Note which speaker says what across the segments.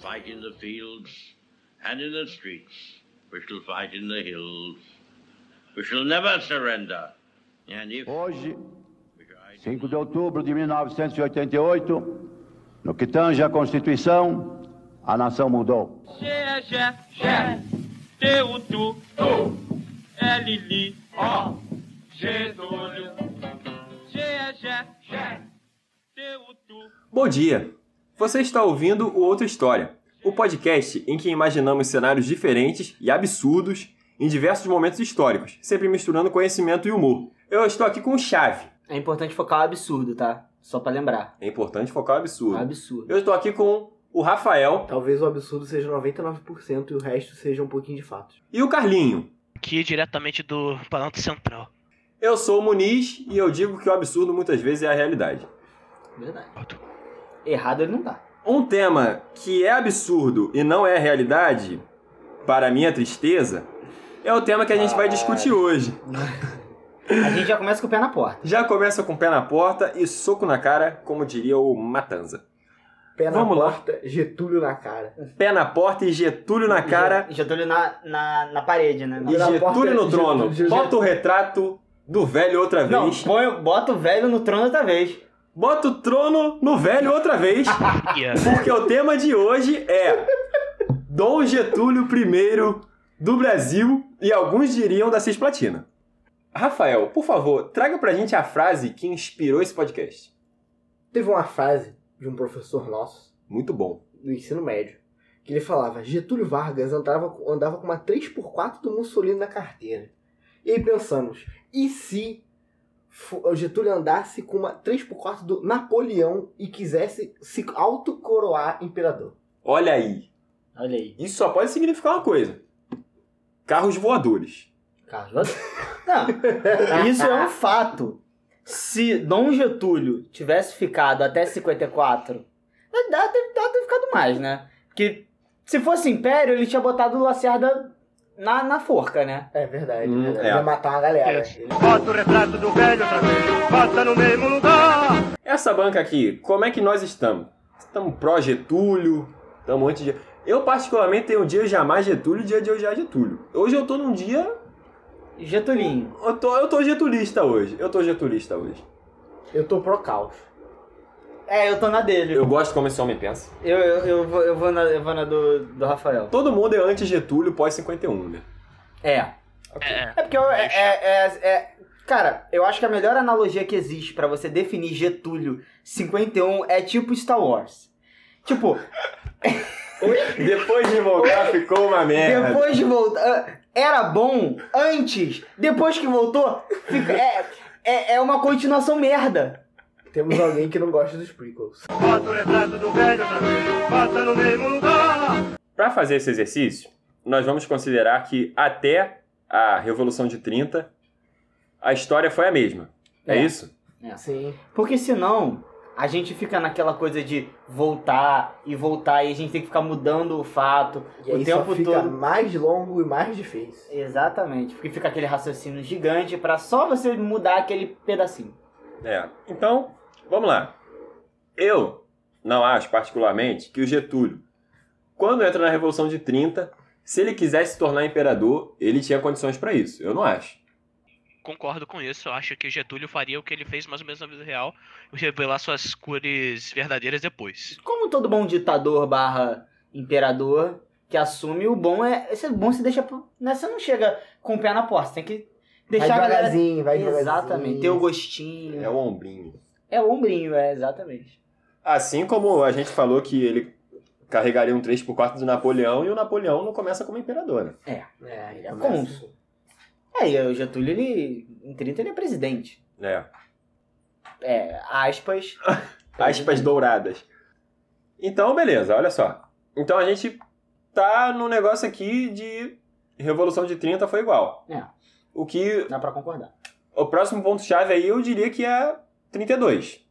Speaker 1: fight in the fields and in the streets. We shall fight in the hills. We shall never surrender. And if
Speaker 2: Oh.
Speaker 3: Hoje, 5 de outubro de 1988, no que tange à Constituição, a nação mudou.
Speaker 4: Você é Jé, Jé, teu tu, tu, é Lili, ó, Getúlio. Você é Jé, Jé, teu tu.
Speaker 5: Bom dia! Você está ouvindo o Outra História, o podcast em que imaginamos cenários diferentes e absurdos em diversos momentos históricos, sempre misturando conhecimento e humor. Eu estou aqui com o Chave.
Speaker 6: É importante focar o absurdo, tá? Só pra lembrar.
Speaker 5: É importante focar o
Speaker 6: O
Speaker 5: absurdo.
Speaker 6: absurdo.
Speaker 5: Eu estou aqui com o Rafael
Speaker 7: Talvez o absurdo seja 99% e o resto seja um pouquinho de fatos.
Speaker 5: e o Carlinho.
Speaker 2: aqui é diretamente do Planalto Central.
Speaker 5: Eu sou o Muniz e eu digo que o absurdo muitas vezes é a realidade.
Speaker 6: Verdade. Errado ele não tá.
Speaker 5: Um tema que é absurdo e não é realidade, para minha tristeza, é o tema que a gente vai discutir hoje.
Speaker 6: A gente já começa com o pé na porta.
Speaker 5: Já começa com o pé na porta e soco na cara, como diria o Matanza.
Speaker 7: Pé na
Speaker 5: Vamos lá.
Speaker 7: porta, Getúlio na cara.
Speaker 5: Pé na porta e Getúlio na cara
Speaker 6: E Getúlio na, na, na parede, né?
Speaker 5: e
Speaker 7: E na porta,
Speaker 5: Getúlio no
Speaker 7: Getúlio,
Speaker 5: trono.
Speaker 7: Getúlio.
Speaker 5: Bota o retrato do velho outra
Speaker 6: Não,
Speaker 5: vez.
Speaker 6: põe, bota o velho no trono outra vez.
Speaker 5: Bota o trono no velho outra vez,
Speaker 2: Yeah.
Speaker 5: porque o tema de hoje é Dom Getúlio I do Brasil e alguns diriam da Cisplatina. Rafael, por favor, traga pra gente a frase que inspirou esse podcast.
Speaker 7: Teve uma frase de um professor nosso,
Speaker 5: Muito bom.
Speaker 7: do ensino médio, que ele falava: Getúlio Vargas andava, com- andava com uma 3x4 do Mussolini na carteira. E aí pensamos: e se fo- o Getúlio andasse com uma 3x4 do Napoleão e quisesse se autocoroar imperador?
Speaker 5: Olha aí,
Speaker 6: Olha aí.
Speaker 5: isso só pode significar uma coisa. Carros voadores.
Speaker 6: Carlos Vaz- Não, isso é um fato. Se Dom Getúlio tivesse ficado até 54, dá ter, dá ter ficado mais, né? Porque se fosse Império, ele tinha botado o Lacerda na, na forca, né?
Speaker 7: É verdade,
Speaker 5: Hum,
Speaker 7: verdade.
Speaker 5: é.
Speaker 7: ia matar uma
Speaker 2: É.
Speaker 7: galera. Ele-
Speaker 5: Essa banca aqui, como é que nós estamos? Estamos pró-Getúlio, estamos anti -Getúlio. Eu, particularmente, tenho um dia jamais Getúlio e dia de já Getúlio. Hoje eu tô num dia.
Speaker 6: Getulinho.
Speaker 5: Eu tô, eu tô getulista hoje. Eu tô getulista hoje.
Speaker 7: Eu tô pro caos.
Speaker 6: É, eu tô na dele.
Speaker 5: Eu gosto como esse homem pensa.
Speaker 6: Eu, eu, eu, vou, eu, vou, na, eu vou na do, do Rafael.
Speaker 5: Todo mundo é anti-Getúlio pós-51, né?
Speaker 6: É.
Speaker 2: É,
Speaker 6: É porque eu, é, é- é- é- Cara, eu acho que a melhor analogia que existe pra você definir Getúlio 51 é tipo Star Wars. Tipo,
Speaker 5: Depois de voltar, ficou uma merda.
Speaker 6: depois de voltar. Era bom antes, depois que voltou, fica- é, é, é uma continuação merda.
Speaker 7: Temos alguém que não gosta dos prequels.
Speaker 5: Para fazer esse exercício, nós vamos considerar que até a Revolução de 30, a história foi a mesma. É,
Speaker 6: É.
Speaker 5: isso?
Speaker 7: Sim.
Speaker 6: Porque senão, a gente fica naquela coisa de voltar e voltar e a gente tem que ficar mudando o fato
Speaker 7: E
Speaker 6: o
Speaker 7: aí
Speaker 6: tempo
Speaker 7: só fica
Speaker 6: todo.
Speaker 7: mais longo e mais difícil.
Speaker 6: Exatamente, porque fica aquele raciocínio gigante pra só você mudar aquele pedacinho.
Speaker 5: É. Então, vamos lá. Eu não acho, particularmente, que o Getúlio, quando entra na Revolução de 30, se ele quisesse se tornar imperador, ele tinha condições para isso. Eu não acho.
Speaker 2: concordo com isso. Eu acho que Getúlio faria o que ele fez mais ou menos na vida real, revelar suas cores verdadeiras depois.
Speaker 6: Como todo bom ditador barra imperador que assume, o bom é. Esse bom se deixa. pro- né, Você não chega com o pé na porta, você tem que deixar
Speaker 7: vai
Speaker 6: a galera.
Speaker 7: devagarzinho, vai devagarzinho.
Speaker 6: Exatamente, ter o gostinho.
Speaker 5: É o ombrinho.
Speaker 6: É o ombrinho, é, exatamente.
Speaker 5: Assim como a gente falou que ele carregaria um 3x4 do Napoleão e o Napoleão não começa como imperador, né?
Speaker 7: É, ele é
Speaker 6: Como?
Speaker 7: mais-
Speaker 6: É, e o Getúlio, ele. Em 30 ele é presidente.
Speaker 5: É.
Speaker 6: É, aspas.
Speaker 5: aspas douradas. Então, beleza, olha só. Então a gente tá num negócio aqui de Revolução de 30 foi igual.
Speaker 6: É.
Speaker 5: O que
Speaker 6: Dá pra concordar.
Speaker 5: o próximo ponto chave aí eu diria que é 32.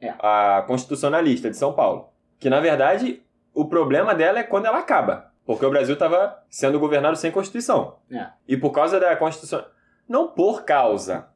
Speaker 6: É.
Speaker 5: A constitucionalista de São Paulo, que na verdade o problema dela é quando ela acaba, porque o Brasil tava sendo governado sem constituição.
Speaker 6: É.
Speaker 5: E por causa da constituição, não por causa,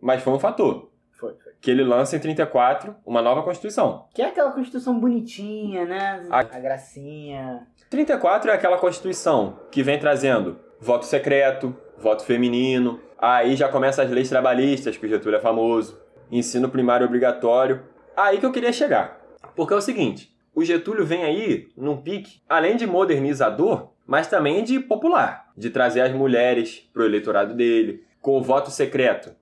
Speaker 5: mas foi um fator.
Speaker 6: Foi, foi.
Speaker 5: que ele lança em 34 uma nova Constituição.
Speaker 6: Que é aquela constituição bonitinha, né?
Speaker 5: A-
Speaker 6: A gracinha.
Speaker 5: 34 é aquela Constituição que vem trazendo voto secreto, voto feminino, aí já começa as leis trabalhistas, que o Getúlio é famoso, ensino primário obrigatório. Aí que eu queria chegar. Porque é o seguinte, o Getúlio vem aí num pique, além de modernizador, mas também de popular, de trazer as mulheres pro eleitorado dele, com o voto secreto.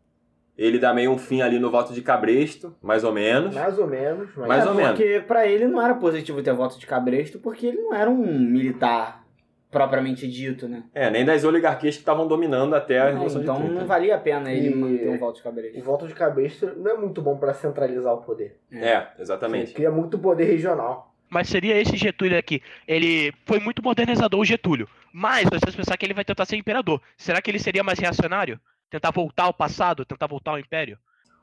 Speaker 5: Ele dá meio um fim ali no voto de cabresto, mais ou menos.
Speaker 7: Mais ou menos. Mas...
Speaker 5: Mais
Speaker 6: é
Speaker 5: ou menos.
Speaker 6: Porque pra ele não era positivo ter voto de cabresto, porque ele não era um militar propriamente dito, né?
Speaker 5: É, nem das oligarquias que estavam dominando até É, a Revolução
Speaker 6: então
Speaker 5: de 30.
Speaker 6: não valia a pena ele
Speaker 7: E-
Speaker 6: manter um voto de
Speaker 7: O
Speaker 6: cabresto.
Speaker 7: voto de cabeça não é muito bom pra centralizar o poder.
Speaker 5: É, exatamente.
Speaker 7: Cria muito poder regional.
Speaker 2: Mas seria esse Getúlio aqui. Ele foi muito modernizador, o Getúlio. Mas, se vocês pensar que ele vai tentar ser imperador, será que ele seria mais reacionário? Tentar voltar ao passado, tentar voltar ao império?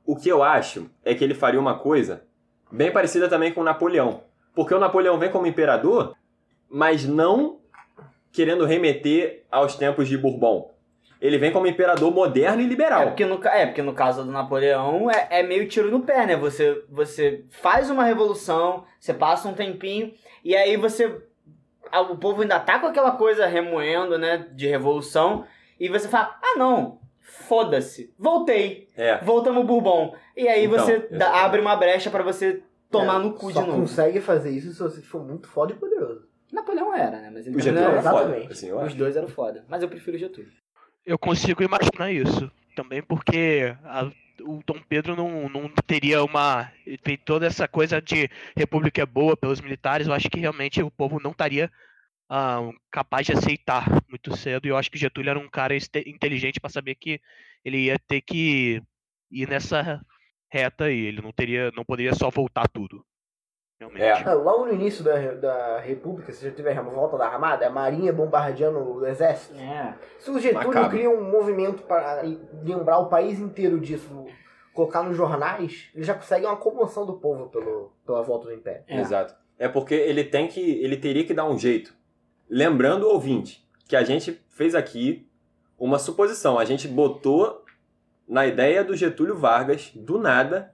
Speaker 5: O que eu acho é que ele faria uma coisa bem parecida também com o Napoleão. Porque o Napoleão vem como imperador, mas não querendo remeter aos tempos de Bourbon. Ele vem como imperador moderno e
Speaker 6: É
Speaker 5: liberal.
Speaker 6: porque, no, ca- é, porque no caso do Napoleão é, é meio tiro no pé, né? Você, você faz uma revolução, você passa um tempinho, e aí você. a- O povo ainda tá com aquela coisa remoendo, né? De revolução, e você fala: ah, não, foda-se, voltei.
Speaker 5: É.
Speaker 6: voltamos Bourbon. E aí
Speaker 5: Então,
Speaker 6: você
Speaker 5: exatamente.
Speaker 6: dá- abre uma brecha pra você tomar
Speaker 7: É,
Speaker 6: no cu de
Speaker 7: Só
Speaker 6: novo.
Speaker 7: consegue fazer isso se você for muito foda e poderoso.
Speaker 6: Napoleão era, né? Mas ele
Speaker 5: O Getúlio
Speaker 6: também
Speaker 5: era
Speaker 6: não
Speaker 5: foda.
Speaker 7: exatamente.
Speaker 5: Assim, eu
Speaker 6: era.
Speaker 5: acho.
Speaker 6: Os dois eram foda. Mas eu prefiro o Getúlio.
Speaker 2: Eu consigo imaginar isso. Também porque a- o Dom Pedro não, não teria uma. Tem toda essa coisa de república é boa pelos militares. Eu acho que realmente o povo não estaria ah, capaz de aceitar muito cedo. E eu acho que Getúlio era um cara este- inteligente para saber que ele ia ter que ir nessa reta aí. Ele não teria, não poderia só voltar tudo. Realmente.
Speaker 5: É.
Speaker 7: Ah, logo no início da, da República, você já teve a revolta da Armada, a Marinha bombardeando o Exército.
Speaker 6: É.
Speaker 7: Se o Getúlio
Speaker 5: Macabro.
Speaker 7: cria um movimento para lembrar o país inteiro disso, colocar nos jornais, ele já consegue uma comoção do povo pelo, pela volta do Império.
Speaker 6: É.
Speaker 5: Exato. É porque ele tem que. ele teria que dar um jeito. Lembrando o ouvinte, que a gente fez aqui uma suposição. A gente botou na ideia do Getúlio Vargas, do nada,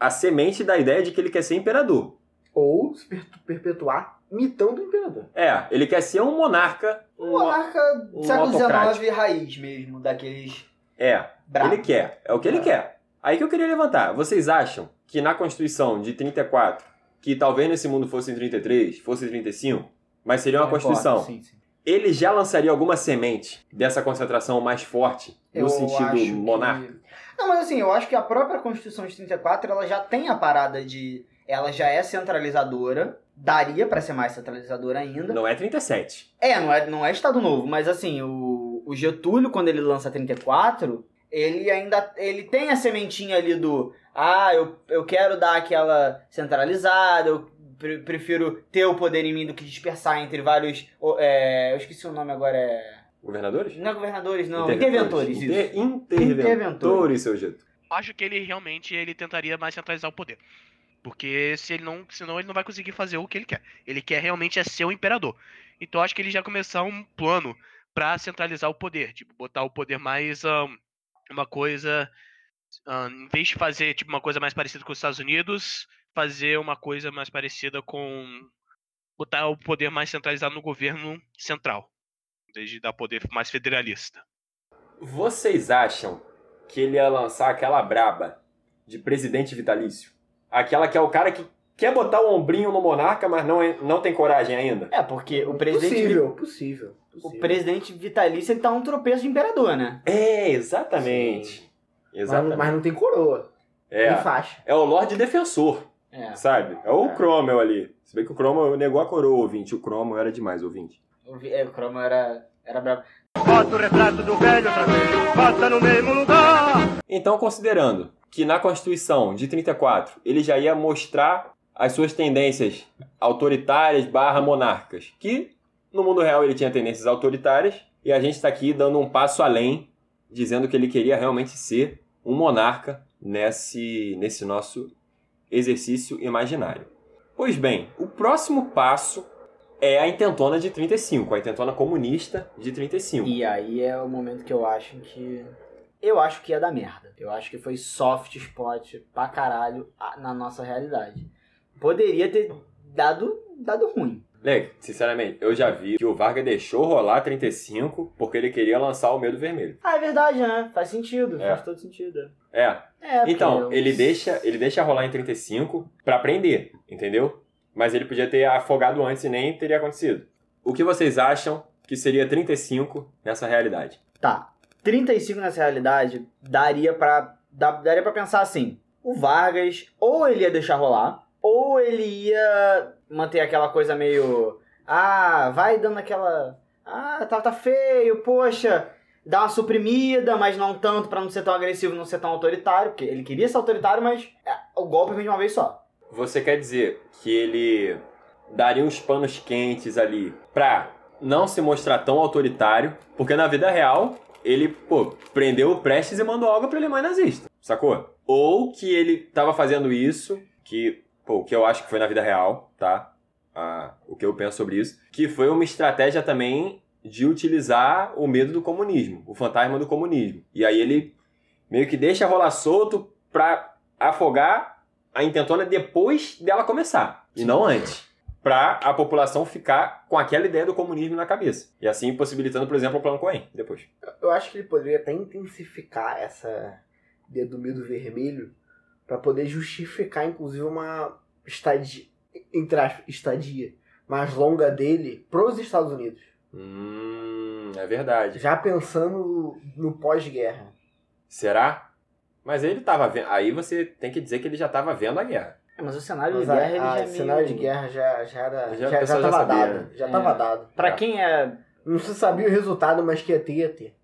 Speaker 5: a semente da ideia de que ele quer ser imperador.
Speaker 7: Ou se per- perpetuar mitando o imperador.
Speaker 5: É, ele quer ser um monarca. um-
Speaker 6: monarca
Speaker 5: um autocrático.
Speaker 6: raiz mesmo, daqueles né,
Speaker 5: É, ele quer. É o que ele quer. Aí que eu queria levantar. Vocês acham que na Constituição de 34, que talvez nesse mundo fosse em 33, fosse em 35, mas seria uma Constituição,
Speaker 6: Sim, sim.
Speaker 5: ele já lançaria alguma semente dessa concentração mais forte no
Speaker 6: Eu acho
Speaker 5: sentido
Speaker 6: que-
Speaker 5: monarca?
Speaker 6: Não, mas assim, eu acho que a própria Constituição de 34, ela já tem a parada de... Ela já é centralizadora. Daria pra ser mais centralizadora ainda.
Speaker 5: Não é 37.
Speaker 6: É, não é, não é Estado Novo, mas assim, o, o Getúlio, quando ele lança 34, ele ainda ele tem a sementinha ali do ah, eu, eu quero dar aquela centralizada, eu pre- prefiro ter o poder em mim do que dispersar entre vários. o- é, eu esqueci o nome agora, é.
Speaker 5: Governadores?
Speaker 6: Não é governadores, não, interventores, isso.
Speaker 5: Inter- Interventores,
Speaker 6: Interventores.
Speaker 5: seu jeito.
Speaker 2: acho que ele realmente ele tentaria mais centralizar o poder. Porque se ele não, senão ele não vai conseguir fazer o que ele quer. Ele quer realmente é ser o imperador. Então acho que ele já começar um plano pra centralizar o poder, tipo botar o poder mais ahn, uma coisa ahn, em vez de fazer tipo uma coisa mais parecida com os Estados Unidos, fazer uma coisa mais parecida com botar o poder mais centralizado no governo central, em vez de dar poder mais federalista.
Speaker 5: Vocês acham que ele ia lançar aquela braba de presidente vitalício? Aquela que é o cara que quer botar o ombrinho no monarca, mas não, é- não tem coragem ainda?
Speaker 6: É, porque o presidente.
Speaker 7: Possível, possível.
Speaker 6: O
Speaker 7: possível.
Speaker 6: presidente vitalício ele tá um tropeço de imperador, né?
Speaker 5: É, exatamente.
Speaker 7: Mas não-
Speaker 5: Exatamente.
Speaker 7: Mas, não tem coroa, nem
Speaker 5: É,
Speaker 7: faixa.
Speaker 5: é o Lorde Defensor,
Speaker 6: É.
Speaker 5: sabe? É o
Speaker 7: É.
Speaker 5: Cromwell ali. Se bem que o Cromwell negou a coroa, ouvinte. O Cromwell era demais, ouvinte.
Speaker 6: O, vi- é, o Cromo era, era bravo.
Speaker 5: Então, considerando que na Constituição de 34 ele já ia mostrar as suas tendências autoritárias barra monarcas, que no mundo real ele tinha tendências autoritárias, e a gente está aqui dando um passo além, dizendo que ele queria realmente ser um monarca nesse, nesse nosso exercício imaginário. Pois bem, o próximo passo é a intentona de 35, a intentona comunista de 35.
Speaker 6: E aí é o momento que eu acho que Eu acho que ia dar merda. Eu acho que foi soft spot pra caralho a- na nossa realidade. Poderia ter dado, dado ruim.
Speaker 5: Leg, sinceramente, eu já vi que o Varga deixou rolar 35 porque ele queria lançar o Medo Vermelho.
Speaker 6: Ah, é verdade, né? Faz sentido,
Speaker 5: É.
Speaker 6: faz todo sentido.
Speaker 5: É,
Speaker 6: É, porque
Speaker 5: Então,
Speaker 6: eu-
Speaker 5: ele deixa, ele deixa rolar em 35 pra prender, entendeu? Mas ele podia ter afogado antes e nem teria acontecido. O que vocês acham que seria 35 nessa realidade?
Speaker 6: Tá. 35 nessa realidade daria pra dá- daria para pensar assim. O Vargas ou ele ia deixar rolar, ou ele ia manter aquela coisa meio ah, vai dando aquela ah, tá, tá feio, poxa, dá uma suprimida, mas não tanto pra não ser tão agressivo, não ser tão autoritário, porque ele queria ser autoritário, mas é, o golpe vem de uma vez só.
Speaker 5: Você quer dizer que ele daria uns panos quentes ali pra não se mostrar tão autoritário, porque na vida real ele, pô, prendeu o Prestes e mandou algo pra Alemanha nazista, sacou? Ou que ele tava fazendo isso, que, pô, o que eu acho que foi na vida real, tá? Ah, o que eu penso sobre isso, que foi uma estratégia também de utilizar o medo do comunismo, o fantasma do comunismo. E aí ele meio que deixa rolar solto pra afogar a intentona depois dela começar, e não antes. Pra a população ficar com aquela ideia do comunismo na cabeça. E assim possibilitando, por exemplo, o plano Cohen depois.
Speaker 7: Eu acho que ele poderia até intensificar essa ideia do medo vermelho pra poder justificar, inclusive, uma estadia, entre aspas, estadia mais longa dele pros Estados Unidos.
Speaker 5: Hum, é verdade.
Speaker 7: Já pensando no pós-guerra.
Speaker 5: Será? Mas ele tava vendo. Aí você tem que dizer que ele já tava vendo a guerra.
Speaker 6: É, mas o cenário
Speaker 7: Mas
Speaker 6: de guerra ele
Speaker 7: a,
Speaker 6: já
Speaker 7: a,
Speaker 6: é
Speaker 7: o
Speaker 6: meio-
Speaker 7: cenário de guerra já, já era.
Speaker 5: Já a
Speaker 7: Já, já,
Speaker 5: pessoa já
Speaker 7: tava
Speaker 5: sabia,
Speaker 7: dado.
Speaker 5: né?
Speaker 7: Já
Speaker 6: É.
Speaker 7: tava dado.
Speaker 6: Pra
Speaker 5: É.
Speaker 6: quem é
Speaker 7: Não se sabia o resultado, mas que ia ter, ia ter.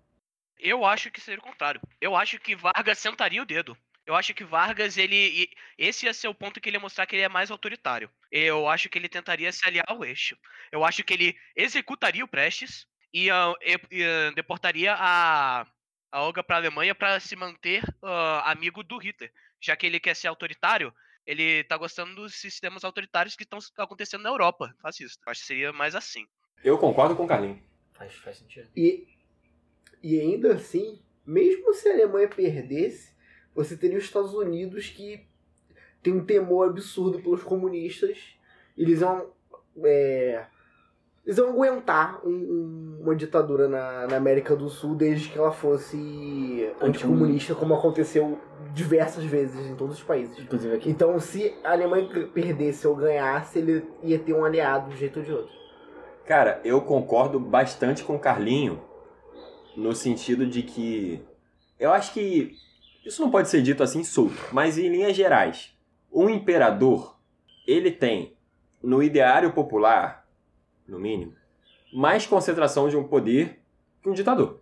Speaker 2: Eu acho que seria o contrário. Eu acho que Vargas sentaria o dedo. Eu acho que Vargas, ele. e- Esse ia ser o ponto que ele ia mostrar que ele é mais autoritário. Eu acho que ele tentaria se aliar ao eixo. Eu acho que ele executaria o Prestes e, ah, e- e, ah, deportaria a, a Olga para a Alemanha para se manter ah, amigo do Hitler. Já que ele quer ser autoritário, ele tá gostando dos sistemas autoritários que estão acontecendo na Europa fascista. Eu acho que seria mais assim.
Speaker 5: Eu concordo com o Carlinho.
Speaker 6: faz, faz sentido.
Speaker 7: E, e ainda assim, mesmo se a Alemanha perdesse, você teria os Estados Unidos que tem um temor absurdo pelos comunistas. Eles vão. é, eles vão aguentar um- um- uma ditadura na, na América do Sul desde que ela fosse
Speaker 5: É um
Speaker 7: anticomunista, como aconteceu diversas vezes em todos os países.
Speaker 6: Inclusive aqui.
Speaker 7: Então, se a Alemanha perdesse ou ganhasse, ele ia ter um aliado de um jeito ou de outro.
Speaker 5: Cara, eu concordo bastante com o Carlinho no sentido de que eu acho que isso não pode ser dito assim solto, mas em linhas gerais, um imperador, ele tem no ideário popular, no mínimo, mais concentração de um poder que um ditador,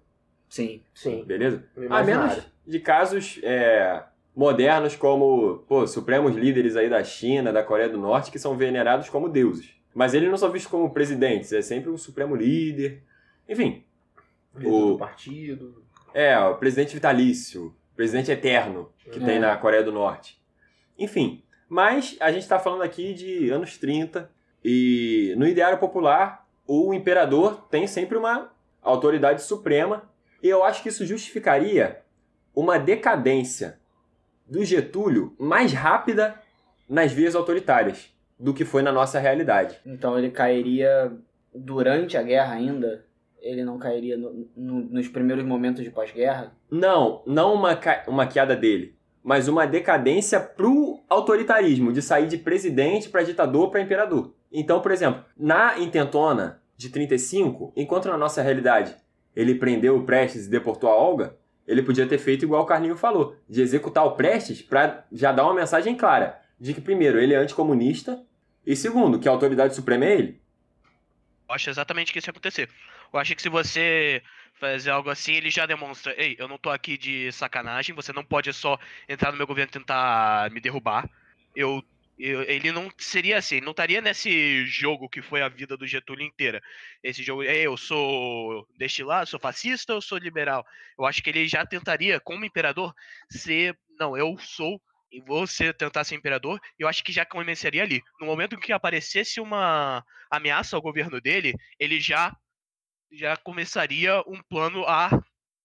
Speaker 6: Sim.
Speaker 7: Sim.
Speaker 5: beleza?
Speaker 7: no
Speaker 5: A
Speaker 7: imaginário.
Speaker 5: menos de casos é, modernos como pô, supremos líderes aí da China, da Coreia do Norte, que são venerados como deuses. Mas eles não são vistos como presidentes, é sempre um supremo líder. Enfim,
Speaker 7: Líder
Speaker 5: o-
Speaker 7: do partido.
Speaker 5: é o presidente vitalício, presidente eterno, que
Speaker 6: É.
Speaker 5: tem na Coreia do Norte. Enfim, mas a gente está falando aqui de anos 30 e no ideário popular o imperador tem sempre uma autoridade suprema e eu acho que isso justificaria uma decadência do Getúlio mais rápida nas vias autoritárias do que foi na nossa realidade.
Speaker 6: Então ele cairia durante a guerra ainda? Ele não cairia no- no- nos primeiros momentos de pós-guerra?
Speaker 5: Não, não uma, ca- uma queda dele, mas uma decadência pro autoritarismo, de sair de presidente pra ditador pra imperador. Então, por exemplo, na intentona de 35, enquanto na nossa realidade ele prendeu o Prestes e deportou a Olga, ele podia ter feito igual o Carlinho falou, de executar o Prestes pra já dar uma mensagem clara de que, primeiro, ele é anticomunista e, segundo, que a autoridade suprema é ele.
Speaker 2: Eu acho exatamente que isso ia acontecer. Eu acho que se você fazer algo assim, ele já demonstra, ei, eu não tô aqui de sacanagem, você não pode só entrar no meu governo e tentar me derrubar. Eu, eu- ele não seria assim, ele não estaria nesse jogo que foi a vida do Getúlio inteira. Esse jogo, ei, eu sou deste lado, sou fascista, eu sou liberal. Eu acho que ele já tentaria, como imperador, ser, não, eu sou e você tentar ser imperador, eu acho que já começaria ali. No momento que aparecesse uma ameaça ao governo dele, ele já já começaria um plano a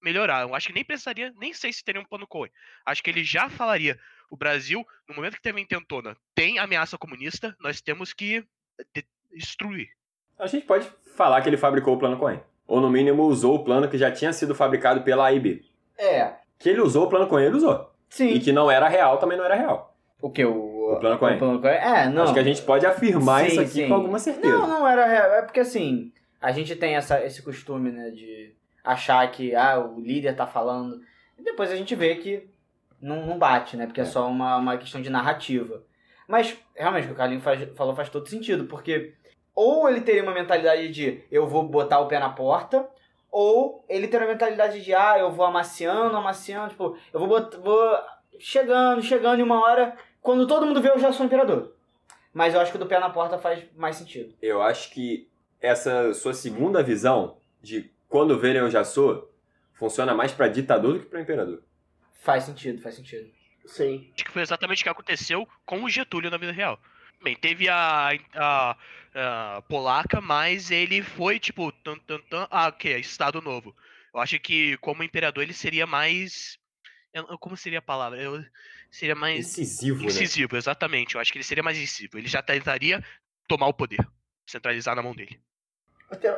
Speaker 2: melhorar. Eu acho que nem precisaria, nem sei se teria um plano Cohen. Acho que ele já falaria: o Brasil, no momento que teve a intentona, tem ameaça comunista, nós temos que de- destruir.
Speaker 5: A gente pode falar que ele fabricou o plano Cohen. Ou no mínimo usou o plano que já tinha sido fabricado pela AIB.
Speaker 6: É.
Speaker 5: Que ele usou o plano Cohen, ele usou.
Speaker 6: Sim.
Speaker 5: E que não era real, também não era real.
Speaker 6: O que? O,
Speaker 5: O plano Cohen.
Speaker 6: o plano Cohen? É, não.
Speaker 5: Acho que a gente pode afirmar
Speaker 6: Sim,
Speaker 5: isso aqui
Speaker 6: sim.
Speaker 5: com alguma certeza.
Speaker 6: Não, não era real. É porque assim, a gente tem essa, esse costume, né, de achar que ah, o líder tá falando. E depois a gente vê que não, não bate, né? Porque é, só uma, uma questão de narrativa. Mas realmente o que o Carlinho faz- falou faz todo sentido, porque ou ele teria uma mentalidade de eu vou botar o pé na porta, ou ele teria uma mentalidade de ah, eu vou amaciando, amaciando, tipo, eu vou, bot- vou chegando, chegando e uma hora, quando todo mundo vê, eu já sou um imperador. Mas eu acho que o do pé na porta faz mais sentido.
Speaker 5: Eu acho que essa sua segunda visão de quando verem eu já sou funciona mais pra ditador do que pra imperador.
Speaker 6: Faz sentido, faz sentido.
Speaker 7: Sim.
Speaker 2: Acho que foi exatamente o que aconteceu com o Getúlio na vida real. Bem, teve a, a- a polaca, mas ele foi tipo. Tan, tan, tan, ah, ok, Estado Novo. Eu acho que como imperador ele seria mais. eu- Como seria a palavra? Eu, seria mais.
Speaker 5: Incisivo, né?
Speaker 2: Incisivo, exatamente. Eu acho que ele seria mais incisivo. Ele já tentaria tomar o poder. Centralizar na mão dele.
Speaker 7: Até,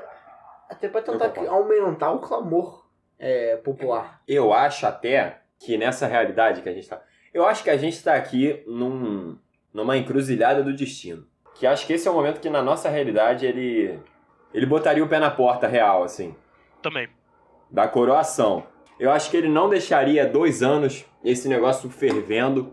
Speaker 7: até pra tentar
Speaker 5: Eu concordo.
Speaker 7: aumentar o clamor é, popular.
Speaker 5: Eu acho até que nessa realidade que a gente tá. Eu acho que a gente tá aqui num, numa encruzilhada do destino. Que acho que esse é o momento que na nossa realidade ele. Ele botaria o pé na porta real, assim.
Speaker 2: Também.
Speaker 5: Da coroação. Eu acho que ele não deixaria dois anos esse negócio fervendo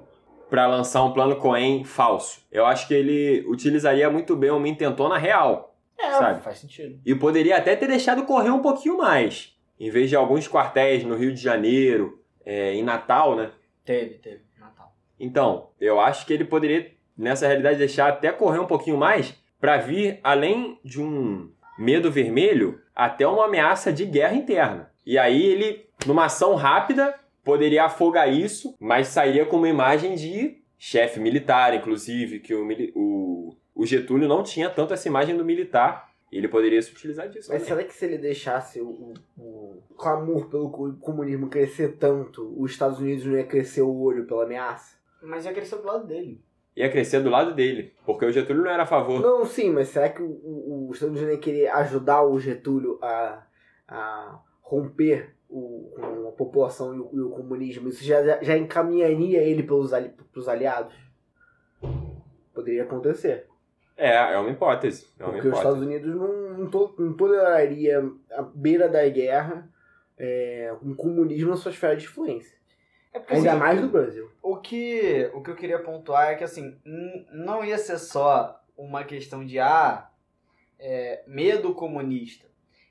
Speaker 5: pra lançar um plano Cohen falso. Eu acho que ele utilizaria muito bem uma intentona real.
Speaker 6: É,
Speaker 5: Sabe?
Speaker 6: faz sentido.
Speaker 5: E poderia até ter deixado correr um pouquinho mais. Em vez de alguns quartéis no Rio de Janeiro, é, em Natal, né?
Speaker 6: Teve, teve. Natal.
Speaker 5: Então, eu acho que ele poderia, nessa realidade, deixar até correr um pouquinho mais pra vir, além de um medo vermelho, até uma ameaça de guerra interna. E aí ele, numa ação rápida, poderia afogar isso, mas sairia com uma imagem de chefe militar, inclusive, que o, mili- o, o Getúlio não tinha tanto essa imagem do militar. E ele poderia se utilizar disso.
Speaker 7: Mas
Speaker 5: também.
Speaker 7: será que se ele deixasse o, o- o clamor pelo co- comunismo crescer tanto, os Estados Unidos não ia crescer o olho pela ameaça?
Speaker 6: Mas ia crescer do lado dele.
Speaker 5: ia crescer do lado dele, porque o Getúlio não era a favor.
Speaker 7: Não, sim, mas será que o, o, o Estados Unidos ia querer ajudar o Getúlio a, a romper o, com a população e o, e o comunismo? Isso já, já- já encaminharia ele pelos, ali- pros aliados? Poderia acontecer.
Speaker 5: É, é uma hipótese. É uma
Speaker 7: porque os
Speaker 5: hipótese.
Speaker 7: Estados Unidos não, não, to- não toleraria à beira da guerra é, um comunismo na sua esfera de influência.
Speaker 6: É porque,
Speaker 7: Ainda
Speaker 6: assim,
Speaker 7: mais no Brasil.
Speaker 6: O que, o que eu queria pontuar é que, assim, n- não ia ser só uma questão de, ah, é, medo comunista.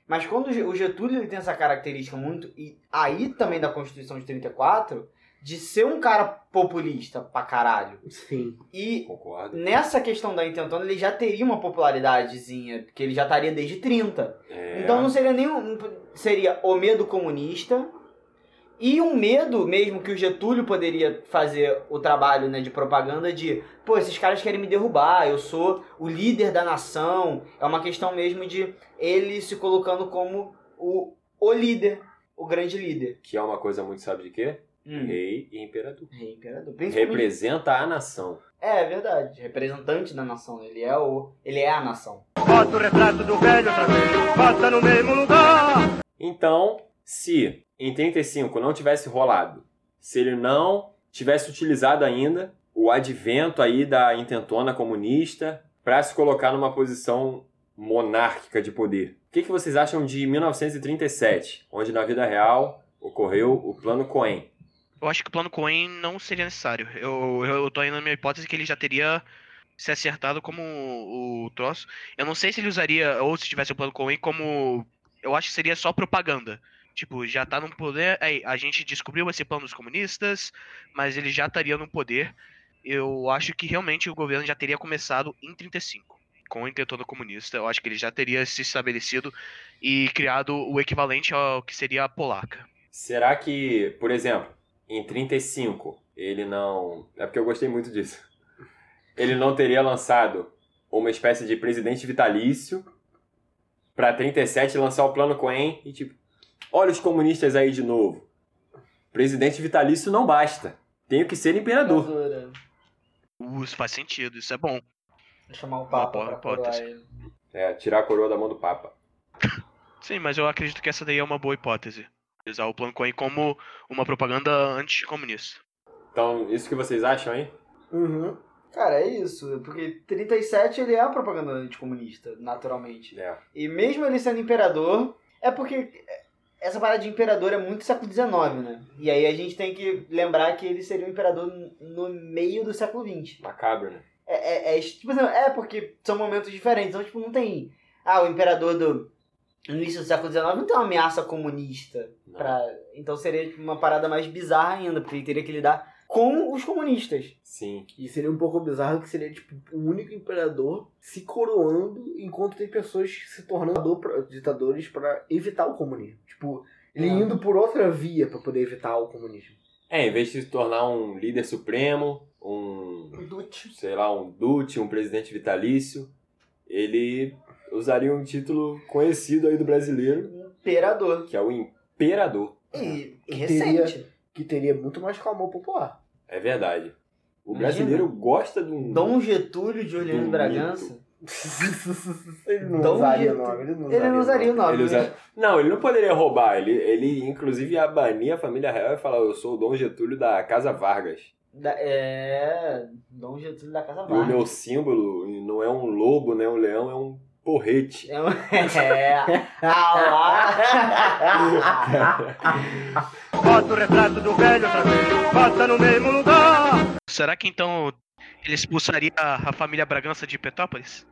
Speaker 6: Mas quando o Ge- o Getúlio ele tem essa característica muito, e aí também da Constituição de 34, de ser um cara populista pra caralho.
Speaker 7: Sim.
Speaker 6: E
Speaker 5: Concordo.
Speaker 6: nessa questão da intentona, ele já teria uma popularidadezinha, porque ele já estaria desde 30.
Speaker 5: É,
Speaker 6: Então não seria nenhum. Seria o medo comunista e um medo mesmo que o Getúlio poderia fazer o trabalho né, de propaganda de pô, esses caras querem me derrubar, eu sou o líder da nação. É uma questão mesmo de ele se colocando como o, o líder, o grande líder.
Speaker 5: Que é uma coisa muito, sabe de quê?
Speaker 6: Hum.
Speaker 5: Rei e imperador.
Speaker 6: Rei imperador. Principalmente-
Speaker 5: Representa a nação.
Speaker 6: É verdade, representante da nação, ele é o. ele é a nação.
Speaker 4: Bota o retrato do velho outra vez, bota no mesmo lugar.
Speaker 5: Então, se em 35 não tivesse rolado, se ele não tivesse utilizado ainda o advento aí da intentona comunista para se colocar numa posição monárquica de poder. O que, que vocês acham de 1937, onde na vida real ocorreu o Plano Cohen?
Speaker 2: Eu acho que o plano Cohen não seria necessário. Eu, eu, eu tô indo na minha hipótese que ele já teria se acertado como o, o troço. Eu não sei se ele usaria, ou se tivesse o plano Cohen, como. Eu acho que seria só propaganda. Tipo, já tá no poder. Aí, a gente descobriu esse plano dos comunistas, mas ele já estaria no poder. Eu acho que realmente o governo já teria começado em 35. Com o intentona comunista, eu acho que ele já teria se estabelecido e criado o equivalente ao que seria a polaca.
Speaker 5: Será que, por exemplo, em 35 ele não. É porque eu gostei muito disso. Ele não teria lançado uma espécie de presidente vitalício pra 37 lançar o plano Cohen e tipo, Olha os comunistas aí de novo. Presidente vitalício não basta. Tenho que ser imperador.
Speaker 6: Ditadura.
Speaker 2: Uh, isso faz sentido, isso é bom.
Speaker 6: Vou chamar o Papa
Speaker 2: boa
Speaker 6: pra
Speaker 2: hipótese.
Speaker 6: coroar ele.
Speaker 5: É, tirar a coroa da mão do Papa.
Speaker 2: Sim, mas eu acredito que essa daí é uma boa hipótese. Usar o plano Cohen como uma propaganda anticomunista.
Speaker 5: Então, isso que vocês acham, hein?
Speaker 7: Uhum.
Speaker 6: Cara, é isso. Porque 37 ele é a propaganda anticomunista, naturalmente.
Speaker 5: É.
Speaker 6: E mesmo ele sendo imperador, é porque essa parada de imperador é muito século XIX, né? E aí a gente tem que lembrar que ele seria um imperador no meio do século XX.
Speaker 5: Macabro, né?
Speaker 6: É, é, é, tipo, não, é porque são momentos diferentes. Então, tipo, não tem. Ah, o imperador do no início do século XIX não tem uma ameaça comunista.
Speaker 5: Não.
Speaker 6: Pra, então seria tipo, uma parada mais bizarra ainda, porque ele teria que lidar com os comunistas.
Speaker 5: Sim.
Speaker 7: E seria um pouco bizarro que seria, tipo, o único imperador se coroando enquanto tem pessoas se tornando ditador pra- ditadores pra evitar o comunismo. Tipo, ele
Speaker 6: É.
Speaker 7: indo por outra via pra poder evitar o comunismo.
Speaker 5: É, em vez de se tornar um líder supremo, um, sei lá, um dute, um presidente vitalício, ele usaria um título conhecido aí do brasileiro,
Speaker 6: Imperador.
Speaker 5: que é o imperador.
Speaker 6: E, e
Speaker 7: Teria-
Speaker 6: recente.
Speaker 7: Que teria muito mais clamor popular.
Speaker 5: É verdade. O
Speaker 6: Imagina.
Speaker 5: brasileiro gosta de um
Speaker 6: Dom Getúlio de Juliano
Speaker 5: Bonito.
Speaker 6: Bragança.
Speaker 7: ele não
Speaker 6: Dom
Speaker 7: usaria o
Speaker 6: Getúlio.
Speaker 7: nome. Ele não
Speaker 6: um Ele
Speaker 7: usaria,
Speaker 6: não usaria o nome.
Speaker 5: Ele
Speaker 6: né?
Speaker 5: usa- Não, ele não poderia roubar. Ele, ele inclusive, ia banir a família real e falar: Eu sou o Dom Getúlio da Casa Vargas.
Speaker 6: Da- é. Dom Getúlio da Casa
Speaker 5: E o
Speaker 6: Vargas.
Speaker 5: meu símbolo não é um lobo, não é um leão, é um porrete.
Speaker 6: É, um- é. Ah lá.
Speaker 8: Bota o retrato do velho outra vez, bota no mesmo lugar.
Speaker 2: Será que então ele expulsaria a a família Bragança de Petópolis?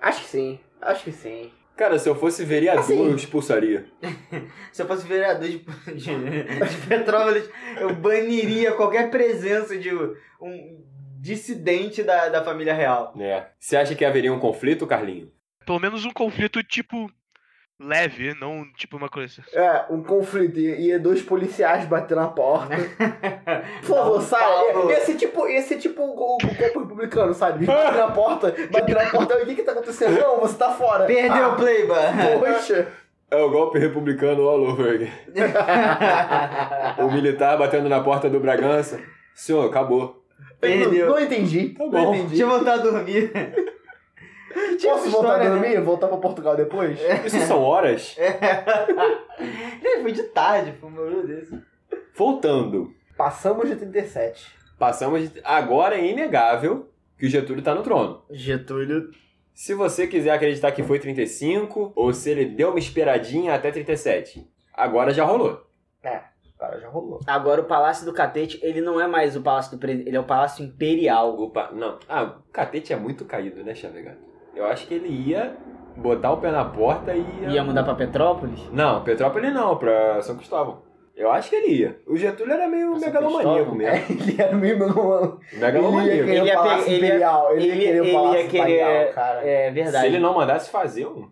Speaker 7: Acho que sim. Acho que sim.
Speaker 5: Cara, se eu fosse vereador,
Speaker 7: Assim.
Speaker 5: eu expulsaria.
Speaker 6: Se eu fosse vereador de, de- de Petrópolis, eu baniria qualquer presença de um dissidente da, da família real.
Speaker 5: É. Você acha que haveria um conflito, Carlinho?
Speaker 2: Pelo menos um conflito tipo leve, não tipo uma coisa.
Speaker 7: É, um conflito. E, e dois policiais batendo na porta. Por favor, sai.
Speaker 6: um pau.
Speaker 7: Ia ser tipo, ia ser tipo o, o corpo republicano, sabe? Bater na porta, bater na porta. O que que tá acontecendo? Não, você tá fora.
Speaker 6: Perdeu o
Speaker 7: Ah,
Speaker 6: Playba!
Speaker 7: Poxa.
Speaker 5: É o golpe republicano all over again. O militar batendo na porta do Bragança. Senhor, acabou.
Speaker 7: Eu
Speaker 6: Perdeu.
Speaker 7: Não, não entendi.
Speaker 5: Tá
Speaker 7: Não
Speaker 5: bom.
Speaker 7: entendi.
Speaker 6: Deixa eu voltar a dormir. Tinha essa
Speaker 7: Posso voltar
Speaker 6: história,
Speaker 7: a
Speaker 6: né? É.
Speaker 7: dormir? Voltar pra Portugal depois?
Speaker 5: Isso são horas?
Speaker 6: Ele Foi de tarde, foi um barulho desse.
Speaker 5: Voltando.
Speaker 7: Passamos de 37.
Speaker 5: Passamos. de- Agora é inegável que o Getúlio tá no trono.
Speaker 6: Getúlio.
Speaker 5: Se você quiser acreditar que foi 35, ou se ele deu uma esperadinha até 37. Agora já rolou.
Speaker 7: Cara, já rolou.
Speaker 6: Agora o Palácio do Catete, ele não é mais o Palácio do Presidente, ele é o Palácio Imperial.
Speaker 5: Opa, não. Ah, o catete é muito caído, né, Xavier? Eu acho que ele ia botar o pé na porta e ia.
Speaker 6: Ia mudar pra Petrópolis?
Speaker 5: Não, Petrópolis não, pra São Cristóvão. Eu acho que ele ia. O Getúlio era meio
Speaker 6: Pra São
Speaker 5: megalomaníaco
Speaker 6: Cristóvão?
Speaker 5: um mesmo.
Speaker 6: É,
Speaker 7: Ele era meio mano. Ele ia
Speaker 5: Megalomaníaco.
Speaker 6: Ele
Speaker 7: querer
Speaker 6: ia
Speaker 7: o
Speaker 6: pegar-
Speaker 7: Palácio
Speaker 6: ele ia-
Speaker 7: Imperial. Ele ia
Speaker 6: ele-
Speaker 7: querer
Speaker 6: ele
Speaker 7: o
Speaker 6: ia
Speaker 7: Palácio
Speaker 6: querer-
Speaker 7: Imperial, cara.
Speaker 6: É verdade.
Speaker 5: Se ele não mandasse fazer um.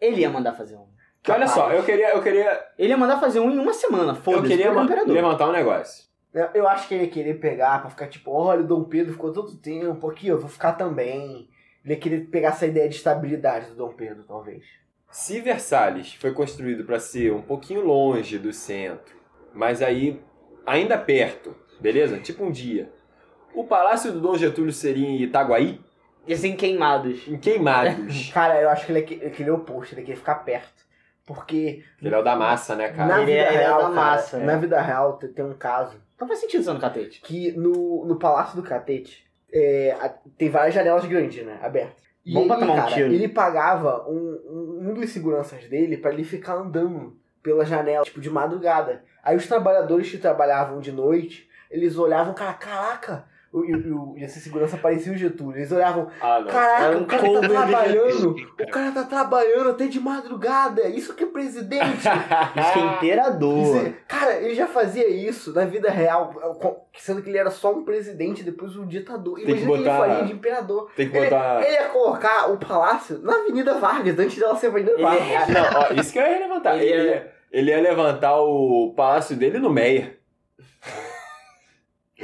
Speaker 6: Ele ia mandar fazer um.
Speaker 5: Que olha só, eu queria, eu queria,
Speaker 6: Ele ia mandar fazer um em uma semana,
Speaker 5: eu
Speaker 6: foda-se.
Speaker 5: queria
Speaker 6: foi o
Speaker 5: ma-
Speaker 6: imperador.
Speaker 5: levantar um negócio.
Speaker 7: Eu acho que ele ia querer pegar pra ficar tipo, olha, o Dom Pedro ficou tanto tempo aqui, eu vou ficar também. Ele ia querer pegar essa ideia de estabilidade do Dom Pedro, talvez.
Speaker 5: Se Versalhes foi construído para ser um pouquinho longe do centro, mas aí ainda perto, beleza? Tipo um dia. O palácio do Dom Getúlio seria em Itaguaí,
Speaker 6: E assim, queimados.
Speaker 5: em Queimados.
Speaker 7: Cara, eu acho que ele ia que- ele ia querer o oposto, ele ia querer ficar perto. Porque
Speaker 5: Ele é o da massa, né,
Speaker 7: na
Speaker 5: cara?
Speaker 6: Ele
Speaker 7: vida
Speaker 6: é- ele é
Speaker 7: real,
Speaker 6: da
Speaker 7: cara,
Speaker 6: massa, é.
Speaker 7: na vida real te- tem um caso
Speaker 6: Não Então faz sentido usando catete.
Speaker 7: que no, no Palácio do Catete é, a- tem várias janelas grandes, né? Abertas. E
Speaker 6: Bom pra
Speaker 7: ele,
Speaker 6: tomar um
Speaker 7: cara,
Speaker 6: tiro.
Speaker 7: ele pagava um, um, um dos seguranças dele pra ele ficar andando pela janela, tipo, de madrugada. Aí os trabalhadores que trabalhavam de noite, eles olhavam, cara, caraca! o- E, o- e esse segurança parecia o Getúlio. Eles olhavam,
Speaker 5: Ah, não.
Speaker 7: caraca,
Speaker 6: Era um
Speaker 7: o cara tá
Speaker 6: cover de
Speaker 7: trabalhando!
Speaker 2: Getúlio.
Speaker 7: O cara tá trabalhando até de madrugada! Isso que é presidente!
Speaker 6: Isso que é
Speaker 7: Isso
Speaker 6: imperador.
Speaker 7: é- Cara, ele já fazia isso na vida real, com- sendo que ele era só um presidente, depois um ditador.
Speaker 5: Tem que
Speaker 7: Imagina o que ele
Speaker 5: botar-
Speaker 7: faria de imperador.
Speaker 5: Tem que
Speaker 6: Ah.
Speaker 5: botar.
Speaker 7: Ele ia colocar o palácio na Avenida Vargas, antes dela ser Avenida
Speaker 6: Ele-
Speaker 7: Vargas.
Speaker 5: Ah, Não, ó, isso que eu ia levantar.
Speaker 6: Ele
Speaker 5: Ele,
Speaker 6: ia-
Speaker 5: ia... ele ia levantar o palácio dele no Meia.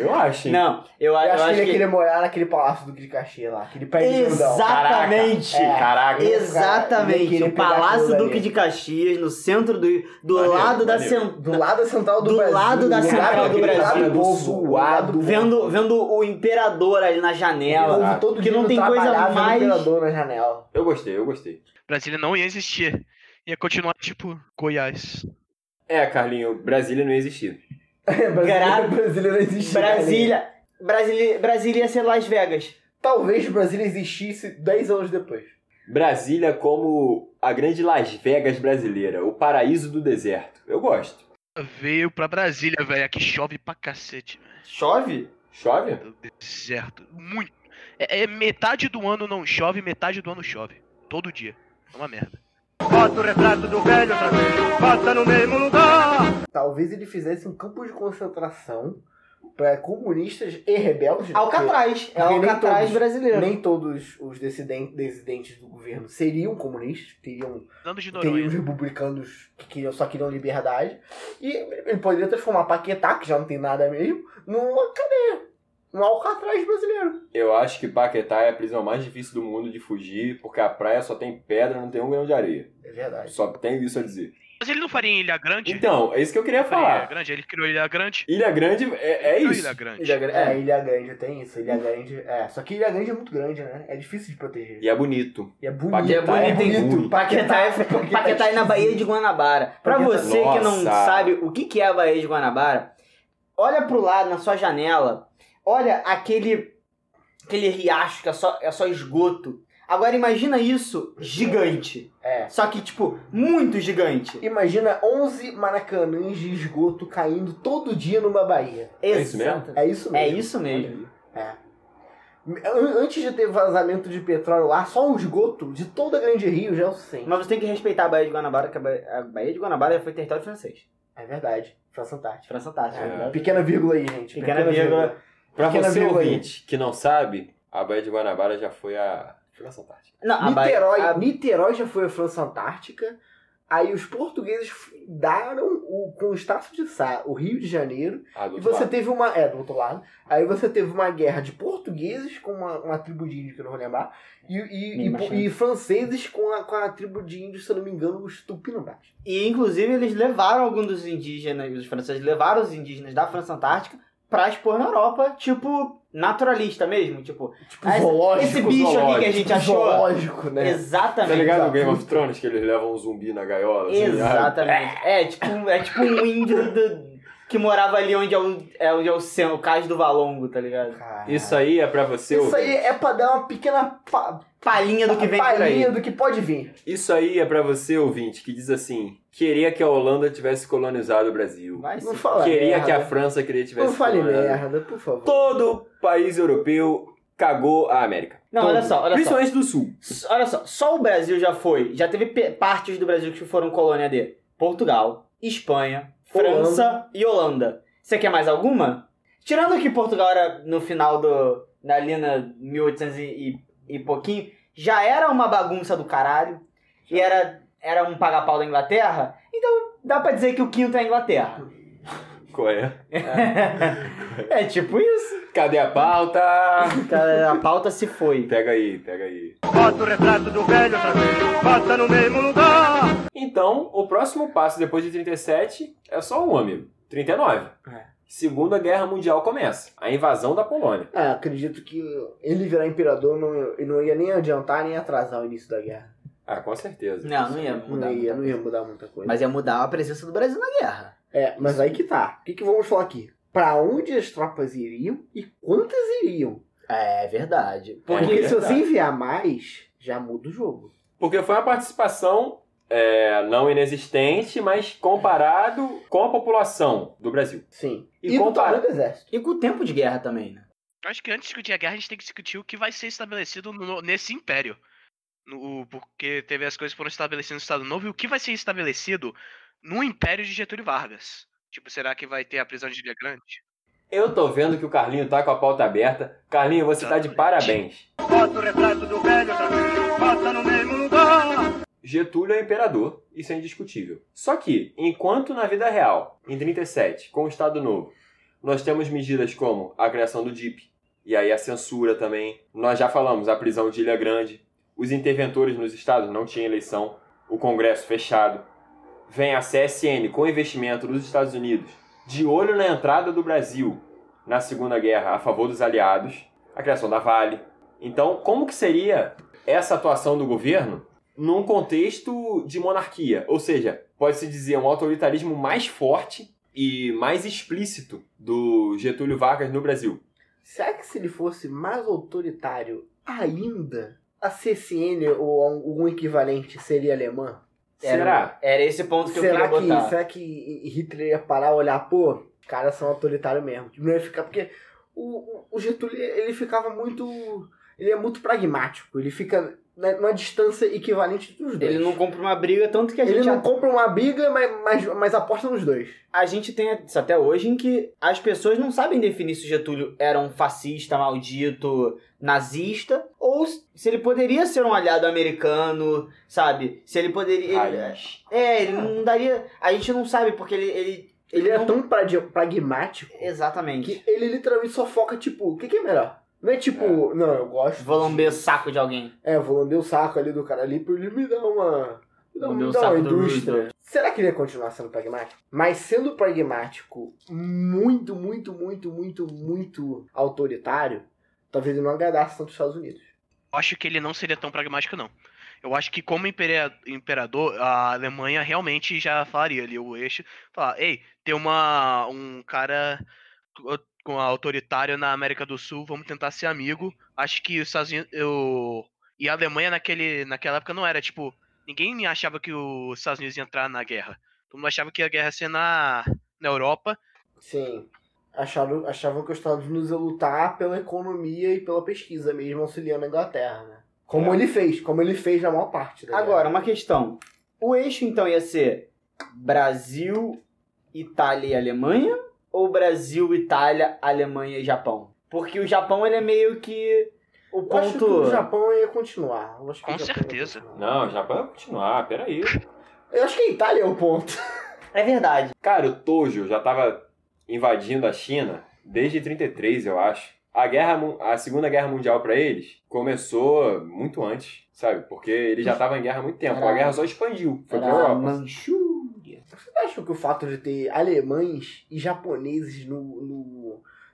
Speaker 5: Eu acho. hein?
Speaker 6: Não, é, eu, a-
Speaker 7: Eu acho que ele ia
Speaker 6: que-
Speaker 7: querer morar naquele palácio do Duque de Caxias lá, aquele pé de grandão.
Speaker 6: Exatamente!
Speaker 5: Caraca. Caraca.
Speaker 7: Ele
Speaker 6: é. Exatamente!
Speaker 7: queria
Speaker 6: O
Speaker 7: pegar
Speaker 6: Palácio
Speaker 7: aquilo
Speaker 6: Duque
Speaker 7: dali.
Speaker 6: de Caxias, no centro do. Do
Speaker 5: Maneiro,
Speaker 6: lado da
Speaker 5: maneiro.
Speaker 6: central.
Speaker 7: É. Do lado central do,
Speaker 6: Do
Speaker 7: Brasil.
Speaker 6: lado da
Speaker 7: do
Speaker 6: central
Speaker 7: lado
Speaker 6: do
Speaker 7: daquele
Speaker 6: Brasil,
Speaker 7: lado
Speaker 5: do
Speaker 7: povo, lado
Speaker 5: suado.
Speaker 7: do
Speaker 6: Vendo, vendo o imperador ali na
Speaker 7: povo. O
Speaker 6: janela.
Speaker 7: povo todo
Speaker 6: Que
Speaker 7: dia
Speaker 6: não tem
Speaker 7: no
Speaker 6: coisa
Speaker 7: trabalhar, vendo o
Speaker 6: mais-
Speaker 7: imperador na janela.
Speaker 5: Eu gostei, eu gostei.
Speaker 2: Brasília não ia existir. Ia continuar, tipo, Goiás.
Speaker 5: É, Carlinho, Brasília não ia existir.
Speaker 6: Gra-
Speaker 7: Brasília, Brasília não existe.
Speaker 6: Brasília. Brasília, Brasília ia ser Las Vegas.
Speaker 7: Talvez Brasília existisse 10 anos depois.
Speaker 5: Brasília como a grande Las Vegas brasileira, o paraíso do deserto. Eu gosto.
Speaker 2: Veio pra Brasília, velho. Aqui chove pra cacete, velho.
Speaker 6: Chove?
Speaker 5: Chove?
Speaker 2: Deserto. Muito. É, é metade do ano não chove, metade do ano chove. Todo dia. É uma merda.
Speaker 8: Bota o retrato do velho outra vez, bota no mesmo lugar.
Speaker 7: Talvez ele fizesse um campo de concentração pra comunistas e rebeldes.
Speaker 6: Alcatraz. É
Speaker 7: porque nem
Speaker 6: Alcatraz
Speaker 7: todos-
Speaker 6: brasileiro.
Speaker 7: Porque Nem todos os deciden- dissidentes do governo seriam comunistas, teriam
Speaker 2: Anos de
Speaker 7: Tem um- os
Speaker 2: Noronha.
Speaker 7: republicanos que queriam, só queriam liberdade. E ele poderia transformar Paquetá, que já não tem nada mesmo, numa cadeia. Um alcatraz brasileiro.
Speaker 5: Eu acho que Paquetá é a prisão mais difícil do mundo de fugir, porque a praia só tem pedra, não tem um grão de areia.
Speaker 7: É verdade.
Speaker 5: Só tenho isso a dizer.
Speaker 2: Mas ele não faria em Ilha Grande?
Speaker 5: Então, é isso que eu queria
Speaker 2: Ele faria em Ilha
Speaker 5: falar.
Speaker 2: Grande? Ele criou Ilha Grande?
Speaker 5: Ilha Grande é, é
Speaker 2: Criou
Speaker 5: isso.
Speaker 2: Ilha Grande.
Speaker 6: Ilha Grande.
Speaker 7: É, Ilha Grande tem isso. Ilha Grande. É, só que Ilha Grande é muito grande, né? É difícil de proteger.
Speaker 5: E é bonito.
Speaker 7: E é bonito.
Speaker 5: Paquetá
Speaker 6: é
Speaker 5: bonito.
Speaker 6: Paquetá é, Paquetá é na Baía de Guanabara. Pra
Speaker 7: Paquetá-
Speaker 6: você que não
Speaker 5: tá Nossa.
Speaker 6: sabe o que que é a Baía de Guanabara, olha pro lado, na sua janela, olha aquele aquele riacho que é só, é só esgoto. Agora imagina isso gigante.
Speaker 7: É.
Speaker 6: Só que, tipo, muito gigante.
Speaker 7: Imagina 11 maracanãs de esgoto caindo todo dia numa Bahia.
Speaker 5: É isso mesmo?
Speaker 6: Exato.
Speaker 7: É isso
Speaker 6: É
Speaker 7: mesmo.
Speaker 6: isso mesmo.
Speaker 7: An- Antes de ter vazamento de petróleo lá, só um esgoto de toda a Grande Rio já é o 100.
Speaker 6: Mas você tem que respeitar a Baía de Guanabara, que a Baía, a Baía de Guanabara já foi território francês.
Speaker 7: É verdade. França Antártica.
Speaker 6: França Antártica.
Speaker 5: É.
Speaker 6: né?
Speaker 7: Pequena vírgula aí, gente.
Speaker 6: Pequena vírgula.
Speaker 5: Pra
Speaker 7: Pequena
Speaker 5: você
Speaker 7: vírgula aí.
Speaker 5: ouvinte que não sabe, a Baía de Guanabara já foi a França Antártica.
Speaker 6: Não, a Baía-
Speaker 7: Niterói,
Speaker 6: a-
Speaker 7: Niterói já foi a França Antártica. Aí os portugueses f- daram o, com o Estácio de Sá, o Rio de Janeiro.
Speaker 5: Ah, do
Speaker 7: E
Speaker 5: outro
Speaker 7: você
Speaker 5: lado.
Speaker 7: teve uma... É, do outro lado. Aí você teve uma guerra de portugueses com uma, uma tribo de índios, que eu não vou lembrar. E, e,
Speaker 6: Nem
Speaker 7: e,
Speaker 6: baixando.
Speaker 7: e franceses com a, com a tribo de índios, se eu não me engano, os tupinambás.
Speaker 6: E inclusive eles levaram algum dos indígenas, os franceses levaram os indígenas da França Antártica pra expor na Europa, tipo, naturalista mesmo, tipo,
Speaker 7: Tipo,
Speaker 6: Ah, esse-
Speaker 7: zoológico.
Speaker 6: esse bicho aqui que a gente achou.
Speaker 7: Zoológico, né?
Speaker 5: Tá
Speaker 6: Exatamente.
Speaker 5: ligado no Game of Thrones que eles levam um zumbi na gaiola? assim,
Speaker 6: Exatamente. É, tipo, é tipo um índio do- que morava ali onde é o, é onde é o, centro, o cais do Valongo, tá ligado?
Speaker 5: ah,
Speaker 7: Caralho.
Speaker 5: Isso aí é pra você
Speaker 7: Isso
Speaker 5: ouvinte.
Speaker 7: aí é pra dar uma pequena pa-
Speaker 6: Palhinha do que vem por aí.
Speaker 7: palhinha do que pode vir.
Speaker 5: Isso aí é pra você, ouvinte, que diz assim: queria que a Holanda tivesse colonizado o Brasil.
Speaker 6: Vai
Speaker 7: Não
Speaker 6: se-
Speaker 7: fala
Speaker 5: queria
Speaker 7: merda.
Speaker 5: que a França queria tivesse
Speaker 7: Não fale
Speaker 5: colonizado.
Speaker 7: merda, por favor.
Speaker 5: Todo país europeu cagou a América.
Speaker 6: Não,
Speaker 5: Todo.
Speaker 6: olha só, olha só.
Speaker 5: Principalmente do Sul.
Speaker 6: S- Olha só, só o Brasil já foi, já teve pe- partes do Brasil que foram colônia de Portugal, Espanha, França e Holanda. Você quer mais alguma? Tirando que Portugal era no final do. na Lina 1800 e, e, e pouquinho, já era uma bagunça do caralho. E era, era um paga-pau da Inglaterra. Então dá pra dizer que o quinto é a Inglaterra.
Speaker 5: Qual é?
Speaker 6: É tipo isso.
Speaker 5: Cadê a pauta?
Speaker 6: Cara, A pauta se foi.
Speaker 5: pega aí, pega aí.
Speaker 8: Bota o retrato do velho outra vez, bota no mesmo lugar.
Speaker 5: Então, o próximo passo depois de 37 é só um, amigo. 39.
Speaker 6: É.
Speaker 5: Segunda Guerra Mundial começa. A invasão da Polônia.
Speaker 7: É, acredito que ele virar imperador não, não ia nem adiantar nem atrasar o início da guerra.
Speaker 5: Ah, com certeza.
Speaker 6: Não, não ia mudar.
Speaker 7: Não
Speaker 6: muita
Speaker 7: ia, não
Speaker 6: coisa.
Speaker 7: ia mudar muita coisa.
Speaker 6: Mas ia mudar a presença do Brasil na guerra.
Speaker 7: É, mas aí que tá. O que, que vamos falar aqui? Pra onde as tropas iriam e quantas iriam?
Speaker 6: É verdade.
Speaker 5: É
Speaker 7: Porque se você
Speaker 5: verdade.
Speaker 7: enviar mais, já muda o jogo.
Speaker 5: Porque foi uma participação é, não inexistente, mas comparado com a população do Brasil.
Speaker 7: Sim.
Speaker 5: E
Speaker 7: E, tá do
Speaker 5: compara-
Speaker 7: tamanho do exército.
Speaker 6: E com o tempo de guerra também, né?
Speaker 2: Eu acho que antes de discutir a guerra, a gente tem que discutir o que vai ser estabelecido no- nesse império. No- o- porque teve as coisas que foram estabelecidas no Estado Novo e o que vai ser estabelecido no império de Getúlio Vargas. Tipo, será que vai ter a prisão de Ilha Grande?
Speaker 5: Eu tô vendo que o Carlinho tá com a pauta aberta. Carlinho, você tá de parabéns.
Speaker 8: Bota o retrato do velho outra vez, bota no mesmo lugar.
Speaker 5: Getúlio é imperador, isso é indiscutível. Só que, enquanto na vida real, em 37, com o Estado Novo, Nós temos medidas como a criação do DIP, e aí a censura também. Nós já falamos, a prisão de Ilha Grande. Os interventores nos estados não tinham eleição, o Congresso fechado. Vem a CSN com investimento dos Estados Unidos, de olho na entrada do Brasil na Segunda Guerra a favor dos aliados, a criação da Vale. Então, como que seria essa atuação do governo num contexto de monarquia? Ou seja, pode-se dizer um autoritarismo mais forte e mais explícito do Getúlio Vargas no Brasil.
Speaker 7: Será que se ele fosse mais autoritário ainda, a CCN ou algum equivalente seria alemã?
Speaker 6: Era-
Speaker 5: Será?
Speaker 6: Era esse ponto que
Speaker 7: será,
Speaker 6: eu queria botar.
Speaker 7: que, é será que Hitler ia parar, olhar, pô, os caras são autoritários mesmo. Tipo, Não ia ficar, porque o, o- o Getúlio, ele ficava muito... Ele é muito pragmático. Ele fica na, numa distância equivalente dos dois.
Speaker 6: Ele não compra uma briga, tanto que a
Speaker 7: Ele
Speaker 6: gente
Speaker 7: não compra uma briga, mas, mas, mas aposta nos dois.
Speaker 6: a gente tem isso até hoje em que as pessoas não sabem definir se o Getúlio era um fascista, maldito, nazista, ou se ele poderia ser um aliado americano, sabe? Se ele poderia. ele-
Speaker 5: Raiz.
Speaker 6: é, ele não daria. A gente não sabe, porque ele. Ele,
Speaker 7: Ele é
Speaker 6: não-
Speaker 7: tão pradi- pragmático
Speaker 6: Exatamente.
Speaker 7: que ele literalmente só foca, tipo, o que, que é melhor? Não é tipo, não, eu gosto.
Speaker 6: Vou lamber o saco de alguém.
Speaker 7: É, eu vou lamber o saco ali do cara ali por ele me dar uma. Me dá, um,
Speaker 6: Lamber
Speaker 7: me
Speaker 6: o
Speaker 7: dá uma
Speaker 6: saco do
Speaker 7: indústria.
Speaker 6: Roosevelt.
Speaker 7: Será que ele ia continuar sendo pragmático? Mas sendo pragmático, muito, muito, muito, muito, muito autoritário, talvez ele não agradasse tanto os Estados Unidos.
Speaker 2: Eu acho que ele não seria tão pragmático, não. Eu acho que, como imperia- imperador, a Alemanha realmente já falaria ali o eixo. Falar, ei, tem uma, um cara co- com autoritário na América do Sul, vamos tentar ser amigo. Acho que os Estados Unidos. Eu... E a Alemanha naquele, naquela época não era, tipo, ninguém achava que os Estados Unidos ia entrar na guerra. Todo mundo achava que a guerra ia ser na, na Europa
Speaker 7: Sim. Acharam, achavam que os Estados Unidos ia lutar pela economia e pela pesquisa, mesmo auxiliando a Inglaterra, né? Como ele fez, como ele fez na maior parte. Da guerra.
Speaker 6: É. Agora, uma questão. O eixo, então, ia ser Brasil, Itália e Alemanha? Ou Brasil, Itália, Alemanha e Japão? Porque o Japão, ele é meio que o
Speaker 7: Eu acho que
Speaker 6: ponto...
Speaker 7: o Japão ia continuar. Eu acho que
Speaker 2: Com
Speaker 7: o Japão ia
Speaker 2: certeza.
Speaker 7: continuar.
Speaker 5: Não, o Japão vai continuar, peraí.
Speaker 7: Eu acho que a Itália é o ponto.
Speaker 6: É verdade.
Speaker 5: Cara, o Tojo já tava invadindo a China desde 33, eu acho. A, guerra, mu- a Segunda Guerra Mundial pra eles começou muito antes, sabe? Porque eles já estavam em guerra há muito tempo.
Speaker 6: Era-
Speaker 5: A guerra só expandiu. Foi pra
Speaker 6: Era
Speaker 5: Europa.
Speaker 6: Manchúria.
Speaker 7: Você acha que o fato de ter alemães e japoneses no, no-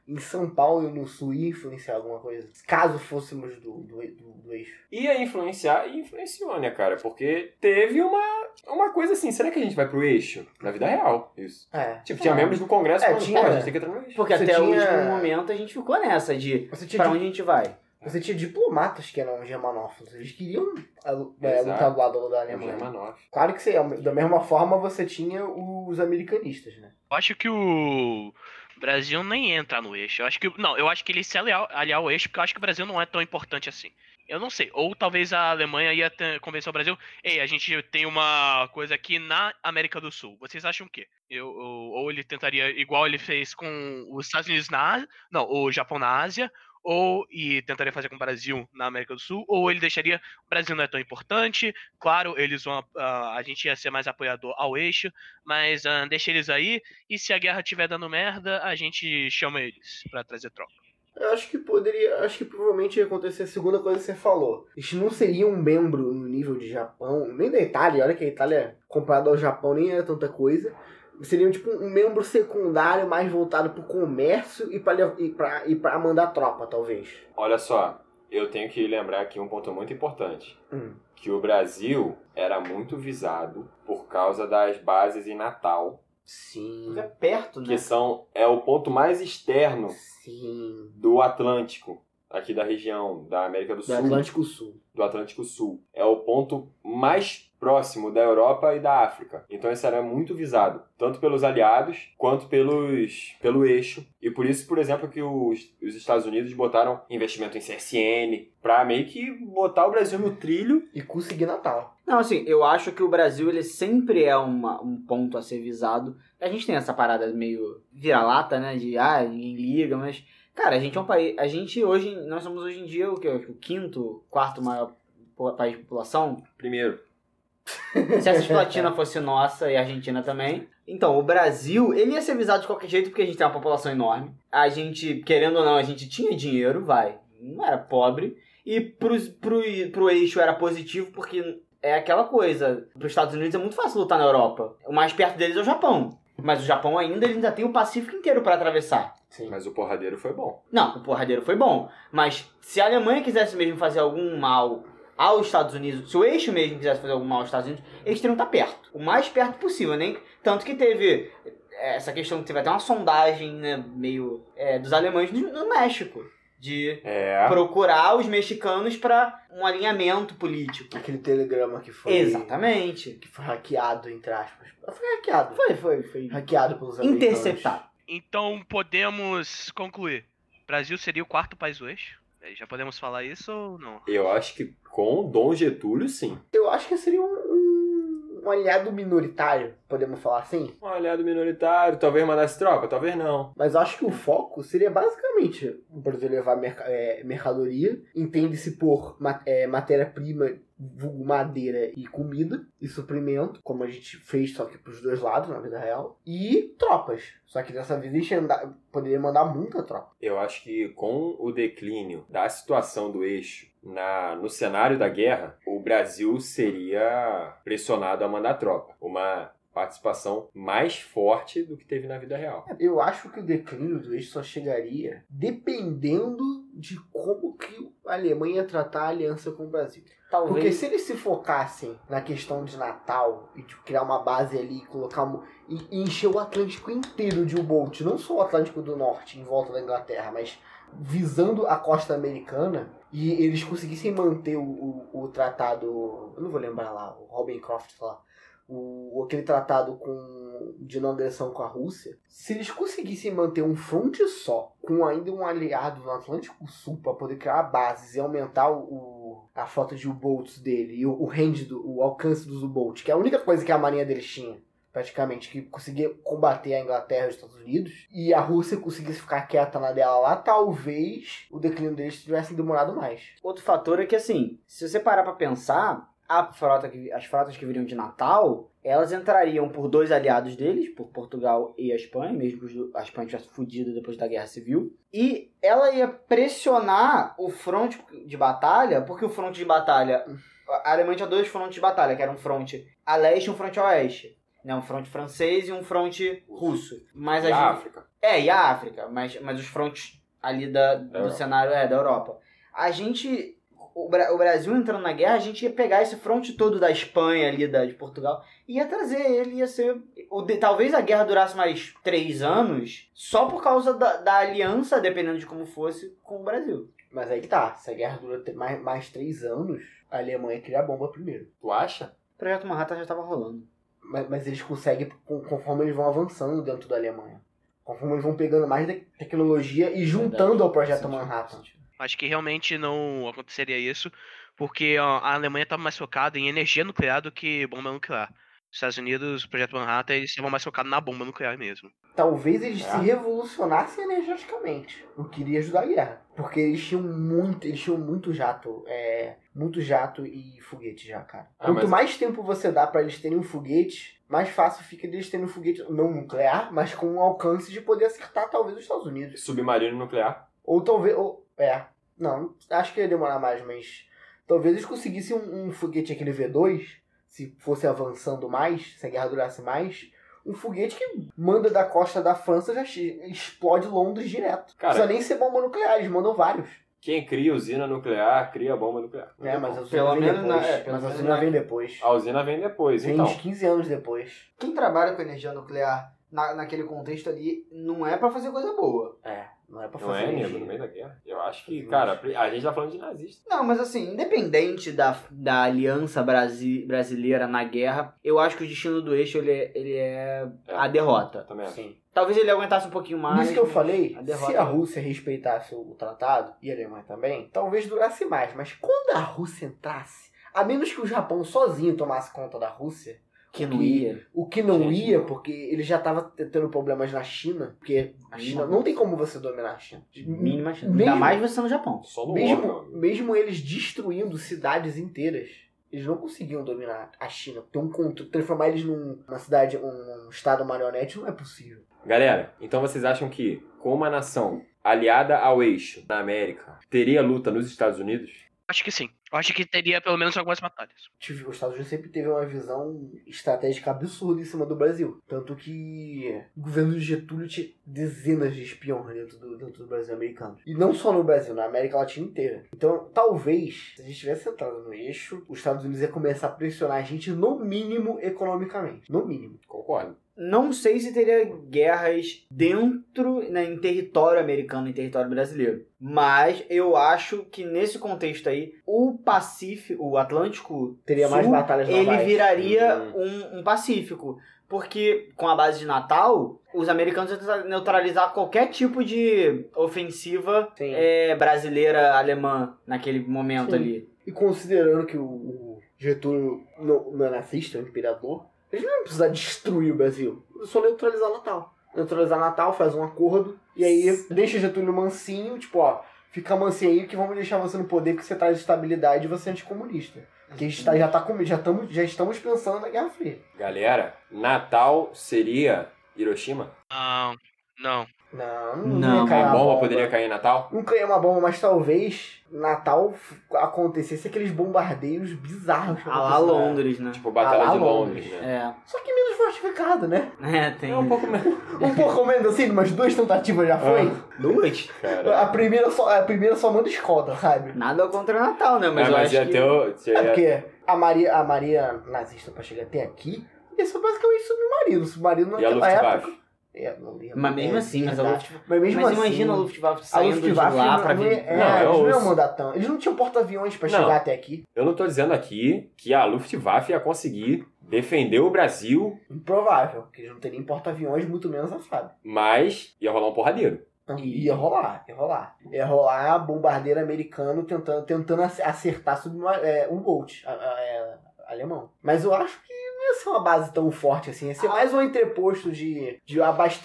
Speaker 7: em São Paulo e no Sul ia influenciar alguma coisa? Caso fôssemos do, do, do, do eixo.
Speaker 5: Ia influenciar e influenciou, né, cara? Porque teve uma, uma coisa assim. Será que a gente vai pro eixo? Na vida real, isso.
Speaker 7: É.
Speaker 5: Tipo, tinha membros do Congresso
Speaker 7: É,
Speaker 5: falando,
Speaker 7: tinha,
Speaker 5: pô, a
Speaker 7: né?
Speaker 5: gente tem que entrar no eixo.
Speaker 6: Porque
Speaker 7: Você
Speaker 6: até o
Speaker 7: tinha-
Speaker 6: último momento a gente ficou nessa de
Speaker 7: Você tinha,
Speaker 6: pra
Speaker 7: di-
Speaker 6: onde a gente vai.
Speaker 7: você tinha diplomatas que eram germanófilos. Eles queriam a, é,
Speaker 5: Exato.
Speaker 7: lutar do lado da Alemanha.
Speaker 5: Germanófilo.
Speaker 7: Claro que você, da mesma forma você tinha os americanistas, né?
Speaker 2: Eu acho que o Brasil nem entra no eixo. Eu acho que. Não, eu acho que ele se aliar, aliar ao eixo, porque eu acho que o Brasil não é tão importante assim. Eu não sei. Ou talvez a Alemanha ia ter- convencer o Brasil. Ei, a gente tem uma coisa aqui na América do Sul. Vocês acham o quê? Eu, ou, ou ele tentaria, igual ele fez com os Estados Unidos na Ásia. Não, o Japão na Ásia. Ou e tentaria fazer com o Brasil na América do Sul, ou ele deixaria. O Brasil não é tão importante. Claro, eles vão. ah, a gente ia ser mais apoiador ao eixo, mas ah, deixa eles aí. E se a guerra tiver dando merda, a gente chama eles pra trazer tropa.
Speaker 7: Eu acho que poderia. Acho que provavelmente ia acontecer a segunda coisa que você falou. Eles não seriam um membro no nível de Japão, nem da Itália. Olha que a Itália, comparado ao Japão, nem era tanta coisa. Seriam tipo um membro secundário mais voltado pro comércio e pra, lev- e pra, e pra mandar tropa, talvez.
Speaker 5: Olha só, eu tenho que lembrar aqui um ponto muito importante.
Speaker 7: Hum.
Speaker 5: Que o Brasil era muito visado por causa das bases em Natal,
Speaker 7: Sim.
Speaker 6: Porque é perto, né?
Speaker 5: que são é o ponto mais
Speaker 6: é
Speaker 5: externo
Speaker 7: Sim.
Speaker 5: do Atlântico, aqui da região da América do
Speaker 7: Do
Speaker 5: Sul,
Speaker 7: Atlântico Sul.
Speaker 5: do Atlântico Sul. É o ponto mais próximo da Europa e da África. Então isso era muito visado, tanto pelos aliados quanto pelos pelo eixo. E por isso, por exemplo, que os, os Estados Unidos botaram investimento em CSN para meio que botar o Brasil no trilho
Speaker 7: E consegui Natal.
Speaker 6: Não, assim, eu acho que o Brasil ele sempre é uma- um ponto a ser visado. A gente tem essa parada meio vira-lata, né? De ah, ninguém liga, mas. Cara, a gente é um país. A gente hoje. Nós somos hoje em dia o quê? O quinto, quarto maior po- país de população?
Speaker 5: Primeiro.
Speaker 6: Se essa Esplatina fosse nossa e a Argentina também. Então, o Brasil, ele ia ser visado de qualquer jeito porque a gente tem uma população enorme. A gente, querendo ou não, a gente tinha dinheiro, vai. Não era pobre. E pros, pro, pro eixo era positivo porque é aquela coisa. Para os Estados Unidos é muito fácil lutar na Europa. O mais perto deles é o Japão. Mas o Japão ainda, ele ainda tem o Pacífico inteiro para atravessar.
Speaker 5: Mas o porradeiro foi bom.
Speaker 6: Não, o porradeiro foi bom. Mas se a Alemanha quisesse mesmo fazer algum mal aos Estados Unidos, se o eixo mesmo quisesse fazer algum mal aos Estados Unidos, eles teriam que estar perto. O mais perto possível, nem. Tanto que teve eh, essa questão, teve até uma sondagem, né, meio. é, dos alemães no, no México. De
Speaker 5: É.
Speaker 6: procurar os mexicanos para um alinhamento político.
Speaker 7: Aquele telegrama que foi.
Speaker 6: Exatamente.
Speaker 7: Que foi hackeado, entre aspas. Foi hackeado.
Speaker 6: Foi, foi, foi.
Speaker 7: Hackeado pelos americanos.
Speaker 6: Interceptado.
Speaker 2: Então podemos concluir. Brasil seria o quarto país do eixo? Aí Já podemos falar isso ou não?
Speaker 5: Eu acho que com o Dom Getúlio, sim.
Speaker 7: Eu acho que seria um, um, um aliado minoritário, podemos falar assim.
Speaker 5: Um aliado minoritário, talvez mandasse tropa, talvez não.
Speaker 7: Mas eu acho que o foco seria basicamente o Brasil levar merca- é, mercadoria, entende-se por ma- é, matéria-prima, vulgo madeira e comida, e suprimento, como a gente fez, só que pros dois lados, na vida real, e tropas. Só que dessa vez a gente anda- poderia mandar muita tropa.
Speaker 5: Eu acho que com o declínio da situação do eixo na, no cenário da guerra, o Brasil seria pressionado a mandar tropa. Uma participação mais forte do que teve na vida real.
Speaker 7: Eu acho que o declínio do eixo só chegaria dependendo de como que a Alemanha ia tratar a aliança com o Brasil. Porque
Speaker 6: Talvez.
Speaker 7: se eles se focassem na questão de Natal e de criar uma base ali e colocar mu- e, e encher o Atlântico inteiro de U-Boat, não só o Atlântico do Norte em volta da Inglaterra, mas visando a costa americana e eles conseguissem manter o, o, o tratado, eu não vou lembrar lá, o Robin Croft lá, o, aquele tratado com de não agressão com a Rússia, se eles conseguissem manter um fronte só, com ainda um aliado no Atlântico Sul para poder criar bases e aumentar o, o- a frota de U-boats dele e o, o range do o alcance dos U-boats, que é a única coisa que a marinha deles tinha, praticamente que conseguia combater a Inglaterra e os Estados Unidos, e a Rússia conseguisse ficar quieta na dela lá, talvez o declínio deles tivesse demorado mais.
Speaker 6: Outro fator é que, assim, se você parar pra pensar, a frota que, as frotas que viriam de Natal, elas entrariam por dois aliados deles, por Portugal e a Espanha, mesmo que os do- a Espanha tivesse fudido depois da Guerra Civil. E ela ia pressionar o fronte de batalha, porque o fronte de batalha... A Alemanha tinha dois frontes de batalha, que era um fronte a leste e um fronte a oeste. Né? Um fronte francês e um fronte russo. Mas
Speaker 5: E
Speaker 6: a
Speaker 5: a
Speaker 6: gente-
Speaker 5: África.
Speaker 6: é, e a África, mas, mas os frontes ali da, do
Speaker 5: Europa.
Speaker 6: cenário é, da Europa. A gente. O, Bra- o Brasil entrando na guerra, a gente ia pegar esse fronte todo da Espanha ali, da, de Portugal, e ia trazer ele, ia ser. o de- talvez a guerra durasse mais três anos, só por causa da, da aliança, dependendo de como fosse, com o Brasil.
Speaker 7: Mas aí que tá, se a guerra dura te- mais, mais três anos, a Alemanha cria a bomba primeiro.
Speaker 5: Tu acha?
Speaker 6: O projeto Manhattan já tava rolando.
Speaker 7: Mas, mas eles conseguem con- conforme eles vão avançando dentro da Alemanha. Conforme eles vão pegando mais te- tecnologia e juntando ao projeto Manhattan.
Speaker 2: Acho que realmente não aconteceria isso, porque ó, a Alemanha estava mais focada em energia nuclear do que bomba nuclear. Os Estados Unidos, o Projeto Manhattan, eles estavam mais focados na bomba nuclear mesmo.
Speaker 7: Talvez eles
Speaker 5: É.
Speaker 7: se revolucionassem energeticamente, o que iria ajudar a guerra. Porque eles tinham muito, eles tinham muito jato, é, muito jato e foguete já, cara.
Speaker 5: Ah,
Speaker 7: Quanto
Speaker 5: mas-
Speaker 7: mais tempo você dá pra eles terem um foguete, mais fácil fica deles terem um foguete não nuclear, mas com um alcance de poder acertar talvez os Estados Unidos.
Speaker 5: Submarino nuclear.
Speaker 7: Ou talvez. Ou, é. Não, acho que ia demorar mais, mas. Talvez eles conseguissem um, um foguete aquele V2, se fosse avançando mais, se a guerra durasse mais. Um foguete que manda da costa da França já che- explode Londres direto.
Speaker 5: Cara-
Speaker 7: Não precisa nem ser bomba nuclear, eles mandam vários.
Speaker 5: Quem cria usina nuclear, cria bomba nuclear.
Speaker 7: É, mas a
Speaker 6: Pelo
Speaker 7: usina vem
Speaker 6: menos
Speaker 7: depois.
Speaker 6: na- é, pelo
Speaker 7: mas a
Speaker 6: menos
Speaker 7: usina
Speaker 6: na-
Speaker 7: vem depois.
Speaker 5: A usina vem depois,
Speaker 7: Vem
Speaker 5: então.
Speaker 7: uns 15 anos depois.
Speaker 6: Quem trabalha com energia nuclear naquele contexto ali não é para fazer coisa boa.
Speaker 7: É, não é pra
Speaker 5: Não
Speaker 7: fazer
Speaker 5: é, nego,
Speaker 7: energia.
Speaker 5: no meio da guerra. Eu acho que, cara, a gente tá falando de nazista.
Speaker 6: Não, mas assim, independente da, da aliança brasi- brasileira na guerra, eu acho que o destino do eixo ele, é- ele é
Speaker 5: É.
Speaker 6: a derrota.
Speaker 5: Também acho.
Speaker 7: Sim.
Speaker 6: Talvez ele aguentasse um pouquinho mais.
Speaker 7: Isso que eu
Speaker 6: mas
Speaker 7: falei,
Speaker 6: a derrota- é
Speaker 7: se a Rússia respeitasse o tratado, e a Alemanha também, talvez durasse mais. Mas quando a Rússia entrasse, a menos que o Japão sozinho tomasse conta da Rússia,
Speaker 6: Que não ia.
Speaker 7: o que não
Speaker 5: Gente,
Speaker 7: ia,
Speaker 5: não.
Speaker 7: porque ele já estava tendo problemas na China, porque a China não tem como você dominar a China.
Speaker 6: Mínima chance.
Speaker 7: Mesmo-
Speaker 6: Ainda mais você no Japão.
Speaker 5: Só no ombro, meu
Speaker 7: Mesmo,
Speaker 5: amigo.
Speaker 7: mesmo eles destruindo cidades inteiras, Eles não conseguiam dominar a China. Ter um controle, transformar eles num- numa cidade, um, um estado marionete não é possível.
Speaker 5: Galera, então vocês acham que com uma nação aliada ao eixo na América teria luta nos Estados Unidos?
Speaker 2: Acho que sim. Eu acho que teria pelo menos algumas batalhas.
Speaker 7: Tive- Os Estados Unidos sempre teve uma visão estratégica absurda em cima do Brasil. Tanto que o governo de Getúlio tinha dezenas de espiões dentro do, dentro do Brasil americano. E não só no Brasil, na América Latina inteira. Então, talvez, se a gente tivesse entrado no eixo, os Estados Unidos ia começar a pressionar a gente, no mínimo, economicamente. No mínimo.
Speaker 5: Concordo.
Speaker 6: Não sei se teria guerras dentro, né, em território americano, em território brasileiro. Mas eu acho que nesse contexto aí, o Pacífico, o Atlântico
Speaker 7: Teria mais
Speaker 6: Sul,
Speaker 7: batalhas
Speaker 6: ele
Speaker 7: navais.
Speaker 6: viraria um, um Pacífico. Porque com a base de Natal, os americanos iam tentar neutralizar qualquer tipo de ofensiva
Speaker 7: Sim.
Speaker 6: eh, brasileira, alemã, naquele momento
Speaker 7: Sim.
Speaker 6: ali.
Speaker 7: E considerando que o, o Getúlio não, não é nazista, é um imperador, eles não iam precisar destruir o Brasil. É Só neutralizar Natal. Neutralizar Natal, faz um acordo, e aí deixa Getúlio mansinho, tipo, ó, fica mansinho aí que vamos deixar você no poder porque você traz estabilidade e você é anticomunista. Porque a gente tá- já tá com já, tamo, já estamos pensando na Guerra Fria.
Speaker 5: Galera, Natal seria Hiroshima?
Speaker 2: Não, não.
Speaker 7: Não,
Speaker 6: Não,
Speaker 7: ia
Speaker 6: uma
Speaker 7: cair
Speaker 5: a
Speaker 7: uma
Speaker 5: bomba poderia cair em Natal?
Speaker 7: Nunca ia uma bomba, mas talvez Natal f- acontecesse aqueles bombardeios bizarros. que
Speaker 6: A lá
Speaker 7: aconteceram.
Speaker 6: Londres, né?
Speaker 5: Tipo, Batalha
Speaker 7: Ah, lá
Speaker 5: de Londres, né?
Speaker 6: É,
Speaker 7: Só que menos fortificado, né?
Speaker 6: é tem.
Speaker 5: É um pouco menos.
Speaker 7: Um pouco menos assim, umas duas tentativas já foi.
Speaker 6: Duas?
Speaker 7: A
Speaker 5: Cara.
Speaker 7: primeira só, a primeira só manda escola, sabe?
Speaker 6: Nada contra o Natal, né?
Speaker 5: Mas,
Speaker 6: Mas eu
Speaker 5: mas
Speaker 6: acho
Speaker 5: ia
Speaker 6: que...
Speaker 5: ter o-
Speaker 7: É
Speaker 5: seria-
Speaker 7: porque a Maria, a Maria nazista pra chegar até aqui, isso é basicamente submarino. Submarino
Speaker 5: E a
Speaker 7: naquela época.
Speaker 5: Luftwaffe?
Speaker 7: É, não lembro.
Speaker 6: Mas mesmo
Speaker 7: É,
Speaker 6: assim, mas a
Speaker 7: verdade.
Speaker 6: Luftwaffe...
Speaker 7: Mas mesmo
Speaker 6: Mas
Speaker 7: assim,
Speaker 6: imagina a Luftwaffe
Speaker 7: a
Speaker 6: saindo de
Speaker 7: Luftwaffe
Speaker 6: lá
Speaker 7: não-
Speaker 6: pra
Speaker 7: não,
Speaker 6: vir...
Speaker 7: é, é,
Speaker 5: Não, eu
Speaker 7: eles não iam
Speaker 5: ouço.
Speaker 7: mandar tanto. Eles não tinham porta-aviões pra
Speaker 5: Não.
Speaker 7: chegar até aqui.
Speaker 5: Eu não tô dizendo aqui que a Luftwaffe ia conseguir defender o Brasil,
Speaker 7: Improvável, porque eles não têm nem porta-aviões, muito menos a FAB.
Speaker 5: mas ia rolar um porradeiro.
Speaker 7: Então, Ia rolar, ia rolar. Ia rolar bombardeiro americano tentando, tentando ace- acertar sobre uma, é, um Bolt a- a- é, alemão. Mas eu acho que não ia ser uma base tão forte assim. Ia ser
Speaker 5: Ah.
Speaker 7: mais um entreposto de, de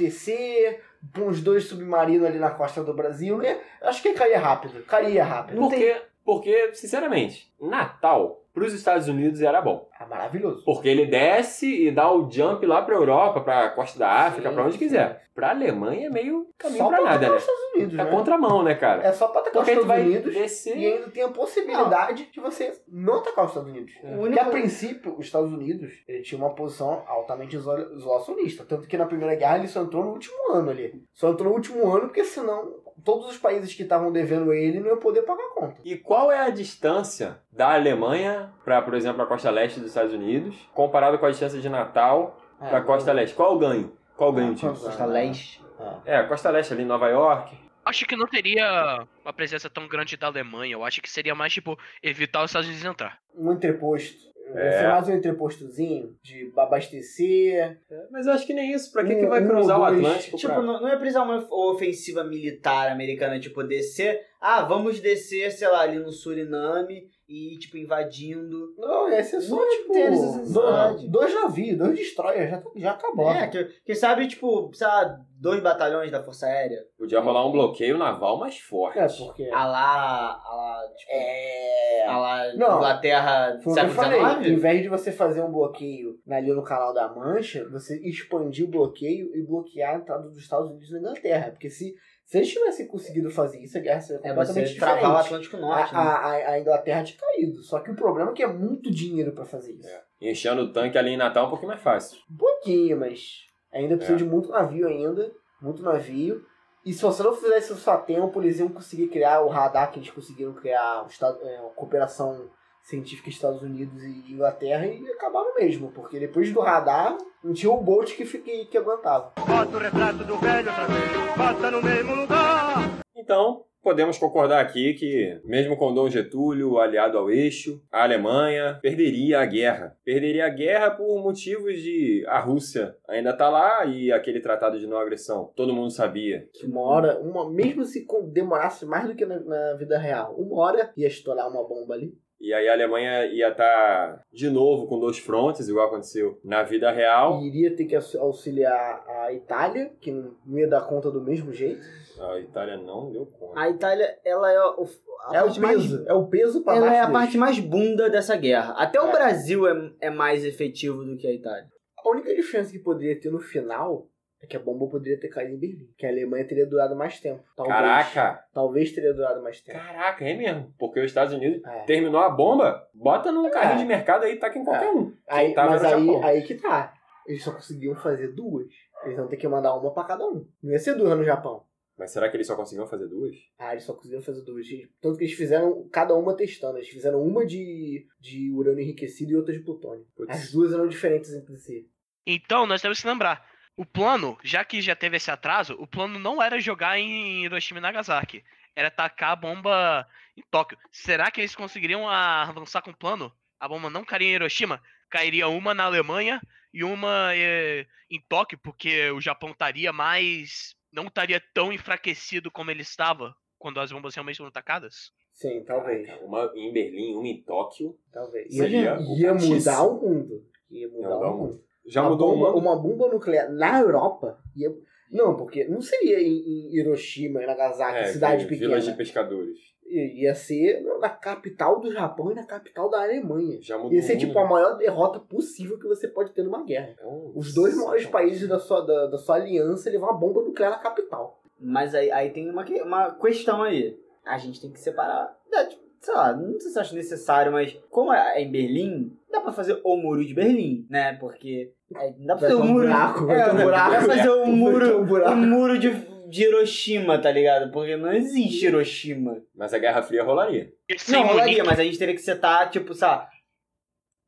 Speaker 7: abastecer com os dois submarinos ali na costa do Brasil. Né? Acho que caía rápido. Caía rápido.
Speaker 5: Porque, porque, sinceramente, Natal pros Estados Unidos era bom.
Speaker 7: Ah, maravilhoso.
Speaker 5: Porque ele desce e dá o jump lá pra Europa, pra costa da África,
Speaker 7: Sim,
Speaker 5: pra onde
Speaker 7: sim.
Speaker 5: quiser. Pra Alemanha é meio caminho
Speaker 7: Só
Speaker 5: pra
Speaker 7: pra
Speaker 5: nada,
Speaker 7: atacar
Speaker 5: né?
Speaker 7: os Estados Unidos,
Speaker 5: Tá
Speaker 7: né?
Speaker 5: contramão, né, cara?
Speaker 7: É só pra atacar os
Speaker 5: Porque a gente
Speaker 7: Estados
Speaker 5: vai
Speaker 7: Unidos. E
Speaker 5: descer.
Speaker 7: ainda tem a possibilidade de você não atacar os Estados Unidos.
Speaker 6: É. O
Speaker 7: Porque
Speaker 6: único...
Speaker 7: a princípio, os Estados Unidos ele tinha uma posição altamente isol- isolacionista. Tanto que na Primeira Guerra ele só entrou no último ano ali. Só entrou no último ano porque senão todos os países que estavam devendo ele não iam poder pagar a conta.
Speaker 5: E qual é a distância da Alemanha pra, por exemplo, a costa leste dos Estados Unidos, comparado com a distância de Natal
Speaker 7: É,
Speaker 5: pra costa leste? Qual o ganho? Qual o ganho disso?
Speaker 6: Costa Leste.
Speaker 5: É, costa leste ali, Nova York.
Speaker 2: Acho que não teria uma presença tão grande da Alemanha. Eu acho que seria mais, tipo, evitar os Estados Unidos entrar.
Speaker 7: Um entreposto.
Speaker 5: É.
Speaker 7: Esse é mais um entrepostozinho de abastecer.
Speaker 5: É, Mas eu acho que nem isso. Pra que,
Speaker 7: Um,
Speaker 5: que vai
Speaker 7: um,
Speaker 5: cruzar o
Speaker 7: dois.
Speaker 5: Atlântico?
Speaker 6: Tipo,
Speaker 5: pra-
Speaker 6: não, não ia precisar uma ofensiva militar americana, tipo, descer... Ah, vamos descer, sei lá, ali no Suriname e, tipo, invadindo...
Speaker 7: Não, esse é só
Speaker 6: Não
Speaker 7: tipo.
Speaker 6: tem essa
Speaker 7: do-
Speaker 6: necessidade.
Speaker 7: dois navios, dois destroyers, já, tá, já acabou.
Speaker 6: É, que, que sabe, tipo, sei lá, dois batalhões da Força Aérea.
Speaker 5: Podia rolar um bloqueio naval mais forte.
Speaker 7: É, porque.
Speaker 6: A lá... A lá, tipo,
Speaker 7: É.
Speaker 6: a lá
Speaker 7: Não.
Speaker 6: Inglaterra do
Speaker 7: Foi o que eu
Speaker 6: século
Speaker 7: falei. Em
Speaker 6: XIX?
Speaker 7: vez de você fazer um bloqueio ali no canal da Mancha, você expandir o bloqueio e bloquear a entrada dos Estados Unidos na Inglaterra. Porque se, se eles tivessem conseguido fazer isso, a guerra seria
Speaker 6: É,
Speaker 7: completamente
Speaker 6: você
Speaker 7: diferente.
Speaker 6: travar o Atlântico
Speaker 7: a,
Speaker 6: Norte, né?
Speaker 7: a- a- a Inglaterra tinha caído. Só que o problema é que é muito dinheiro pra fazer isso.
Speaker 5: Enchendo o tanque ali em Natal é um pouquinho mais fácil.
Speaker 7: Um pouquinho, mas ainda precisa
Speaker 5: É.
Speaker 7: de muito navio ainda. Muito navio. E se você não fizesse isso a tempo, eles iam conseguir criar o radar que eles conseguiram criar, o estado, é, a cooperação científica Estados Unidos e Inglaterra, e acabaram mesmo, porque depois do radar não tinha o Bolt que, fi- que, que aguentava.
Speaker 8: Bota o retrato do velho outra vez, bota no mesmo lugar.
Speaker 5: Então, podemos concordar aqui que, mesmo com Dom Getúlio aliado ao eixo, a Alemanha perderia a guerra. Perderia a guerra por motivos de a Rússia ainda tá lá e aquele tratado de não agressão. Todo mundo sabia.
Speaker 7: Que uma hora, uma, mesmo se com- demorasse mais do que na, na vida real, uma hora ia estourar uma bomba ali.
Speaker 5: E aí a Alemanha ia estar de novo com dois frontes, igual aconteceu na vida real.
Speaker 7: E iria ter que aux- auxiliar a Itália, que não ia dar conta do mesmo jeito.
Speaker 5: A Itália não deu conta.
Speaker 6: A Itália, ela é o, a
Speaker 7: é o
Speaker 6: parte
Speaker 7: peso.
Speaker 6: mais-
Speaker 7: É o peso pra
Speaker 6: ela
Speaker 7: baixo
Speaker 6: é a
Speaker 7: deles.
Speaker 6: parte mais bunda dessa guerra. Até o
Speaker 7: É.
Speaker 6: Brasil é, é mais efetivo do que a Itália.
Speaker 7: A única diferença que poderia ter no final é que a bomba poderia ter caído em Berlim. Que a Alemanha teria durado mais tempo. Talvez.
Speaker 5: Caraca!
Speaker 7: Talvez teria durado mais tempo.
Speaker 5: Caraca, é mesmo. Porque os Estados Unidos
Speaker 7: É.
Speaker 5: terminou a bomba, bota num carrinho
Speaker 7: É.
Speaker 5: de mercado aí e taca em qualquer
Speaker 7: É.
Speaker 5: um.
Speaker 7: Aí,
Speaker 5: tava
Speaker 7: mas
Speaker 5: no
Speaker 7: aí,
Speaker 5: Japão.
Speaker 7: aí que tá. Eles só conseguiam fazer duas. Eles vão ter que mandar uma pra cada um. Não ia ser duas no Japão.
Speaker 5: Mas será que eles só conseguiram fazer duas?
Speaker 7: Ah, eles só conseguiram fazer duas. Tanto que eles fizeram cada uma testando. Eles fizeram uma de, de urânio enriquecido e outra de plutônio.
Speaker 5: Putz.
Speaker 7: As duas eram diferentes entre si.
Speaker 2: Então, nós temos que lembrar. O plano, já que já teve esse atraso, o plano não era jogar em Hiroshima e Nagasaki. Era atacar a bomba em Tóquio. Será que eles conseguiriam ah, avançar com o plano? A bomba não cairia em Hiroshima? Cairia uma na Alemanha e uma eh, em Tóquio, porque o Japão estaria mais. não estaria tão enfraquecido como ele estava quando as bombas realmente foram atacadas?
Speaker 7: Sim, talvez.
Speaker 5: Caraca, Uma em Berlim, uma em Tóquio.
Speaker 7: Talvez.
Speaker 5: Seria
Speaker 7: Ia, ia
Speaker 5: o
Speaker 7: mudar o mundo. Ia
Speaker 5: Ia
Speaker 7: mudar
Speaker 5: mudar
Speaker 7: o
Speaker 5: o
Speaker 7: mundo.
Speaker 5: Já
Speaker 7: uma
Speaker 5: Então mudou um
Speaker 7: bomba,
Speaker 5: uma.
Speaker 7: uma bomba nuclear na Europa? Ia... Não, porque não seria em, em Hiroshima, em Nagasaki,
Speaker 5: É,
Speaker 7: cidade
Speaker 5: vi-
Speaker 7: pequena.
Speaker 5: Vilas de pescadores.
Speaker 7: I- Ia ser na capital do Japão e na capital da Alemanha.
Speaker 5: Já mudou um
Speaker 7: Ia ser
Speaker 5: o
Speaker 7: tipo
Speaker 5: mundo.
Speaker 7: a maior derrota possível que você pode ter numa guerra.
Speaker 5: É um-
Speaker 7: Os dois maiores países da sua, da, da sua aliança levar uma bomba nuclear na capital.
Speaker 6: Mas aí, aí tem uma, que- uma questão aí. A gente tem que separar. dá, tipo, Sei lá, não sei se eu acho necessário, mas como é em Berlim, dá pra fazer o muro de Berlim, né? Porque. é, dá pra
Speaker 7: Vai
Speaker 6: fazer
Speaker 7: ter
Speaker 6: o
Speaker 7: um
Speaker 6: muro.
Speaker 7: buraco, vai
Speaker 6: é,
Speaker 7: ter um buraco.
Speaker 6: Dá pra fazer o
Speaker 7: Vai ter
Speaker 6: muro.
Speaker 7: um buraco.
Speaker 6: o muro de, de Hiroshima, tá ligado? Porque não existe Hiroshima.
Speaker 5: Mas a Guerra Fria rolaria.
Speaker 2: Sim,
Speaker 6: não, rolaria,
Speaker 2: Munique.
Speaker 6: mas a gente teria que setar, tipo, sabe?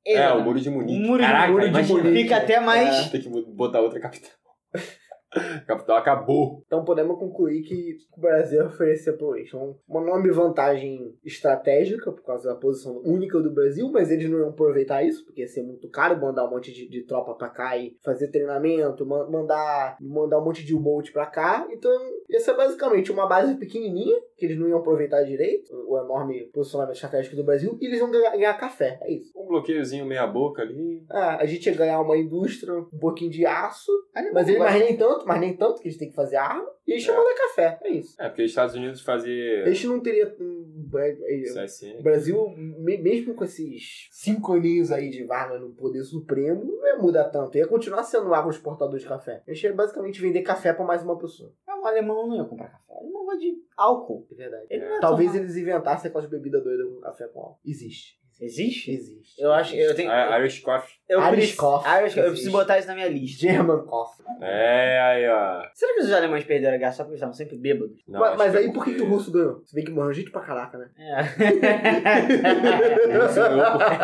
Speaker 5: É, o Muro de Munique.
Speaker 6: O Muro de-
Speaker 5: Caraca,
Speaker 7: Muro de
Speaker 5: imagina.
Speaker 7: Munique.
Speaker 6: Fica até mais.
Speaker 5: Tem que botar outra capital. A capital acabou.
Speaker 7: Então podemos concluir que o Brasil ofereceu pro eixo um- uma enorme vantagem estratégica por causa da posição única do Brasil, mas eles não iam aproveitar isso, porque ia ser muito caro mandar um monte de, de tropa pra cá e fazer treinamento, man- mandar, mandar um monte de U-Boat pra cá. Então ia ser basicamente uma base pequenininha, que eles não iam aproveitar direito, o o enorme posicionamento estratégico do Brasil, e eles iam ganhar, ganhar café, é isso.
Speaker 5: Um bloqueiozinho meia boca ali.
Speaker 7: Ah, a gente ia ganhar uma indústria, um pouquinho de aço, mas, ele, mas
Speaker 6: vai-
Speaker 7: nem tanto, mas nem tanto que eles têm que fazer arma, e eles iam
Speaker 5: É.
Speaker 7: mandar café, é isso.
Speaker 5: É, porque os Estados Unidos fazia
Speaker 7: Este não teria. hum, é, é, O
Speaker 5: CSN.
Speaker 7: Brasil, me- mesmo com esses cinco aninhos aí de Vargas no poder supremo, não ia mudar tanto. Ia continuar sendo um agroexportador de café. Eles iam basicamente vender café pra mais uma pessoa.
Speaker 6: Não, o É um alemão não ia comprar café. O alemão gosta de álcool.
Speaker 7: É verdade.
Speaker 6: Ele não ia
Speaker 7: Talvez
Speaker 6: tomar-
Speaker 7: eles inventassem aquelas bebidas doidas com café com álcool. Existe.
Speaker 6: Existe?
Speaker 7: Existe.
Speaker 6: Eu acho. Eu tenho.
Speaker 5: A- Irish Coffee.
Speaker 6: eu
Speaker 7: Irish
Speaker 6: preciso-
Speaker 7: coffee.
Speaker 6: Irish coffee. Eu
Speaker 7: Existe.
Speaker 6: preciso botar isso na minha lista.
Speaker 7: German Coffee.
Speaker 5: É, aí, ó.
Speaker 6: Será que os alemães perderam a guerra só porque estavam sempre bêbados?
Speaker 5: Não,
Speaker 7: mas
Speaker 5: acho
Speaker 7: mas
Speaker 5: é
Speaker 7: aí por que, que o
Speaker 5: porque-
Speaker 7: russo ganhou? Você vê que morreu gente pra caraca, né?
Speaker 6: É.
Speaker 5: O russo ganhou porque-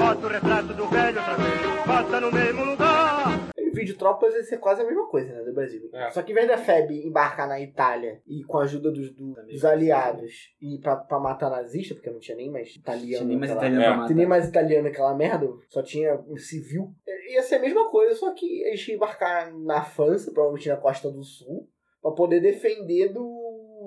Speaker 8: Bota o retrato do velho outra vez, bota no mesmo lugar.
Speaker 7: Vídeo tropas ia ser quase a mesma coisa, né? Do Brasil.
Speaker 5: É.
Speaker 7: Só que em vez da FEB embarcar na Itália e com a ajuda dos, do- dos aliados e pra, pra matar nazista, porque não tinha nem mais italiano.
Speaker 6: Tinha nem mais
Speaker 7: naquela-
Speaker 6: italiano
Speaker 5: É,
Speaker 6: pra
Speaker 7: Não
Speaker 6: matar.
Speaker 7: tinha nem mais italiano aquela merda, só tinha um civil. Ia ser a mesma coisa, só que eles iam embarcar na França, provavelmente na costa do sul, pra poder defender do,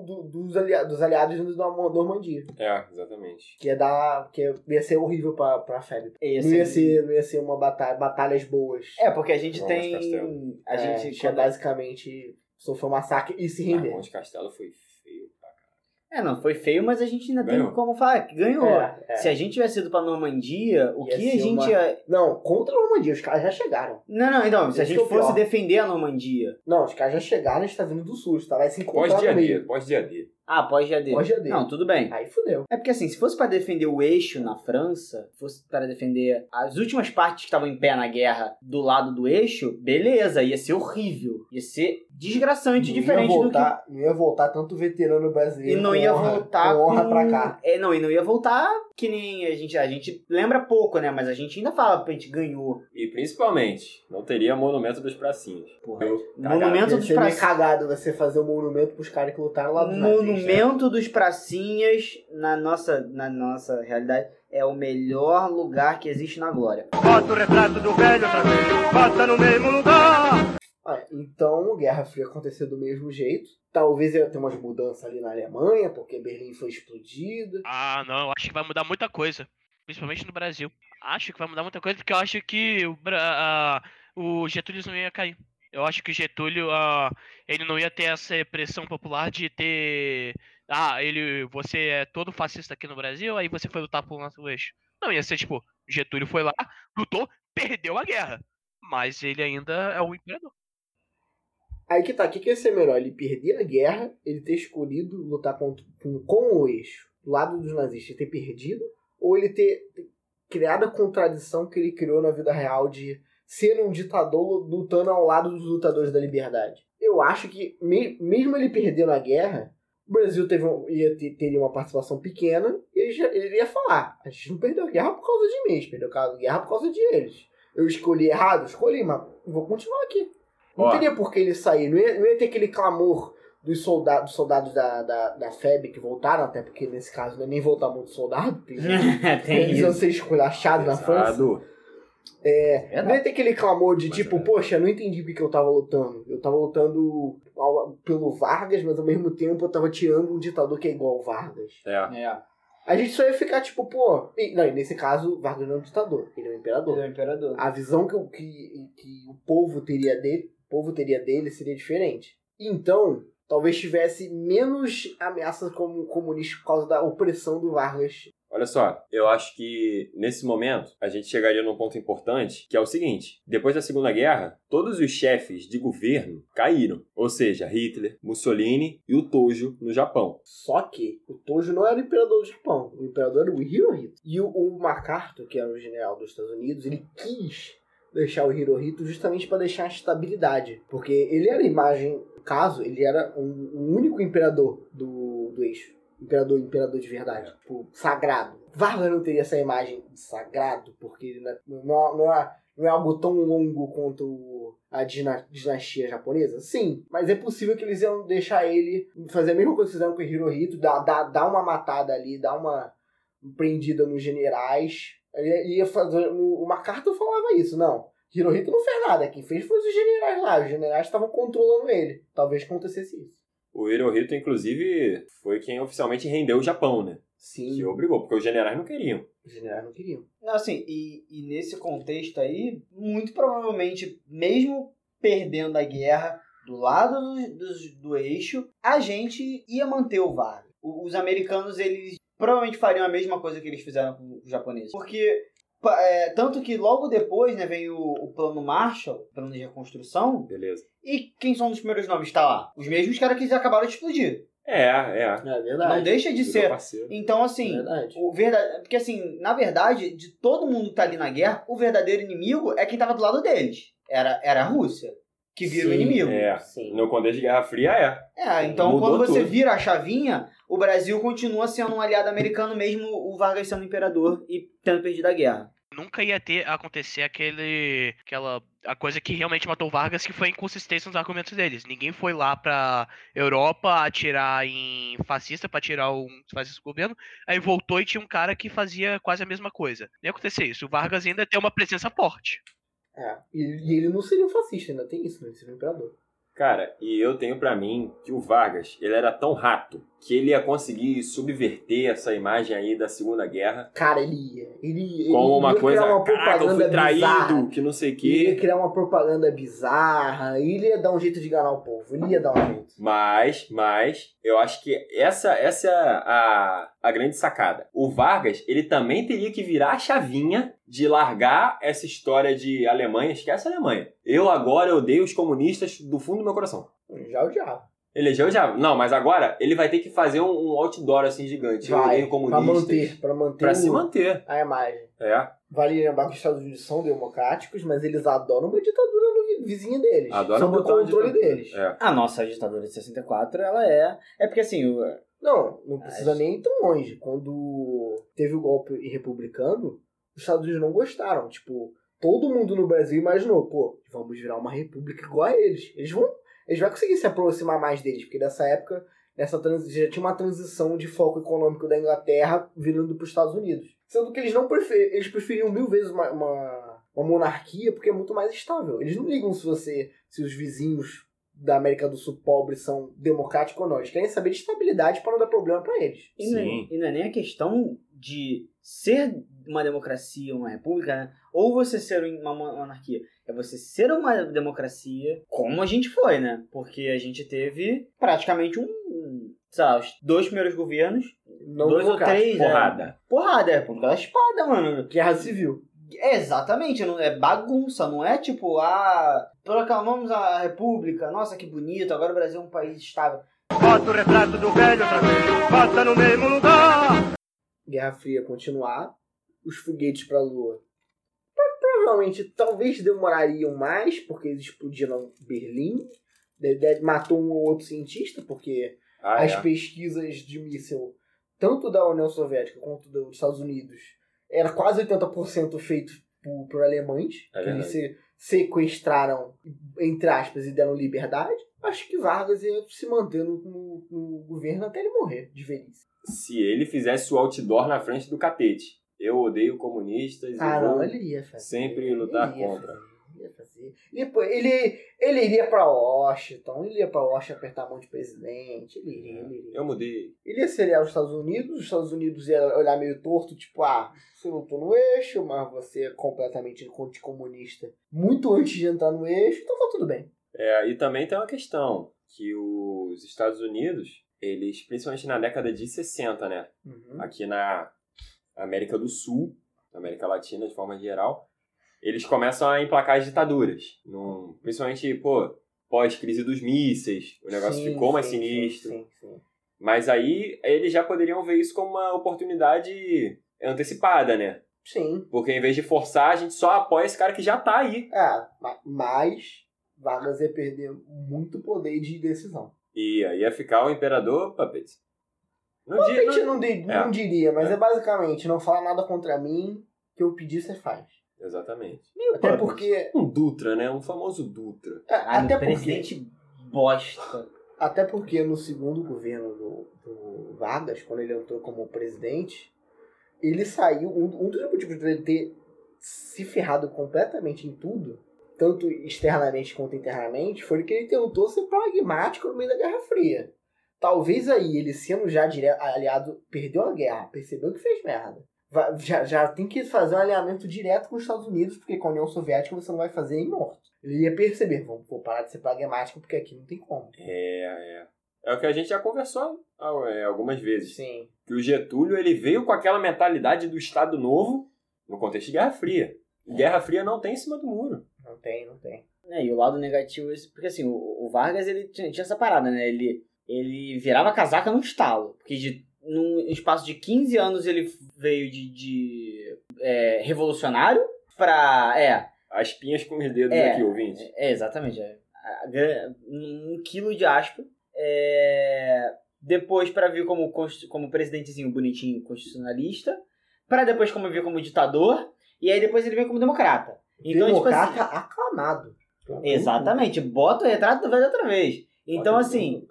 Speaker 7: do- dos, alia- dos aliados da Normandia.
Speaker 5: É, exatamente.
Speaker 7: Que ia dar. Que ia ser horrível pra, pra FEB.
Speaker 6: Ia
Speaker 7: Não ia
Speaker 6: ser-
Speaker 7: ser, não ia ser uma batalha, batalhas boas.
Speaker 6: É, porque a gente
Speaker 5: Bom,
Speaker 6: tem.
Speaker 5: Castelo.
Speaker 6: A
Speaker 7: É,
Speaker 6: gente.
Speaker 7: que é basicamente sofrer um massacre e se
Speaker 5: Ah,
Speaker 7: render.
Speaker 5: Monte Castelo foi feio.
Speaker 6: É, não, foi feio, mas a gente ainda
Speaker 5: Ganhou.
Speaker 6: tem como falar que ganhou.
Speaker 7: É, é.
Speaker 6: Se a gente tivesse ido pra Normandia, o
Speaker 7: Ia
Speaker 6: que a
Speaker 7: ser
Speaker 6: gente
Speaker 7: uma-
Speaker 6: ia.
Speaker 7: Não, contra a Normandia, os caras já chegaram.
Speaker 6: Não, não, então, se a
Speaker 7: Esse
Speaker 6: gente
Speaker 7: é o pior.
Speaker 6: fosse defender a Normandia.
Speaker 7: Não, os caras já chegaram, a gente tá vindo do sul, a gente tá vai se encontrar no
Speaker 5: Pós-dia-a-dia,
Speaker 7: meio.
Speaker 5: pós-dia-a-dia.
Speaker 6: Ah, pós-GAD.
Speaker 7: Pós-GAD.
Speaker 6: Não, tudo bem.
Speaker 7: Aí fudeu.
Speaker 6: É porque assim, se fosse pra defender o eixo na França, fosse para defender as últimas partes que estavam em pé na guerra do lado do eixo, beleza, ia ser horrível. Ia ser desgraçante,
Speaker 7: ia
Speaker 6: diferente do que.
Speaker 7: voltar, Não ia voltar tanto veterano brasileiro
Speaker 6: E não
Speaker 7: com
Speaker 6: ia
Speaker 7: honra,
Speaker 6: voltar.
Speaker 7: com honra
Speaker 6: com-
Speaker 7: pra cá.
Speaker 6: É, não, e não ia voltar que nem a gente. A gente lembra pouco, né? Mas a gente ainda fala que a gente ganhou.
Speaker 5: E principalmente, não teria monumento dos pracinhos.
Speaker 6: Porra.
Speaker 5: Eu-
Speaker 6: Monumento
Speaker 7: Ia
Speaker 6: dos
Speaker 7: ser meio
Speaker 6: pracinhas.
Speaker 7: cagado você fazer um monumento pros caras que lutaram lá né? do
Speaker 6: Monumento dos Pracinhas, na nossa, na nossa realidade, é o melhor lugar que existe na glória.
Speaker 8: Bota o retrato do velho outra vez, bota no mesmo lugar.
Speaker 7: Ah, então, a Guerra Fria aconteceu do mesmo jeito. Talvez ia ter umas mudanças ali na Alemanha, porque Berlim foi explodida.
Speaker 2: Ah, não, eu acho que vai mudar muita coisa. Principalmente no Brasil. Acho que vai mudar muita coisa, porque eu acho que o, Bra- ah, o Getúlio não ia cair. Eu acho que o Getúlio, ah, ele não ia ter essa pressão popular de ter... Ah, ele, você é todo fascista aqui no Brasil, aí você foi lutar por nosso eixo. Não, ia ser tipo, Getúlio foi lá, lutou, perdeu a guerra. Mas ele ainda é o imperador.
Speaker 7: Aí que tá, o que, que ia ser melhor? Ele perder a guerra, ele ter escolhido lutar contra, com, com o eixo, do lado dos nazistas, e ter perdido, ou ele ter criado a contradição que ele criou na vida real de ser um ditador lutando ao lado dos lutadores da liberdade. Eu acho que, me- mesmo ele perdendo a guerra, o Brasil teve um- ia ter, teria uma participação pequena e ele, já- ele ia falar: a gente não perdeu a guerra por causa de mim, a gente perdeu a guerra por causa de eles. Eu escolhi errado? Escolhi, mas vou continuar aqui. Não
Speaker 5: Ó.
Speaker 7: teria por que ele sair, não ia, não ia ter aquele clamor dos soldados, dos soldados da, da, da FEB que voltaram, até porque nesse caso não é nem voltar muito soldado, tem,
Speaker 6: Tem
Speaker 7: eles iam
Speaker 6: isso.
Speaker 7: ser esculhachados na França.
Speaker 5: Pesado.
Speaker 7: Não
Speaker 6: Verdade.
Speaker 7: ia ter aquele clamor de
Speaker 5: Mas
Speaker 7: tipo,
Speaker 5: é.
Speaker 7: poxa, não entendi porque eu tava lutando. Eu tava lutando ao- pelo Vargas, mas ao mesmo tempo eu tava tirando um ditador que é igual ao Vargas.
Speaker 5: É.
Speaker 6: É,
Speaker 7: A gente só ia ficar tipo, pô. e- não, e nesse caso, Vargas não é um ditador, ele é um
Speaker 6: ele
Speaker 7: imperador.
Speaker 6: é o imperador.
Speaker 7: A visão que, o- que, que o povo teria dele, o povo teria dele seria diferente. Então, talvez tivesse menos ameaças como comunista por causa da opressão do Vargas.
Speaker 5: Olha só, eu acho que nesse momento a gente chegaria num ponto importante, que é o seguinte: depois da Segunda Guerra, todos os chefes de governo caíram, ou seja, Hitler, Mussolini e o Tojo no Japão.
Speaker 7: Só que o Tojo não era o imperador do Japão, o imperador era o Hirohito. E o, o MacArthur, que era o general dos Estados Unidos, ele quis deixar o Hirohito justamente para deixar a estabilidade. Porque ele era a imagem, no caso, ele era o o único imperador do, do eixo. Imperador, imperador de verdade. Tipo, sagrado. Vargas não teria essa imagem de sagrado, porque ele não, não, não é, não é algo tão longo quanto a dina- dinastia japonesa? Sim, mas é possível que eles iam deixar ele fazer a mesma coisa que fizeram com o Hirohito, dar, dar, dar uma matada ali, dar uma prendida nos generais. Ele ia fazer, o o MacArthur falava isso, não. Hirohito não fez nada, quem fez foi os generais lá, os generais estavam controlando ele. Talvez acontecesse isso.
Speaker 5: O Hirohito, inclusive, foi quem oficialmente rendeu o Japão, né?
Speaker 7: Sim,
Speaker 5: Que obrigou, porque os generais não queriam.
Speaker 7: os generais não queriam.
Speaker 6: Não, assim, e, e nesse contexto aí, muito provavelmente, mesmo perdendo a guerra do lado do, do, do eixo, a gente ia manter o VAR. O- Os americanos, eles provavelmente fariam a mesma coisa que eles fizeram com os japoneses. Porque, pa- é, tanto que logo depois, né, vem o, o plano Marshall, o plano de reconstrução,
Speaker 5: Beleza.
Speaker 6: e quem são os primeiros nomes que tá lá? Os mesmos caras que acabaram de explodir.
Speaker 5: É, é.
Speaker 7: É
Speaker 6: Não
Speaker 7: verdade.
Speaker 6: deixa de
Speaker 5: Virou
Speaker 6: ser.
Speaker 5: parceiro.
Speaker 6: Então, assim,
Speaker 7: verdade.
Speaker 6: o verdade... Porque, assim, na verdade, de todo mundo que tá ali na guerra, o verdadeiro inimigo é quem tava do lado deles. Era, era a Rússia, que vira o
Speaker 7: Sim,
Speaker 6: inimigo. É,
Speaker 5: É.
Speaker 7: Sim.
Speaker 5: No contexto de Guerra Fria, é.
Speaker 6: então
Speaker 5: Mudou
Speaker 6: quando você
Speaker 5: tudo.
Speaker 6: vira a chavinha, o Brasil continua sendo um aliado americano, mesmo o Vargas sendo imperador e tendo perdido a guerra.
Speaker 2: Nunca ia ter acontecer aquele. aquela. a coisa que realmente matou o Vargas, que foi a inconsistência nos argumentos deles. Ninguém foi lá pra Europa atirar em fascista pra tirar um fascista do governo. Aí voltou e tinha um cara que fazia quase a mesma coisa. Nem ia acontecer isso. O Vargas ainda tem uma presença forte.
Speaker 7: É. E ele- e ele não seria um fascista, ainda tem isso, né? Ele seria um imperador.
Speaker 5: Cara, e eu tenho pra mim que o Vargas, ele era tão rato que ele ia conseguir subverter essa imagem aí da Segunda Guerra
Speaker 7: Cara, ele ia. Ele ia. ele
Speaker 5: com uma
Speaker 7: ia
Speaker 5: coisa,
Speaker 7: criar uma
Speaker 5: caraca, eu fui
Speaker 7: propaganda
Speaker 5: traído,
Speaker 7: bizarra.
Speaker 5: que não sei o
Speaker 7: Ele ia
Speaker 5: quê.
Speaker 7: criar uma propaganda bizarra, ele ia dar um jeito de enganar o povo, ele ia dar um jeito.
Speaker 5: Mas, mas, eu acho que essa, essa é a, a grande sacada. O Vargas, ele também teria que virar a chavinha de largar essa história de Alemanha, esquece a Alemanha. Eu agora odeio os comunistas do fundo do meu coração.
Speaker 7: Já é odiava.
Speaker 5: Elegeu já. Não, mas agora ele vai ter que fazer um, um outdoor assim gigante. eu
Speaker 7: Vai,
Speaker 5: odeio
Speaker 7: pra
Speaker 5: comunistas.
Speaker 7: manter, um- pra manter
Speaker 5: Pra
Speaker 7: o-
Speaker 5: se manter.
Speaker 7: a imagem.
Speaker 5: É.
Speaker 7: Vale lembrar que os Estados Unidos são democráticos, mas eles adoram uma ditadura no vi- vizinha deles.
Speaker 5: Adora
Speaker 7: sob o
Speaker 5: botar uma
Speaker 7: controle
Speaker 5: ditadura.
Speaker 7: deles.
Speaker 5: É.
Speaker 6: A nossa ditadura de 64, ela é... É porque, assim, o-
Speaker 7: Não, não precisa
Speaker 6: Ah,
Speaker 7: nem ir tão longe. Quando teve o golpe republicano, os Estados Unidos não gostaram. Tipo, todo mundo no Brasil imaginou, pô, vamos virar uma república igual a eles. Eles vão. Eles vão conseguir se aproximar mais deles, porque nessa época, nessa transi- já tinha uma transição de foco econômico da Inglaterra virando para os Estados Unidos. Sendo que eles não prefer, eles preferiam mil vezes uma, uma uma monarquia porque é muito mais estável. Eles não ligam se você, se os vizinhos da América do Sul pobres são democráticos ou não. Eles querem saber de estabilidade para não dar problema para eles.
Speaker 6: E não, é,
Speaker 5: Sim.
Speaker 6: e não é nem a questão de ser uma democracia, uma república, né? Ou você ser uma mo- monarquia. É você ser uma democracia como a gente foi, né? Porque a gente teve praticamente um. um, Sei lá, os dois primeiros governos,
Speaker 7: Não
Speaker 6: dois ou
Speaker 7: democráticos.
Speaker 6: três.
Speaker 5: Porrada.
Speaker 6: É, porrada, é, por causa da espada, mano.
Speaker 7: Guerra civil.
Speaker 6: É, exatamente, não- é bagunça, não é tipo, ah, proclamamos a república, nossa que bonito, agora o Brasil é um país estável.
Speaker 8: Bota o retrato do velho outra vez, bota no mesmo lugar.
Speaker 7: Guerra Fria continuar. Os foguetes para a Lua. Pro- Provavelmente, talvez demorariam mais, porque eles explodiram Berlim. De- de- Matou um ou outro cientista, porque
Speaker 5: Ah,
Speaker 7: as
Speaker 5: é.
Speaker 7: pesquisas de míssil, tanto da União Soviética quanto dos Estados Unidos, era quase 80% feito por, por alemães,
Speaker 5: É
Speaker 7: que eles
Speaker 5: verdade.
Speaker 7: se sequestraram, entre aspas, e deram liberdade. Acho que Vargas ia se manter no, no- no governo até ele morrer de velhice.
Speaker 5: Se ele fizesse o outdoor na frente do capete. Eu odeio comunistas
Speaker 7: Ah,
Speaker 5: e vou...
Speaker 7: não, ele ia fazer.
Speaker 5: sempre
Speaker 7: ele
Speaker 5: lutar
Speaker 7: ia
Speaker 5: contra.
Speaker 7: fazer, ele ia fazer. Depois, ele, ele iria pra Washington, ele ia pra Washington apertar a mão de presidente, ele iria, ele iria.
Speaker 5: Eu mudei.
Speaker 7: Ele ia seriar os Estados Unidos, os Estados Unidos ia olhar meio torto, tipo, ah, você não tô no eixo, mas você é completamente anticomunista. Muito antes de entrar no eixo, então tá tudo bem.
Speaker 5: É, e também tem uma questão, que os Estados Unidos, eles, principalmente na década de 60, né?
Speaker 7: Uhum.
Speaker 5: aqui na América do Sul, na América Latina de forma geral, eles começam a emplacar as ditaduras. Num- principalmente, pô, pós-crise dos mísseis, o negócio
Speaker 7: Sim,
Speaker 5: ficou mais
Speaker 7: sim,
Speaker 5: sinistro.
Speaker 7: Sim, sim,
Speaker 5: Mas aí eles já poderiam ver isso como uma oportunidade antecipada, né?
Speaker 7: sim. Sim.
Speaker 5: Porque em vez de forçar, a gente só apoia esse cara que já tá aí.
Speaker 7: É, ma- mas Vargas ia perder muito poder de decisão.
Speaker 5: E aí ia ficar o imperador, papete. Não
Speaker 7: A
Speaker 5: di-
Speaker 7: gente
Speaker 5: não-
Speaker 7: não, di- não
Speaker 5: É.
Speaker 7: diria, mas é.
Speaker 5: É.
Speaker 7: basicamente, não fala nada contra mim, que eu pedi, você faz.
Speaker 5: Exatamente.
Speaker 7: Até porque...
Speaker 5: Um Dutra, né? Um famoso Dutra.
Speaker 7: é,
Speaker 6: Caralho,
Speaker 7: até porque...
Speaker 6: presidente bosta.
Speaker 7: Até porque no segundo governo do, do Vargas, quando ele entrou como presidente, ele saiu. Um, um dos motivos dele ter se ferrado completamente em tudo, tanto externamente quanto internamente, foi que ele tentou ser pragmático no meio da Guerra Fria. Talvez aí ele, sendo já dire- aliado, perdeu a guerra, percebeu que fez merda. Va- Já, já tem que fazer um alinhamento direto com os Estados Unidos, porque com a União Soviética você não vai fazer em morto. Ele ia perceber, vamos pô, parar de ser pragmático, porque aqui não tem como.
Speaker 5: É, é. É o que a gente já conversou ah, é, algumas vezes.
Speaker 7: Sim.
Speaker 5: Que o Getúlio ele veio com aquela mentalidade do Estado Novo no contexto de Guerra Fria.
Speaker 7: É.
Speaker 5: Guerra Fria não tem em cima do muro.
Speaker 7: Não tem, não tem.
Speaker 6: É, e o lado negativo, é esse- porque assim, o, o Vargas ele tinha, tinha essa parada, né? Ele, ele virava casaca num estalo. Porque de, num espaço de 15 anos ele veio de, de, é, revolucionário pra. É,
Speaker 5: Aspinhas com os dedos
Speaker 6: É.
Speaker 5: aqui, ouvinte.
Speaker 6: é exatamente. é. A- a gra- um quilo de aspa. É, depois pra vir como, constitu- como presidentezinho bonitinho constitucionalista. Pra depois como vir como ditador. E aí depois ele vem como democrata. Então, tipo assim-
Speaker 7: Democrata aclamado.
Speaker 6: Exatamente, bota o retrato do velho outra vez. Então,
Speaker 5: Bota
Speaker 6: assim,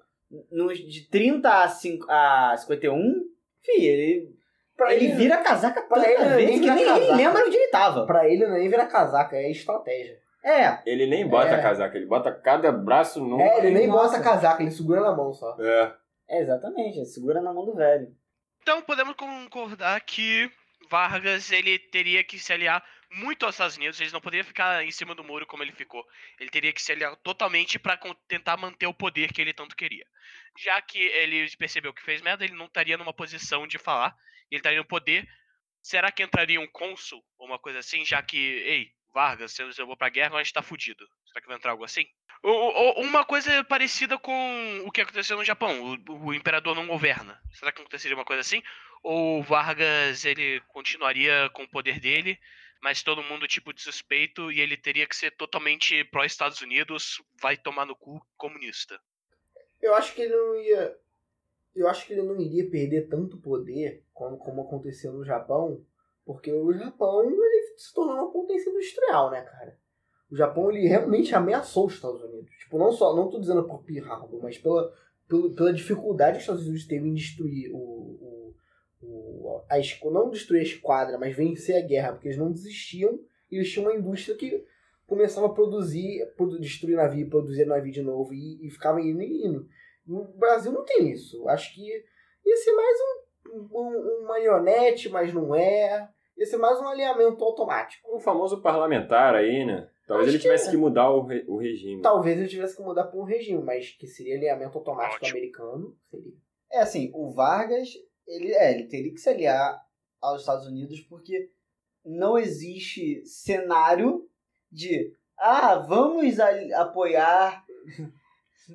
Speaker 6: nos, de 30 a, 5, a 51, fi, ele,
Speaker 7: Pra
Speaker 6: ele
Speaker 7: ele,
Speaker 6: vira casaca
Speaker 7: pra
Speaker 6: tanta
Speaker 7: ele, ele
Speaker 6: vez que
Speaker 7: vira
Speaker 6: nem ele
Speaker 7: casaca.
Speaker 6: lembra onde ele tava.
Speaker 7: pra ele não é nem virar casaca, é estratégia.
Speaker 6: É,
Speaker 5: Ele nem bota
Speaker 7: É.
Speaker 5: casaca, ele bota cada braço num.
Speaker 7: é, ele nem
Speaker 6: nossa.
Speaker 7: bota casaca, ele segura na mão só.
Speaker 5: É.
Speaker 6: é, exatamente, segura na mão do velho.
Speaker 2: Então podemos concordar que Vargas ele teria que se aliar muito aos Estados Unidos, ele não poderia ficar em cima do muro como ele ficou. Ele teria que se aliar totalmente para tentar manter o poder que ele tanto queria. Já que ele percebeu que fez merda, ele não estaria numa posição de falar, ele estaria no poder. Será que entraria um cônsul ou uma coisa assim, já que, ei, Vargas, se eu vou pra guerra, a gente tá fudido. Será que vai entrar algo assim? Ou- ou- uma coisa parecida com o que aconteceu no Japão, o, o imperador não governa. Será que aconteceria uma coisa assim? ou o Vargas ele continuaria com o poder dele, mas todo mundo tipo de suspeito e ele teria que ser totalmente pró Estados Unidos, vai tomar no cu comunista.
Speaker 7: Eu acho que ele não ia. Eu acho que ele não iria perder tanto poder como, como aconteceu no Japão, porque o Japão ele se tornou uma potência industrial, né, cara? O Japão ele realmente ameaçou os Estados Unidos. Tipo, não só, não tô dizendo por Pearl Harbor, mas pela, pelo- pela dificuldade que os Estados Unidos teve em destruir o. o, o a, esqu- não destruir a esquadra, mas vencer a guerra, porque eles não desistiam eles tinham uma indústria que começava a produzir, produ destruir navio, produzir navio de novo e, e ficava indo e indo. No Brasil não tem isso. Acho que ia ser mais um, um, um marionete, mas não é. Ia ser mais um alinhamento automático.
Speaker 5: O famoso parlamentar aí, né? Talvez
Speaker 7: Acho
Speaker 5: ele tivesse
Speaker 7: que- é. Então,
Speaker 5: que, mudar o, re- o regime.
Speaker 7: Talvez eu tivesse que mudar para um regime, mas que seria alinhamento automático
Speaker 2: Ótimo.
Speaker 7: americano. Seria.
Speaker 6: É assim, o Vargas, ele, é, ele teria que se aliar aos Estados Unidos porque não existe cenário de ah, vamos a- apoiar.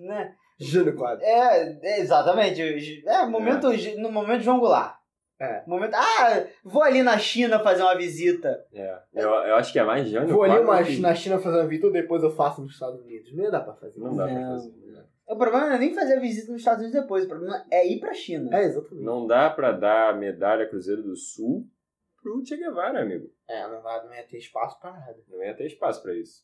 Speaker 6: né?
Speaker 7: Júlio Quadro.
Speaker 6: É, é, exatamente. É, momento, No momento João Goulart.
Speaker 7: É.
Speaker 6: Momento, ah, vou ali na China fazer uma visita.
Speaker 5: É. Eu, eu acho que é mais Jânio
Speaker 7: Vou ali
Speaker 5: Quadros
Speaker 7: uma,
Speaker 5: que-
Speaker 7: na China fazer uma vida, depois eu faço nos Estados Unidos. Não ia dar pra fazer.
Speaker 5: Não dá pra
Speaker 6: Não.
Speaker 5: fazer.
Speaker 6: O problema não é nem fazer a visita nos Estados Unidos depois, o problema é ir pra China.
Speaker 7: É, exatamente.
Speaker 5: Não dá pra dar medalha Cruzeiro do Sul pro Che Guevara, amigo.
Speaker 7: É, não, vai, não ia ter espaço pra nada.
Speaker 5: Não ia ter espaço pra isso.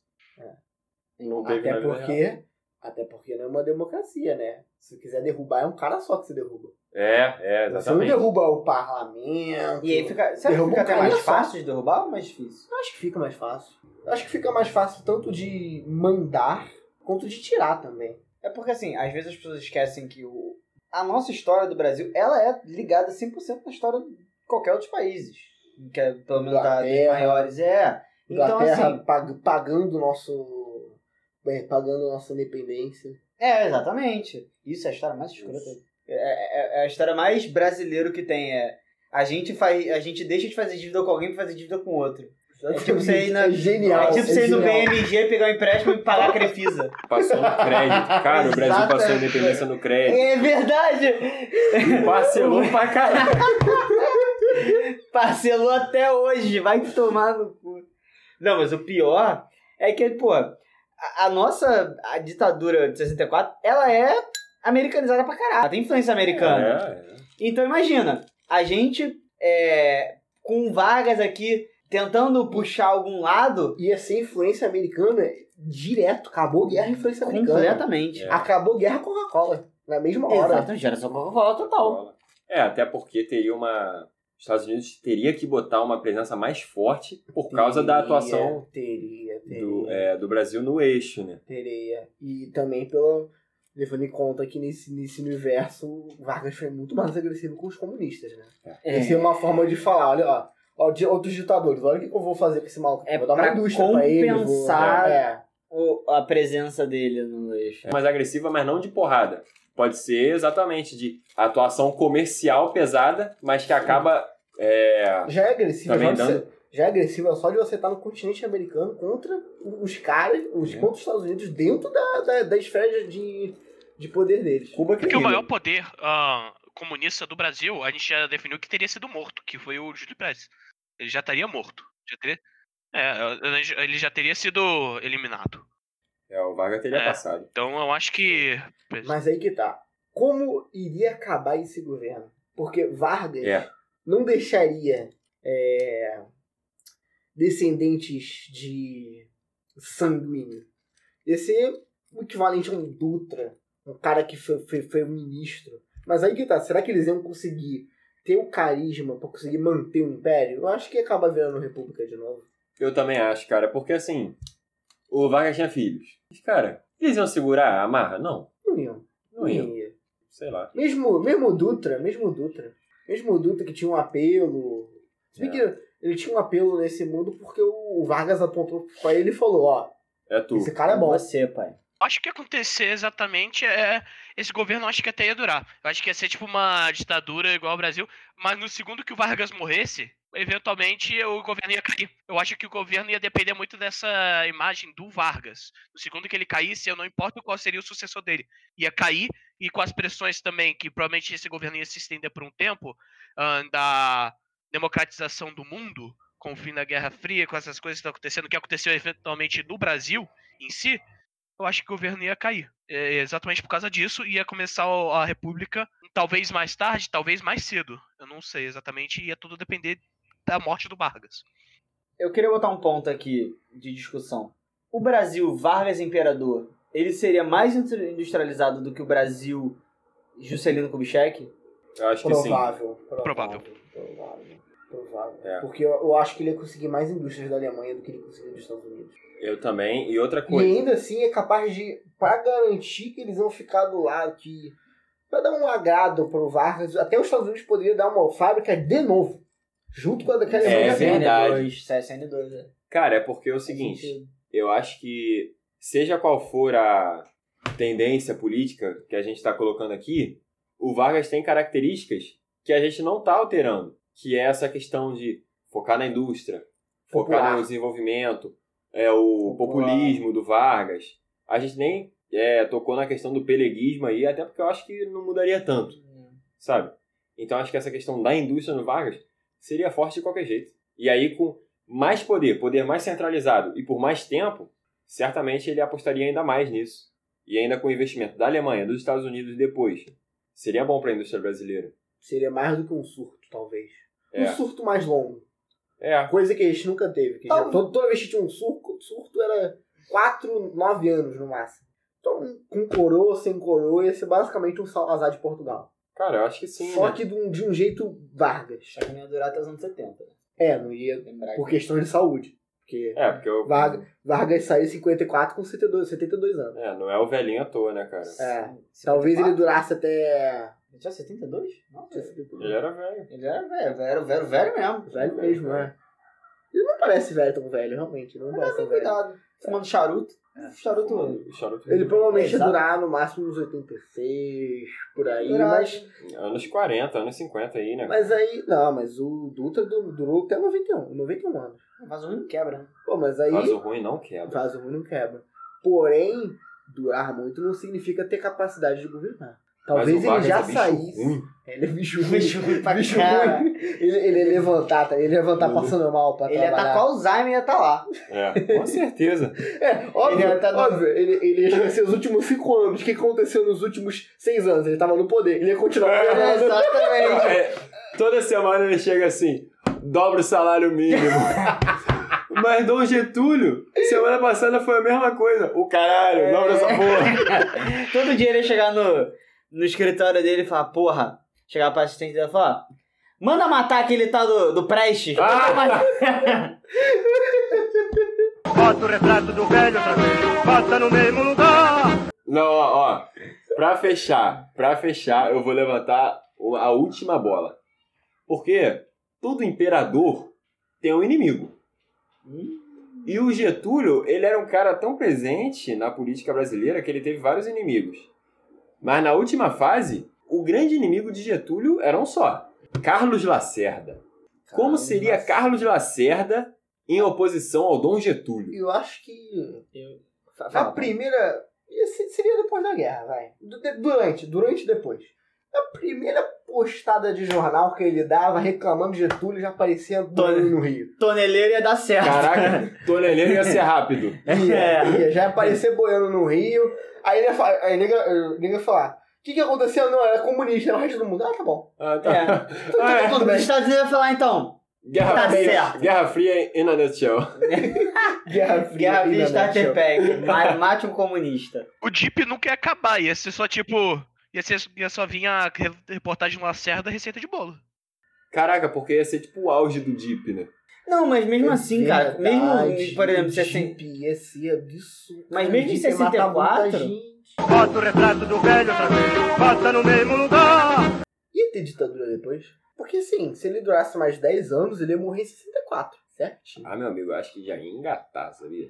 Speaker 5: Não teve
Speaker 7: Até
Speaker 5: na vida
Speaker 7: porque, até porque não é uma democracia, né? Se quiser derrubar, é um cara só que se derruba.
Speaker 5: É, é,
Speaker 7: Você não
Speaker 5: exatamente.
Speaker 7: derruba o parlamento.
Speaker 6: E aí fica. Será que
Speaker 7: Derruba
Speaker 6: fica até
Speaker 7: um cara
Speaker 6: mais
Speaker 7: só.
Speaker 6: fácil de derrubar ou mais difícil?
Speaker 7: Eu acho que fica mais fácil. Eu acho que fica mais fácil tanto de mandar quanto de tirar também.
Speaker 6: É porque, assim, às vezes as pessoas esquecem que o... a nossa história do Brasil, ela é ligada 100% na história de qualquer outro países. Que é, pelo menos da, dos
Speaker 7: Inglaterra.
Speaker 6: maiores, é. Então,
Speaker 7: Inglaterra
Speaker 6: assim...
Speaker 7: pag- pagando o nosso. é, pagando a nossa independência.
Speaker 6: É, exatamente. Isso é a história mais escrota. É, é- é a história mais brasileira que tem, é... A gente, faz, a gente deixa de fazer dívida com alguém pra fazer dívida com outro. É tipo você ir na-
Speaker 7: É genial.
Speaker 6: é tipo você ir no
Speaker 7: genial.
Speaker 6: BMG, pegar um empréstimo e pagar a Crefisa.
Speaker 5: Passou no crédito. Cara, o Brasil
Speaker 6: Exatamente.
Speaker 5: passou a independência no crédito.
Speaker 6: é verdade!
Speaker 5: Parcelou pra caralho.
Speaker 6: Parcelou até hoje, vai tomar no cu. Não, mas o pior é que, pô, a, a nossa a ditadura de 64, ela é americanizada pra caralho. Ela tem influência americana.
Speaker 5: É, é.
Speaker 6: Então imagina, a gente é, com o Vargas aqui tentando puxar algum lado
Speaker 7: E essa influência americana é direto. Acabou a guerra a influência americana.
Speaker 6: completamente.
Speaker 5: É.
Speaker 7: Acabou a guerra com a Coca-Cola. Na mesma hora.
Speaker 6: Exato, geração Coca-Cola total.
Speaker 5: É, até porque teria uma. Os Estados Unidos teria que botar uma presença mais forte por causa da atuação
Speaker 7: Teria, teria.
Speaker 5: do, é, do Brasil no eixo, né?
Speaker 7: Tereia. E também pela. Levando em conta que nesse, nesse universo, Vargas foi muito mais agressivo com os comunistas, né?
Speaker 6: É.
Speaker 7: Essa é uma forma de falar, olha, ó. ó de outros ditadores, olha o que eu vou fazer com esse maluco.
Speaker 6: É
Speaker 7: vou dar uma
Speaker 6: pra
Speaker 7: indústria pra ele. vou-
Speaker 6: compensar-
Speaker 7: É.
Speaker 6: O- a presença dele no eixo.
Speaker 5: É mais agressiva, mas não de porrada. Pode ser exatamente de atuação comercial pesada, mas que acaba. É,
Speaker 7: Já é agressivo,
Speaker 5: Também
Speaker 7: já, de você, já é agressivo é só de você estar no continente americano contra os caras, os
Speaker 5: É.
Speaker 7: contra os Estados Unidos, dentro da, da, da esfera de, de poder deles.
Speaker 5: Cuba
Speaker 2: Porque o
Speaker 5: querida.
Speaker 2: maior poder ah, comunista do Brasil, a gente já definiu que teria sido morto, que foi o Júlio Prestes. Ele já estaria morto. Já teria, é, ele já teria sido eliminado.
Speaker 5: É, o Vargas teria
Speaker 2: É.
Speaker 5: passado.
Speaker 2: Então eu acho que.
Speaker 7: Mas aí que tá. Como iria acabar esse governo? Porque Vargas
Speaker 5: É.
Speaker 7: não deixaria é, descendentes de sanguíneo. Ia ser o equivalente a um Dutra, um cara que foi, foi, foi um ministro. Mas aí que tá, será que eles iam conseguir ter o carisma pra conseguir manter o império? Eu acho que ia acabar virando república de novo.
Speaker 5: Eu também acho, cara, porque assim. O Vargas tinha filhos. Mas, cara, eles iam segurar a marra? Não,
Speaker 7: Não iam.
Speaker 5: não iam.
Speaker 7: Não ia.
Speaker 5: Sei lá.
Speaker 7: Mesmo, mesmo o Dutra, mesmo o Dutra. Mesmo o Dutra que tinha um apelo. Se bem
Speaker 5: É.
Speaker 7: que ele tinha um apelo nesse mundo porque o Vargas apontou pra ele e falou, ó,
Speaker 5: É tu.
Speaker 7: esse cara é bom.
Speaker 6: Você, pai.
Speaker 2: Acho que ia acontecer exatamente é. Esse governo eu acho que até ia durar. Eu acho que ia ser tipo uma ditadura igual ao Brasil. Mas no segundo que o Vargas morresse, eventualmente o governo ia cair. Eu acho que o governo ia depender muito dessa imagem do Vargas. No segundo que ele caísse, eu não importo qual seria o sucessor dele. Ia cair, e com as pressões também, que provavelmente esse governo ia se estender por um tempo, ah, da democratização do mundo, com o fim da Guerra Fria, com essas coisas que estão acontecendo, que aconteceu eventualmente no Brasil em si, eu acho que o governo ia cair. É, exatamente por causa disso, ia começar o- a República, talvez mais tarde, talvez mais cedo. Eu não sei exatamente, ia tudo depender da morte do Vargas.
Speaker 6: Eu queria botar um ponto aqui de discussão. O Brasil, Vargas Imperador, ele seria mais industri- industrializado do que o Brasil Juscelino Kubitschek?
Speaker 5: Eu acho que sim.
Speaker 7: é Provável, provável.
Speaker 2: Provável.
Speaker 7: provável. Provável.
Speaker 5: É.
Speaker 7: Porque eu, eu acho que ele ia conseguir mais indústrias da Alemanha do que ele conseguiu dos Estados Unidos.
Speaker 5: Eu também. E outra
Speaker 7: E
Speaker 5: coisa.
Speaker 7: ainda assim é capaz de, pra garantir que eles vão ficar do lado, que pra dar um agrado pro Vargas, até os Estados Unidos poderiam dar uma fábrica de novo, junto com a
Speaker 6: assim,
Speaker 7: daquela
Speaker 5: É
Speaker 7: Alemanha.
Speaker 5: verdade.
Speaker 6: CSN2, é.
Speaker 5: Cara, é porque é o seguinte. eu acho que seja qual for a tendência política que a gente está colocando aqui, o Vargas tem características que a gente não está alterando, que é essa questão de focar na indústria, focar
Speaker 7: Popular.
Speaker 5: no desenvolvimento, é o
Speaker 6: Popular.
Speaker 5: populismo do Vargas. A gente nem é, tocou na questão do peleguismo aí, até porque eu acho que não mudaria tanto,
Speaker 7: É.
Speaker 5: sabe? Então acho que essa questão da indústria no Vargas seria forte de qualquer jeito. E aí com mais poder, poder mais centralizado e por mais tempo, certamente ele apostaria ainda mais nisso. E ainda com o investimento da Alemanha, dos Estados Unidos depois. Seria bom para a indústria brasileira.
Speaker 7: Seria mais do que um surto, talvez.
Speaker 5: É.
Speaker 7: Um surto mais longo.
Speaker 5: É.
Speaker 7: Coisa que a gente nunca teve. Que
Speaker 6: Então-
Speaker 7: já- toda, toda vez que tinha um surto, surto era 4, 9 anos no máximo. Então, com coroa, sem coroa, ia ser basicamente um Salazar de Portugal.
Speaker 5: Cara, eu acho que sim.
Speaker 7: Só
Speaker 5: né?
Speaker 7: que de um, de um jeito Vargas.
Speaker 6: Só que não ia durar até os anos 70. né?
Speaker 7: É, não ia
Speaker 6: Lembrar.
Speaker 7: por questão de saúde. Porque
Speaker 5: É, porque eu...
Speaker 7: Vargas, Vargas saiu em 54 com 72, 72 anos.
Speaker 5: é, não é o velhinho à toa, né, cara?
Speaker 7: É. Talvez ele durasse até.
Speaker 6: Ele tinha 72? Não, ele
Speaker 5: Ele era velho.
Speaker 6: ele era velho, É, velho, velho, velho mesmo.
Speaker 7: Velho mesmo, né? Ele não parece velho tão velho, realmente. Ele não parece tão velho.
Speaker 6: Cuidado. tá Fumando charuto.
Speaker 7: É.
Speaker 6: Charuto.
Speaker 5: O charuto-
Speaker 7: Ele provavelmente ia
Speaker 6: Exato.
Speaker 7: durar no máximo uns 86, por aí,
Speaker 6: Coragem.
Speaker 7: mas.
Speaker 5: Anos 40, anos 50 aí, né?
Speaker 7: Mas aí. Não, mas o Dutra du- durou até 91, 91 anos.
Speaker 6: Mas o ruim quebra, né?
Speaker 7: Pô, mas aí.
Speaker 5: Mas o ruim não quebra.
Speaker 7: Vaso ruim não quebra. Porém, durar muito não significa ter capacidade de governar. Talvez
Speaker 5: Mas o
Speaker 7: ele já
Speaker 5: Vargas é bicho
Speaker 7: saísse.
Speaker 5: ruim.
Speaker 7: Ele é bicho ruim.
Speaker 6: Bicho ruim pra
Speaker 7: Bicho
Speaker 6: cara.
Speaker 7: ruim. Ele, ele ia levantar, tá? ele ia levantar
Speaker 5: Uhum.
Speaker 7: passando mal pra
Speaker 6: Ele ia tá
Speaker 7: trabalhar.
Speaker 6: estar com Alzheimer e ia estar lá.
Speaker 5: É, com certeza.
Speaker 7: É, óbvio,
Speaker 6: Ele ia tá no-
Speaker 7: óbvio. Ele, ele ia esquecer os últimos cinco anos. O que aconteceu nos últimos seis anos? Ele tava no poder. Ele ia continuar
Speaker 6: É,
Speaker 7: governando.
Speaker 6: exatamente.
Speaker 5: É, toda semana ele chega assim, dobra o salário mínimo. Mas Dom Getúlio, semana passada foi a mesma coisa. O caralho, dobra essa porra.
Speaker 6: Todo dia ele ia chegar no, no escritório dele e falar, porra. Chegar pra assistente dele e falar, manda matar aquele tal do, do Prestes.
Speaker 5: Ah!
Speaker 6: Manda matar.
Speaker 9: Bota o retrato do velho outra vez, bota no mesmo lugar.
Speaker 5: Não, ó, ó. Pra fechar, pra fechar, eu vou levantar o- a última bola. Porque todo imperador tem um inimigo. E o Getúlio, ele era um cara tão presente na política brasileira que ele teve vários inimigos. Mas na última fase, o grande inimigo de Getúlio era um só: Carlos Lacerda. Como seria Carlos Lacerda em oposição ao Dom Getúlio?
Speaker 7: Eu acho que
Speaker 6: Fala,
Speaker 7: a
Speaker 6: fala.
Speaker 7: primeira... ia ser- Seria depois da guerra, vai. Du- de- Durante, durante e depois. A primeira postada de jornal que ele dava reclamando de Getúlio já aparecia doido no Rio.
Speaker 6: Toneleiro ia dar certo.
Speaker 5: Caraca, Toneleiro ia ser rápido.
Speaker 6: É.
Speaker 7: Ia, ia, já ia aparecer boiando no Rio. Aí ele ia falar, aí ele ia- ele ia falar, o que que aconteceu? Não, era comunista, era o resto do mundo. Ah, tá bom. Então,
Speaker 5: Ah, tá.
Speaker 6: É.
Speaker 5: Ah, é.
Speaker 6: Os Estados Unidos ia falar, então,
Speaker 5: Guerra,
Speaker 6: Tá
Speaker 5: Fria,
Speaker 6: certo.
Speaker 5: Guerra Fria in a nutshell.
Speaker 7: Guerra Fria.
Speaker 6: Guerra
Speaker 7: ainda,
Speaker 6: Fria
Speaker 7: né,
Speaker 6: Starter
Speaker 7: Michel?
Speaker 6: Pack, ma- mate um comunista.
Speaker 2: O Jeep nunca ia acabar, ia ser só tipo. Ia, ser, ia só vir a re- reportagem do Lacerda receita de bolo.
Speaker 5: Caraca, porque ia ser tipo o auge do Jeep, né?
Speaker 6: Não, mas mesmo assim, cara,
Speaker 7: É Verdade,
Speaker 6: mesmo, por exemplo, se assim...
Speaker 7: Jeep ia ser absurdo.
Speaker 6: Mas mesmo em
Speaker 7: Jeep ia matar
Speaker 6: 64?
Speaker 7: muita gente.
Speaker 9: Bota o retrato do velho outra vez, bota no mesmo lugar.
Speaker 7: Ia ter ditadura depois? Porque assim, se ele durasse mais 10 anos, ele ia morrer em 64, certo?
Speaker 5: Ah, meu amigo, eu acho que já ia engatar, sabia?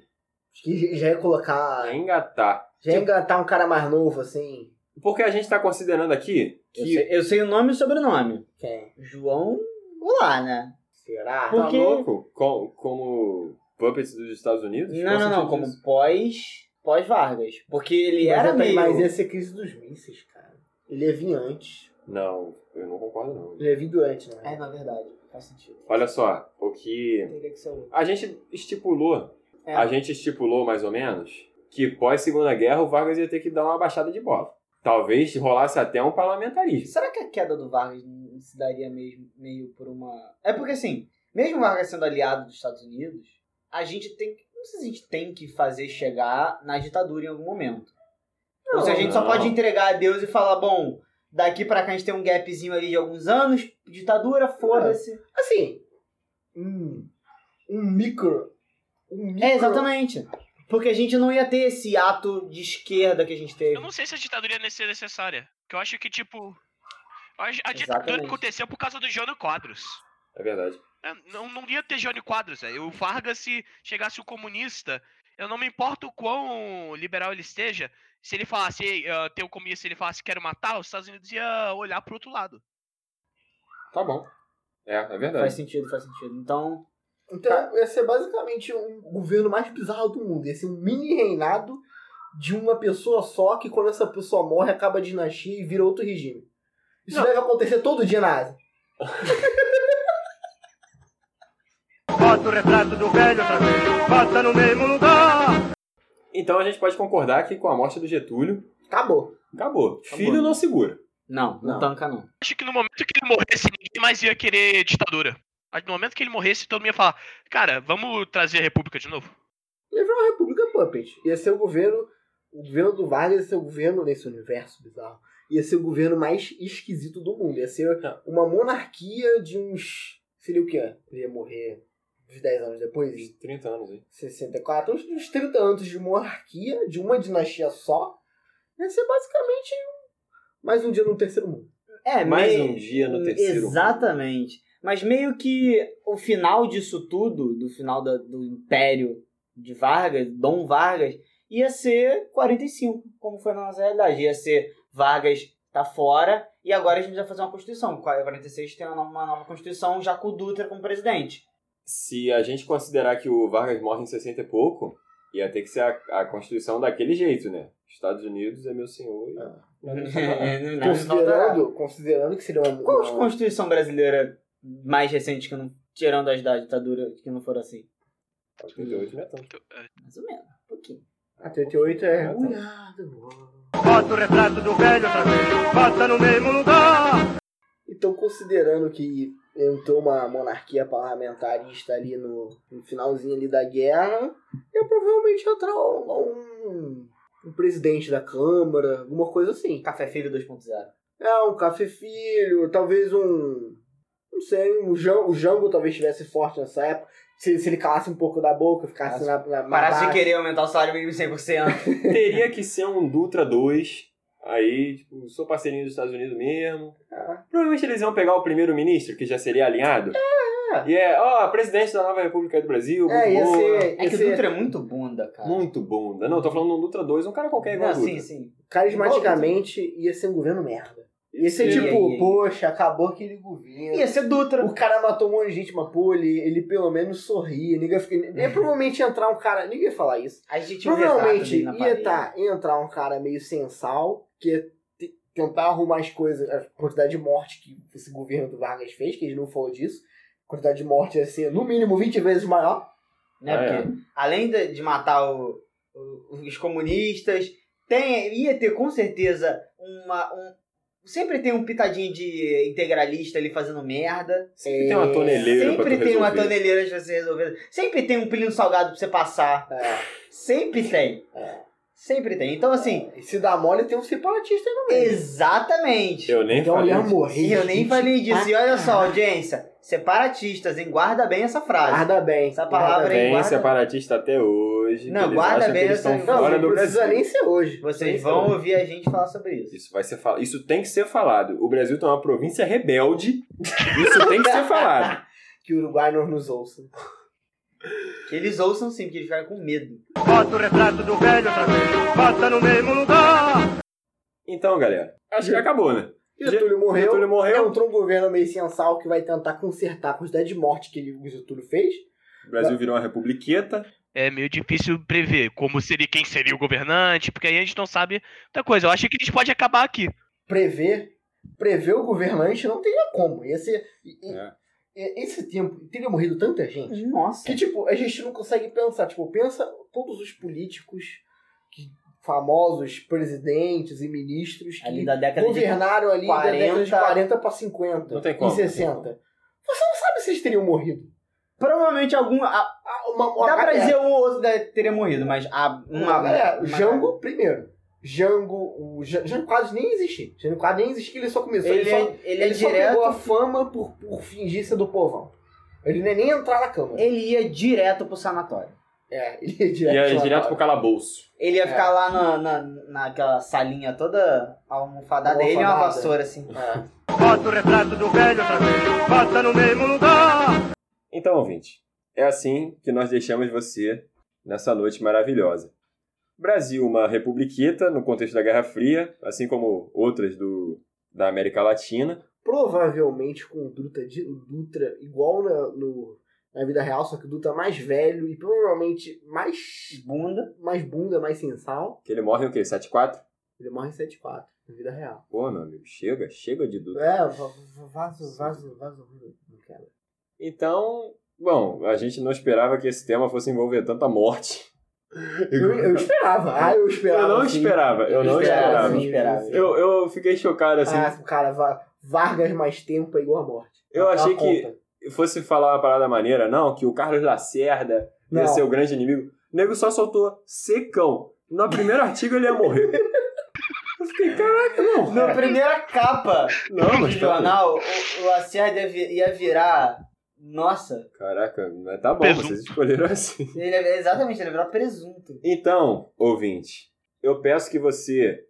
Speaker 7: Acho que já ia
Speaker 5: Já ia
Speaker 7: colocar.
Speaker 5: engatar.
Speaker 7: Já ia engatar um cara mais novo, assim.
Speaker 5: Porque a gente tá considerando aqui
Speaker 6: Eu
Speaker 5: que. tá
Speaker 6: sei, eu sei o nome e o sobrenome.
Speaker 7: Quem?
Speaker 6: João Goulart, né?
Speaker 7: é, Será?
Speaker 5: Tá
Speaker 6: porque-
Speaker 5: louco? Com- como puppets dos Estados Unidos?
Speaker 6: Não,
Speaker 5: Qual
Speaker 6: não, não,
Speaker 5: sentido
Speaker 6: como
Speaker 5: disso?
Speaker 6: pós... Pós-Vargas. Porque ele
Speaker 7: mas, é
Speaker 6: era
Speaker 7: ia- mas ia
Speaker 6: meio...
Speaker 7: ser crise dos mísseis, cara. Ele ia vir antes.
Speaker 5: Não, eu não concordo, não.
Speaker 7: Ele ia vir durante, né?
Speaker 6: É, na verdade, faz sentido.
Speaker 5: Olha só, o que.
Speaker 6: Teria que ser um. o...
Speaker 5: A gente estipulou.
Speaker 6: É.
Speaker 5: A gente estipulou mais ou menos que pós Segunda Guerra o Vargas ia ter que dar uma baixada de bola. Talvez rolasse até um parlamentarismo.
Speaker 6: Será que a queda do Vargas não se daria mesmo, meio por uma. É porque assim, mesmo o Vargas sendo aliado dos Estados Unidos, a gente tem que. Não sei se a gente tem que fazer chegar na ditadura em algum momento. Ou se a gente só
Speaker 5: Não.
Speaker 6: pode entregar a Deus e falar, bom, daqui pra cá a gente tem um gapzinho ali de alguns anos, ditadura, foda-se.
Speaker 7: Assim, um, um micro. Um micro.
Speaker 6: É, exatamente. Porque a gente não ia ter esse ato de esquerda que a gente teve.
Speaker 2: Eu não sei se a ditadura ia ser necessária. Porque eu acho que, tipo. eu acho- A ditadura
Speaker 6: Exatamente.
Speaker 2: aconteceu por causa do Jânio Quadros.
Speaker 5: É verdade.
Speaker 2: É, Não, não ia ter Jânio Quadros, né? O Vargas, se chegasse o comunista, eu não me importo o quão liberal ele esteja, se ele falasse, "Ei, ah, tem o comunista, se ele falasse quero matar, os Estados Unidos ia olhar pro outro lado.
Speaker 5: Tá bom. É, é
Speaker 6: Faz
Speaker 5: verdade.
Speaker 6: sentido, faz sentido. Então,
Speaker 7: Então ia ser basicamente um governo mais bizarro do mundo. Ia ser um mini reinado de uma pessoa só que quando essa pessoa morre acaba a dinastia e vira outro regime. Isso deve acontecer todo dia na Ásia.
Speaker 8: Bota o retrato do velho outra vez, bota no mesmo lugar.
Speaker 5: Então a gente pode concordar que com a morte do Getúlio,
Speaker 7: Acabou.
Speaker 5: acabou. Filho não segura.
Speaker 6: não, não,
Speaker 7: Não.
Speaker 6: tanca não.
Speaker 2: Acho que no momento que ele morresse, ninguém mais ia querer ditadura. Mas No momento que ele morresse, todo mundo ia falar, cara, vamos trazer a república de novo?
Speaker 7: Ia virar uma república puppet. Ia ser o governo. O governo do Vargas ia ser o governo nesse universo bizarro. Ia ser o governo mais esquisito do mundo. Ia ser
Speaker 5: Tá.
Speaker 7: uma monarquia de uns. Seria o quê? Ele ia morrer uns 10 anos depois?
Speaker 5: Uns 30 anos aí.
Speaker 7: 64, uns, uns 30 anos de monarquia, de uma dinastia só, ia ser basicamente um- mais um dia no terceiro mundo.
Speaker 6: É,
Speaker 5: Mais
Speaker 6: meio-
Speaker 5: um dia no terceiro.
Speaker 6: Exatamente. Mas meio que o final disso tudo, do final da- do Império de Vargas, Dom Vargas, ia ser 45, como foi na nossa realidade. Ia ser Vargas tá fora e agora a gente vai fazer uma Constituição. 46 tem uma nova- uma nova Constituição, já com o Dutra como presidente.
Speaker 5: Se a gente considerar que o Vargas morre em 60 e pouco, ia ter que ser a, a Constituição daquele jeito, né? Estados Unidos é meu senhor. e- Nada me separa.
Speaker 6: Nada alterado.
Speaker 7: Considerando, considerando que seria uma.
Speaker 6: Qual a
Speaker 7: uma
Speaker 6: Constituição brasileira mais recente que não. Tirando as da ditadura que não foram assim?
Speaker 5: 88 não é tanto.
Speaker 6: Mais ou menos, um pouquinho.
Speaker 7: a 38 é.
Speaker 5: Tá.
Speaker 7: Olhada, mano.
Speaker 8: Bota o retrato do velho outra vez, bota no mesmo lugar.
Speaker 7: Então, considerando que entrou uma monarquia parlamentarista ali no, no finalzinho ali da guerra, eu provavelmente ia entrar um, um presidente da Câmara, alguma coisa assim.
Speaker 6: Café Filho 2.0.
Speaker 7: É, um café filho, talvez um. Não sei, um Jango, o Jango talvez estivesse forte nessa época. Se, se ele calasse um pouco da boca, ficasse na, na na
Speaker 6: Parasse de
Speaker 7: base.
Speaker 6: querer aumentar o salário mínimo em 100%.
Speaker 5: Teria que ser um Dutra 2. Aí, tipo, sou parceirinho dos Estados Unidos mesmo.
Speaker 7: Ah.
Speaker 5: Provavelmente eles iam pegar o primeiro-ministro, que já seria alinhado.
Speaker 7: É.
Speaker 5: E é, ó, presidente da nova República do Brasil, muito
Speaker 7: É, ia
Speaker 5: boa.
Speaker 7: ser,
Speaker 6: É
Speaker 7: ia
Speaker 6: que o
Speaker 7: ser
Speaker 6: Dutra é muito bunda, cara.
Speaker 5: Muito bunda. Não, tô falando de um Dutra 2, um cara qualquer igual
Speaker 6: Não,
Speaker 5: ao Dutra.
Speaker 6: sim, sim.
Speaker 7: carismaticamente ia ser um governo merda. Ia ser
Speaker 6: Sim.
Speaker 7: tipo,
Speaker 6: Ia, ia.
Speaker 7: poxa, acabou aquele governo.
Speaker 6: Ia ser Dutra.
Speaker 7: O cara matou um monte de gente, mas pô, ele, ele pelo menos sorria. Ninguém fica... É provavelmente ia entrar um cara. Ninguém ia falar isso.
Speaker 6: A gente tinha um retrato
Speaker 7: Provavelmente
Speaker 6: dele na
Speaker 7: ia
Speaker 6: parede.
Speaker 7: tá, ia entrar um cara meio sensal, que ia te- tentar arrumar as coisas, a quantidade de morte que esse governo do Vargas fez, que ele não falou disso. A quantidade de morte ia ser no mínimo 20 vezes maior.
Speaker 6: Né?
Speaker 5: Ah, é.
Speaker 6: Porque além de, de matar o- o- os comunistas, tem, ia ter com certeza uma. um- sempre tem um pitadinho de integralista ali fazendo merda.
Speaker 5: Sempre tem uma toneleira pra tu
Speaker 6: Sempre tem uma
Speaker 5: resolver.
Speaker 6: toneleira pra você resolver. Sempre tem um pilinho salgado pra você passar.
Speaker 7: É,
Speaker 6: Sempre tem.
Speaker 7: É.
Speaker 6: Sempre tem. Então, assim,
Speaker 7: e se dá mole, tem um separatista aí no meio.
Speaker 6: exatamente.
Speaker 5: É. Eu nem
Speaker 7: Então ele
Speaker 5: falei.
Speaker 7: ia
Speaker 5: disso.
Speaker 7: morrer.
Speaker 6: E eu nem
Speaker 7: gente,
Speaker 6: falei disso.
Speaker 7: pra
Speaker 6: E olha só,
Speaker 7: caralho.
Speaker 6: audiência, separatistas, hein? Guarda bem essa frase.
Speaker 7: Guarda bem.
Speaker 6: Essa palavra
Speaker 7: guarda
Speaker 6: aí.
Speaker 5: Tem
Speaker 6: guarda-
Speaker 5: separatista até hoje.
Speaker 6: Não,
Speaker 5: que eles
Speaker 6: guarda
Speaker 5: acham
Speaker 6: bem
Speaker 5: que eles
Speaker 6: essa-
Speaker 5: estão
Speaker 7: Não,
Speaker 5: fora
Speaker 7: não
Speaker 5: do
Speaker 7: precisa
Speaker 5: Brasil.
Speaker 7: nem ser hoje.
Speaker 6: Vocês
Speaker 7: Nem
Speaker 6: vão
Speaker 7: ser hoje.
Speaker 6: ouvir a gente falar sobre isso.
Speaker 5: Isso vai ser fal... Isso tem que ser falado. O Brasil tá uma província rebelde. Isso tem que ser falado.
Speaker 7: Que o Uruguai não nos ouça.
Speaker 6: Que eles ouçam sim, porque eles ficaram com medo.
Speaker 8: Bota o retrato do velho outra vez, bota no mesmo lugar.
Speaker 5: Então, galera, acho que acabou, né?
Speaker 7: Getúlio morreu.
Speaker 5: Getúlio morreu.
Speaker 7: Entrou um governo meio sensal que vai tentar consertar a quantidade de morte que ele, o Getúlio fez.
Speaker 5: O Brasil virou uma republiqueta.
Speaker 2: É meio difícil prever como seria quem seria o governante, porque aí a gente não sabe da coisa. Eu acho que a gente pode acabar aqui.
Speaker 7: Prever, prever o governante não teria como. Ia ser, e- e-
Speaker 5: É.
Speaker 7: e- esse tempo teria morrido tanta gente.
Speaker 6: Nossa.
Speaker 7: Que, tipo, a gente não consegue pensar. Tipo, pensa todos os políticos, que, famosos presidentes e ministros que
Speaker 6: Ali da década de...
Speaker 7: governaram ali da década de
Speaker 6: 40.
Speaker 7: 40 para 50
Speaker 5: Não tem como,
Speaker 7: e
Speaker 5: não tem
Speaker 7: 60. Você não sabe se eles teriam morrido.
Speaker 6: Provavelmente algum... a-
Speaker 7: Ah, uma- uma
Speaker 6: dá pra
Speaker 7: galera.
Speaker 6: dizer um ou outro deve- teria morrido, mas a, uma...
Speaker 7: É,
Speaker 6: uma-
Speaker 7: Jango, primeiro. Jango, o Jan- Jango Quadros nem existia. Jango Quadros nem existia, ele só começou. Ele,
Speaker 6: Ele,
Speaker 7: só,
Speaker 6: é, ele é
Speaker 7: ele só
Speaker 6: direto...
Speaker 7: pegou a fama por, por fingir ser do povão. Ele não ia nem entrar na Câmara.
Speaker 6: Ele ia direto pro sanatório.
Speaker 7: É, ele ia
Speaker 5: E
Speaker 7: direto,
Speaker 5: é
Speaker 7: lá
Speaker 5: direto
Speaker 7: pra-
Speaker 5: pro calabouço.
Speaker 6: Ele ia
Speaker 7: É.
Speaker 6: ficar lá na, na, naquela salinha toda almofadada. Ele e uma
Speaker 7: Almofadada.
Speaker 6: vassoura, assim.
Speaker 7: É.
Speaker 8: Bota o retrato do velho outra vez, bota no mesmo lugar.
Speaker 5: Então, ouvinte, é assim que nós deixamos você nessa noite maravilhosa. Brasil, uma republiquita no contexto da Guerra Fria, assim como outras do, da América Latina.
Speaker 7: Provavelmente com o Dutra, de- o Dutra igual na, no- na vida real, só que o Dutra é mais velho e provavelmente mais,
Speaker 6: Bunda.
Speaker 7: mais bunda, mais sensal.
Speaker 5: Que ele morre o quê? 7-4?
Speaker 7: Ele morre em 7-4, na vida real.
Speaker 5: Pô, meu amigo, chega, chega de dúvida.
Speaker 7: É, vaso, vaso, vaso, não quero.
Speaker 5: Então, bom, a gente não esperava que esse tema fosse envolver tanta morte.
Speaker 7: Eu, eu esperava, ah, eu esperava.
Speaker 5: Eu não
Speaker 7: sim.
Speaker 5: esperava, eu não
Speaker 6: Esperava,
Speaker 5: esperava.
Speaker 6: sim. esperava.
Speaker 5: Eu, eu fiquei chocado, assim.
Speaker 7: Ah, cara, Va- Vargas mais tempo é igual a morte.
Speaker 5: Eu achei
Speaker 7: Ela
Speaker 5: que-
Speaker 7: conta.
Speaker 5: fosse falar uma parada maneira, não, que o Carlos Lacerda ia
Speaker 7: Não.
Speaker 5: ser o grande inimigo. O nego só soltou secão. No primeiro artigo ele ia morrer. Eu fiquei, caraca, não.
Speaker 6: Na
Speaker 2: é.
Speaker 6: primeira capa
Speaker 5: Não,
Speaker 6: do
Speaker 5: mas tá bom.
Speaker 6: jornal, o, o Lacerda ia vi- ia virar... Nossa,
Speaker 5: Caraca, mas tá bom,
Speaker 2: Presunto.
Speaker 5: vocês escolheram assim.
Speaker 6: ele ia- exatamente, ele ia virar presunto.
Speaker 5: Então, ouvinte, eu peço que você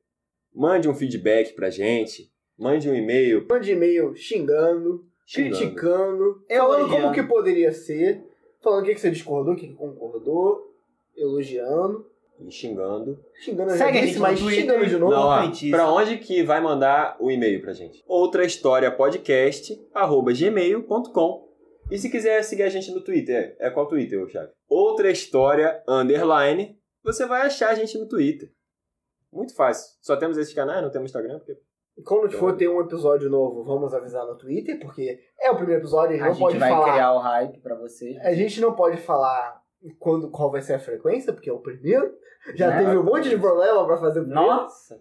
Speaker 5: mande um feedback pra gente, mande um e-mail.
Speaker 7: Mande e-mail xingando,
Speaker 5: Xingando.
Speaker 7: criticando,
Speaker 6: É Elogiando.
Speaker 7: falando como que poderia ser, falando o que, que você discordou, o que, que concordou, elogiando,
Speaker 5: me Xingando.
Speaker 7: xingando eu já
Speaker 6: Segue a
Speaker 7: disse,
Speaker 6: gente
Speaker 7: mas
Speaker 6: no Twitter.
Speaker 7: xingando de novo.
Speaker 5: Não,
Speaker 2: ah.
Speaker 5: ó,
Speaker 6: importantíssimo.
Speaker 5: pra onde que vai mandar o e-mail pra gente? Outra História Podcast, arroba gmail.com. E se quiser seguir a gente no Twitter, é qual Twitter, ô Chave? Outra História Underline, você vai achar a gente no Twitter. Muito fácil. Só temos esses canais, não temos Instagram. Porque...
Speaker 7: Quando for ter um episódio novo, vamos avisar no Twitter, porque é o primeiro episódio, a gente
Speaker 6: A
Speaker 7: não
Speaker 6: gente
Speaker 7: pode
Speaker 6: vai
Speaker 7: falar.
Speaker 6: criar o hype pra vocês.
Speaker 7: A gente não pode falar quando, qual vai ser a frequência, porque é o primeiro. Já
Speaker 6: Né?
Speaker 7: teve um monte de problema pra fazer o primeiro.
Speaker 6: Nossa!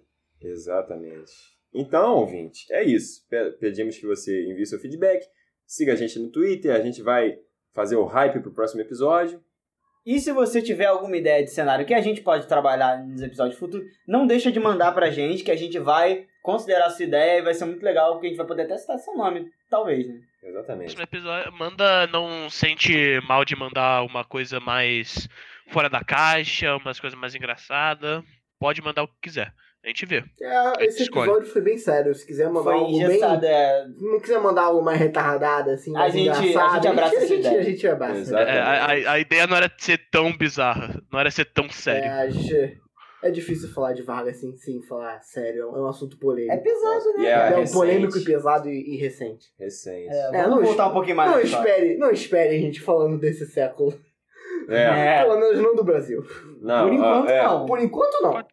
Speaker 5: Exatamente. Então, ouvinte, é isso. Pe- Pedimos que você envie seu feedback, siga a gente no Twitter, a gente vai fazer o hype pro próximo episódio.
Speaker 6: E se você tiver alguma ideia de cenário que a gente pode trabalhar nos episódios futuros, não deixa de mandar pra gente, que a gente vai considerar essa ideia e vai ser muito legal, porque a gente vai poder até citar seu nome, talvez, né?
Speaker 5: Exatamente.
Speaker 2: Próximo episódio, manda, não sente mal de mandar uma coisa mais fora da caixa, umas coisas mais engraçadas. Pode mandar o que quiser. A gente vê.
Speaker 7: É, esse
Speaker 2: Escolhe.
Speaker 7: episódio foi bem sério. Se quiser mandar
Speaker 6: Foi
Speaker 7: algo bem.
Speaker 6: engessado, é.
Speaker 7: Se não quiser mandar algo mais retardado, assim,
Speaker 6: A
Speaker 7: mais
Speaker 6: gente- a gente
Speaker 7: engraçado,
Speaker 6: abraça
Speaker 7: a
Speaker 6: essa
Speaker 7: gente,
Speaker 6: ideia.
Speaker 7: A gente abraça.
Speaker 5: Exato.
Speaker 2: É, a, a- a ideia não era de ser tão bizarra, não era ser tão
Speaker 7: É,
Speaker 2: sério.
Speaker 7: a gente- é difícil falar de Vargas assim, sem falar sério. É um assunto
Speaker 6: É
Speaker 7: polêmico.
Speaker 6: pesado, né?
Speaker 5: E é,
Speaker 7: um
Speaker 5: recente,
Speaker 7: polêmico e pesado e, e recente.
Speaker 5: Recente.
Speaker 6: É,
Speaker 7: É,
Speaker 6: vamos
Speaker 7: não
Speaker 6: voltar
Speaker 7: es-
Speaker 6: um pouquinho mais.
Speaker 7: não,
Speaker 6: na história.
Speaker 7: espere, não espere a gente falando desse século.
Speaker 5: É.
Speaker 6: É.
Speaker 7: Pelo menos não do Brasil.
Speaker 5: Não,
Speaker 6: Por
Speaker 5: ó,
Speaker 6: enquanto,
Speaker 5: é,
Speaker 6: não.
Speaker 7: Por enquanto, não.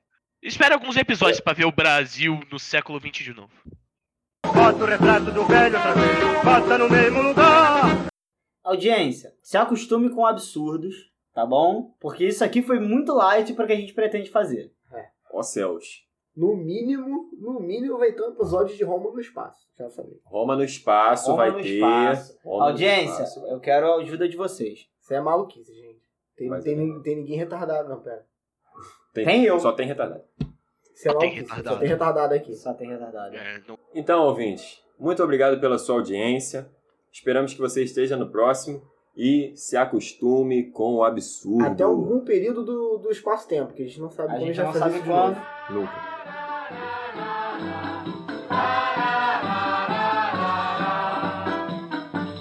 Speaker 2: Espera alguns episódios pra ver o Brasil no século XX de novo.
Speaker 8: Bota o retrato do velho outra vez, bota no mesmo lugar.
Speaker 6: Audiência, se acostume com absurdos, tá bom? Porque isso aqui foi muito light pra que a gente pretende fazer.
Speaker 5: Ó céus.
Speaker 7: No mínimo, no mínimo vai ter um episódio de Roma no espaço. Já falei.
Speaker 5: Roma no espaço
Speaker 6: Roma
Speaker 5: vai
Speaker 6: no
Speaker 5: ter.
Speaker 6: espaço.
Speaker 5: Roma no
Speaker 6: Audiência,
Speaker 5: espaço.
Speaker 6: eu quero a ajuda de vocês.
Speaker 7: Isso é maluquice, gente. Tem,
Speaker 5: Mas
Speaker 7: tem,
Speaker 5: é.
Speaker 7: nin- tem ninguém retardado, não, pera.
Speaker 6: Tem eu.
Speaker 5: Só tem retardado.
Speaker 7: Isso é
Speaker 2: Só tem
Speaker 7: maluquice. Só
Speaker 2: retardado.
Speaker 7: tem retardado aqui.
Speaker 6: Só tem retardado.
Speaker 2: É, não-
Speaker 5: Então, ouvinte, muito obrigado pela sua audiência. Esperamos que você esteja no próximo e se acostume com o absurdo.
Speaker 7: Até algum período do, do espaço-tempo, que a gente não sabe
Speaker 6: A
Speaker 7: quando
Speaker 6: gente
Speaker 7: vai
Speaker 6: não
Speaker 7: fazer
Speaker 6: sabe
Speaker 7: isso de novo.
Speaker 6: quando.
Speaker 5: Nunca.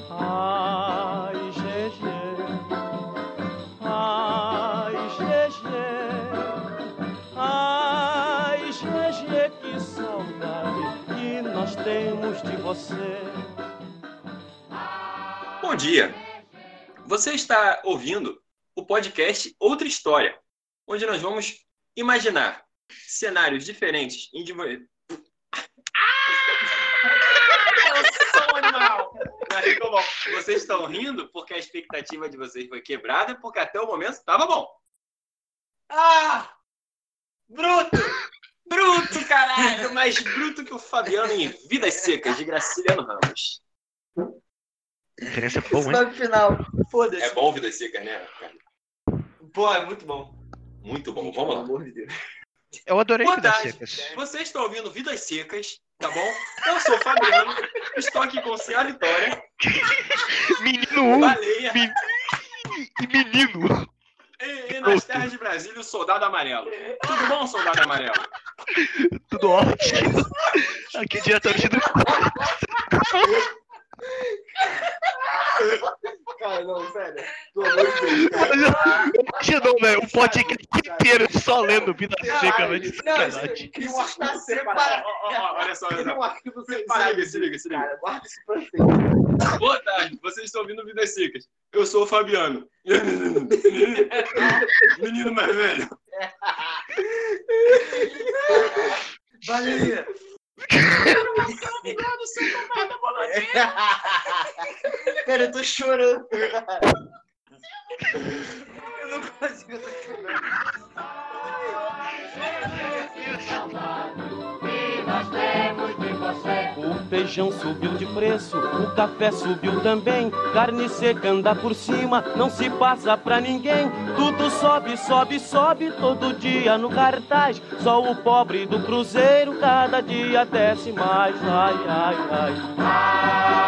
Speaker 8: Ai, Gegê, ai, Gegê, ai, Gegê, que saudade que nós temos de você.
Speaker 5: Bom dia! Você está ouvindo o podcast Outra História, onde nós vamos imaginar cenários diferentes em diver- Ah, eu sou um animal! Mas ficou bom. Vocês estão rindo porque a expectativa de vocês foi quebrada, porque até o momento estava bom. Ah! Bruto! Bruto, caralho! Mais bruto que o Fabiano em Vidas Secas, de Graciliano Ramos.
Speaker 2: Referência é bom, hein?
Speaker 6: final.
Speaker 5: É bom Vidas Secas, né? Cara? Pô, é muito bom. Muito bom, vamos lá.
Speaker 2: Eu adorei
Speaker 5: Boa
Speaker 2: Vidas
Speaker 5: tarde.
Speaker 2: Secas.
Speaker 5: Você está ouvindo Vidas Secas, tá bom? Eu sou o Fabiano, estou aqui com Cia Vitória,
Speaker 2: Menino 1
Speaker 5: Baleia
Speaker 2: e menino.
Speaker 5: e, e nas terras de Brasília o Soldado Amarelo. Tudo bom, Soldado Amarelo?
Speaker 2: Tudo ótimo. Aqui diretamente do.
Speaker 7: Cara, não, sério. Pelo amor de Deus, cara.
Speaker 2: Imagina, não, velho. O podcast inteiro só lendo Vida Seca, velho. de
Speaker 5: Não,
Speaker 7: é
Speaker 2: Sacanagem.
Speaker 5: isso, isso está separado. Ó, ó, ó, olha só, olha
Speaker 7: Tem
Speaker 5: só.
Speaker 7: um arquivo sem
Speaker 5: Se liga, se liga, se liga.
Speaker 7: cara. Guarda isso pra sempre.
Speaker 5: Boa tarde, vocês estão ouvindo Vidas Secas. Eu sou o Fabiano. Menino mais velho. Baleia.
Speaker 10: Cara, eu tô chorando. Eu não consigo, eu tô chorando.
Speaker 8: O feijão subiu de preço, o café subiu também. Carne seca anda por cima, não se passa pra ninguém. Tudo sobe, sobe, sobe, todo dia no cartaz. Só o pobre do cruzeiro cada dia desce mais. Ai, ai, ai. Ai,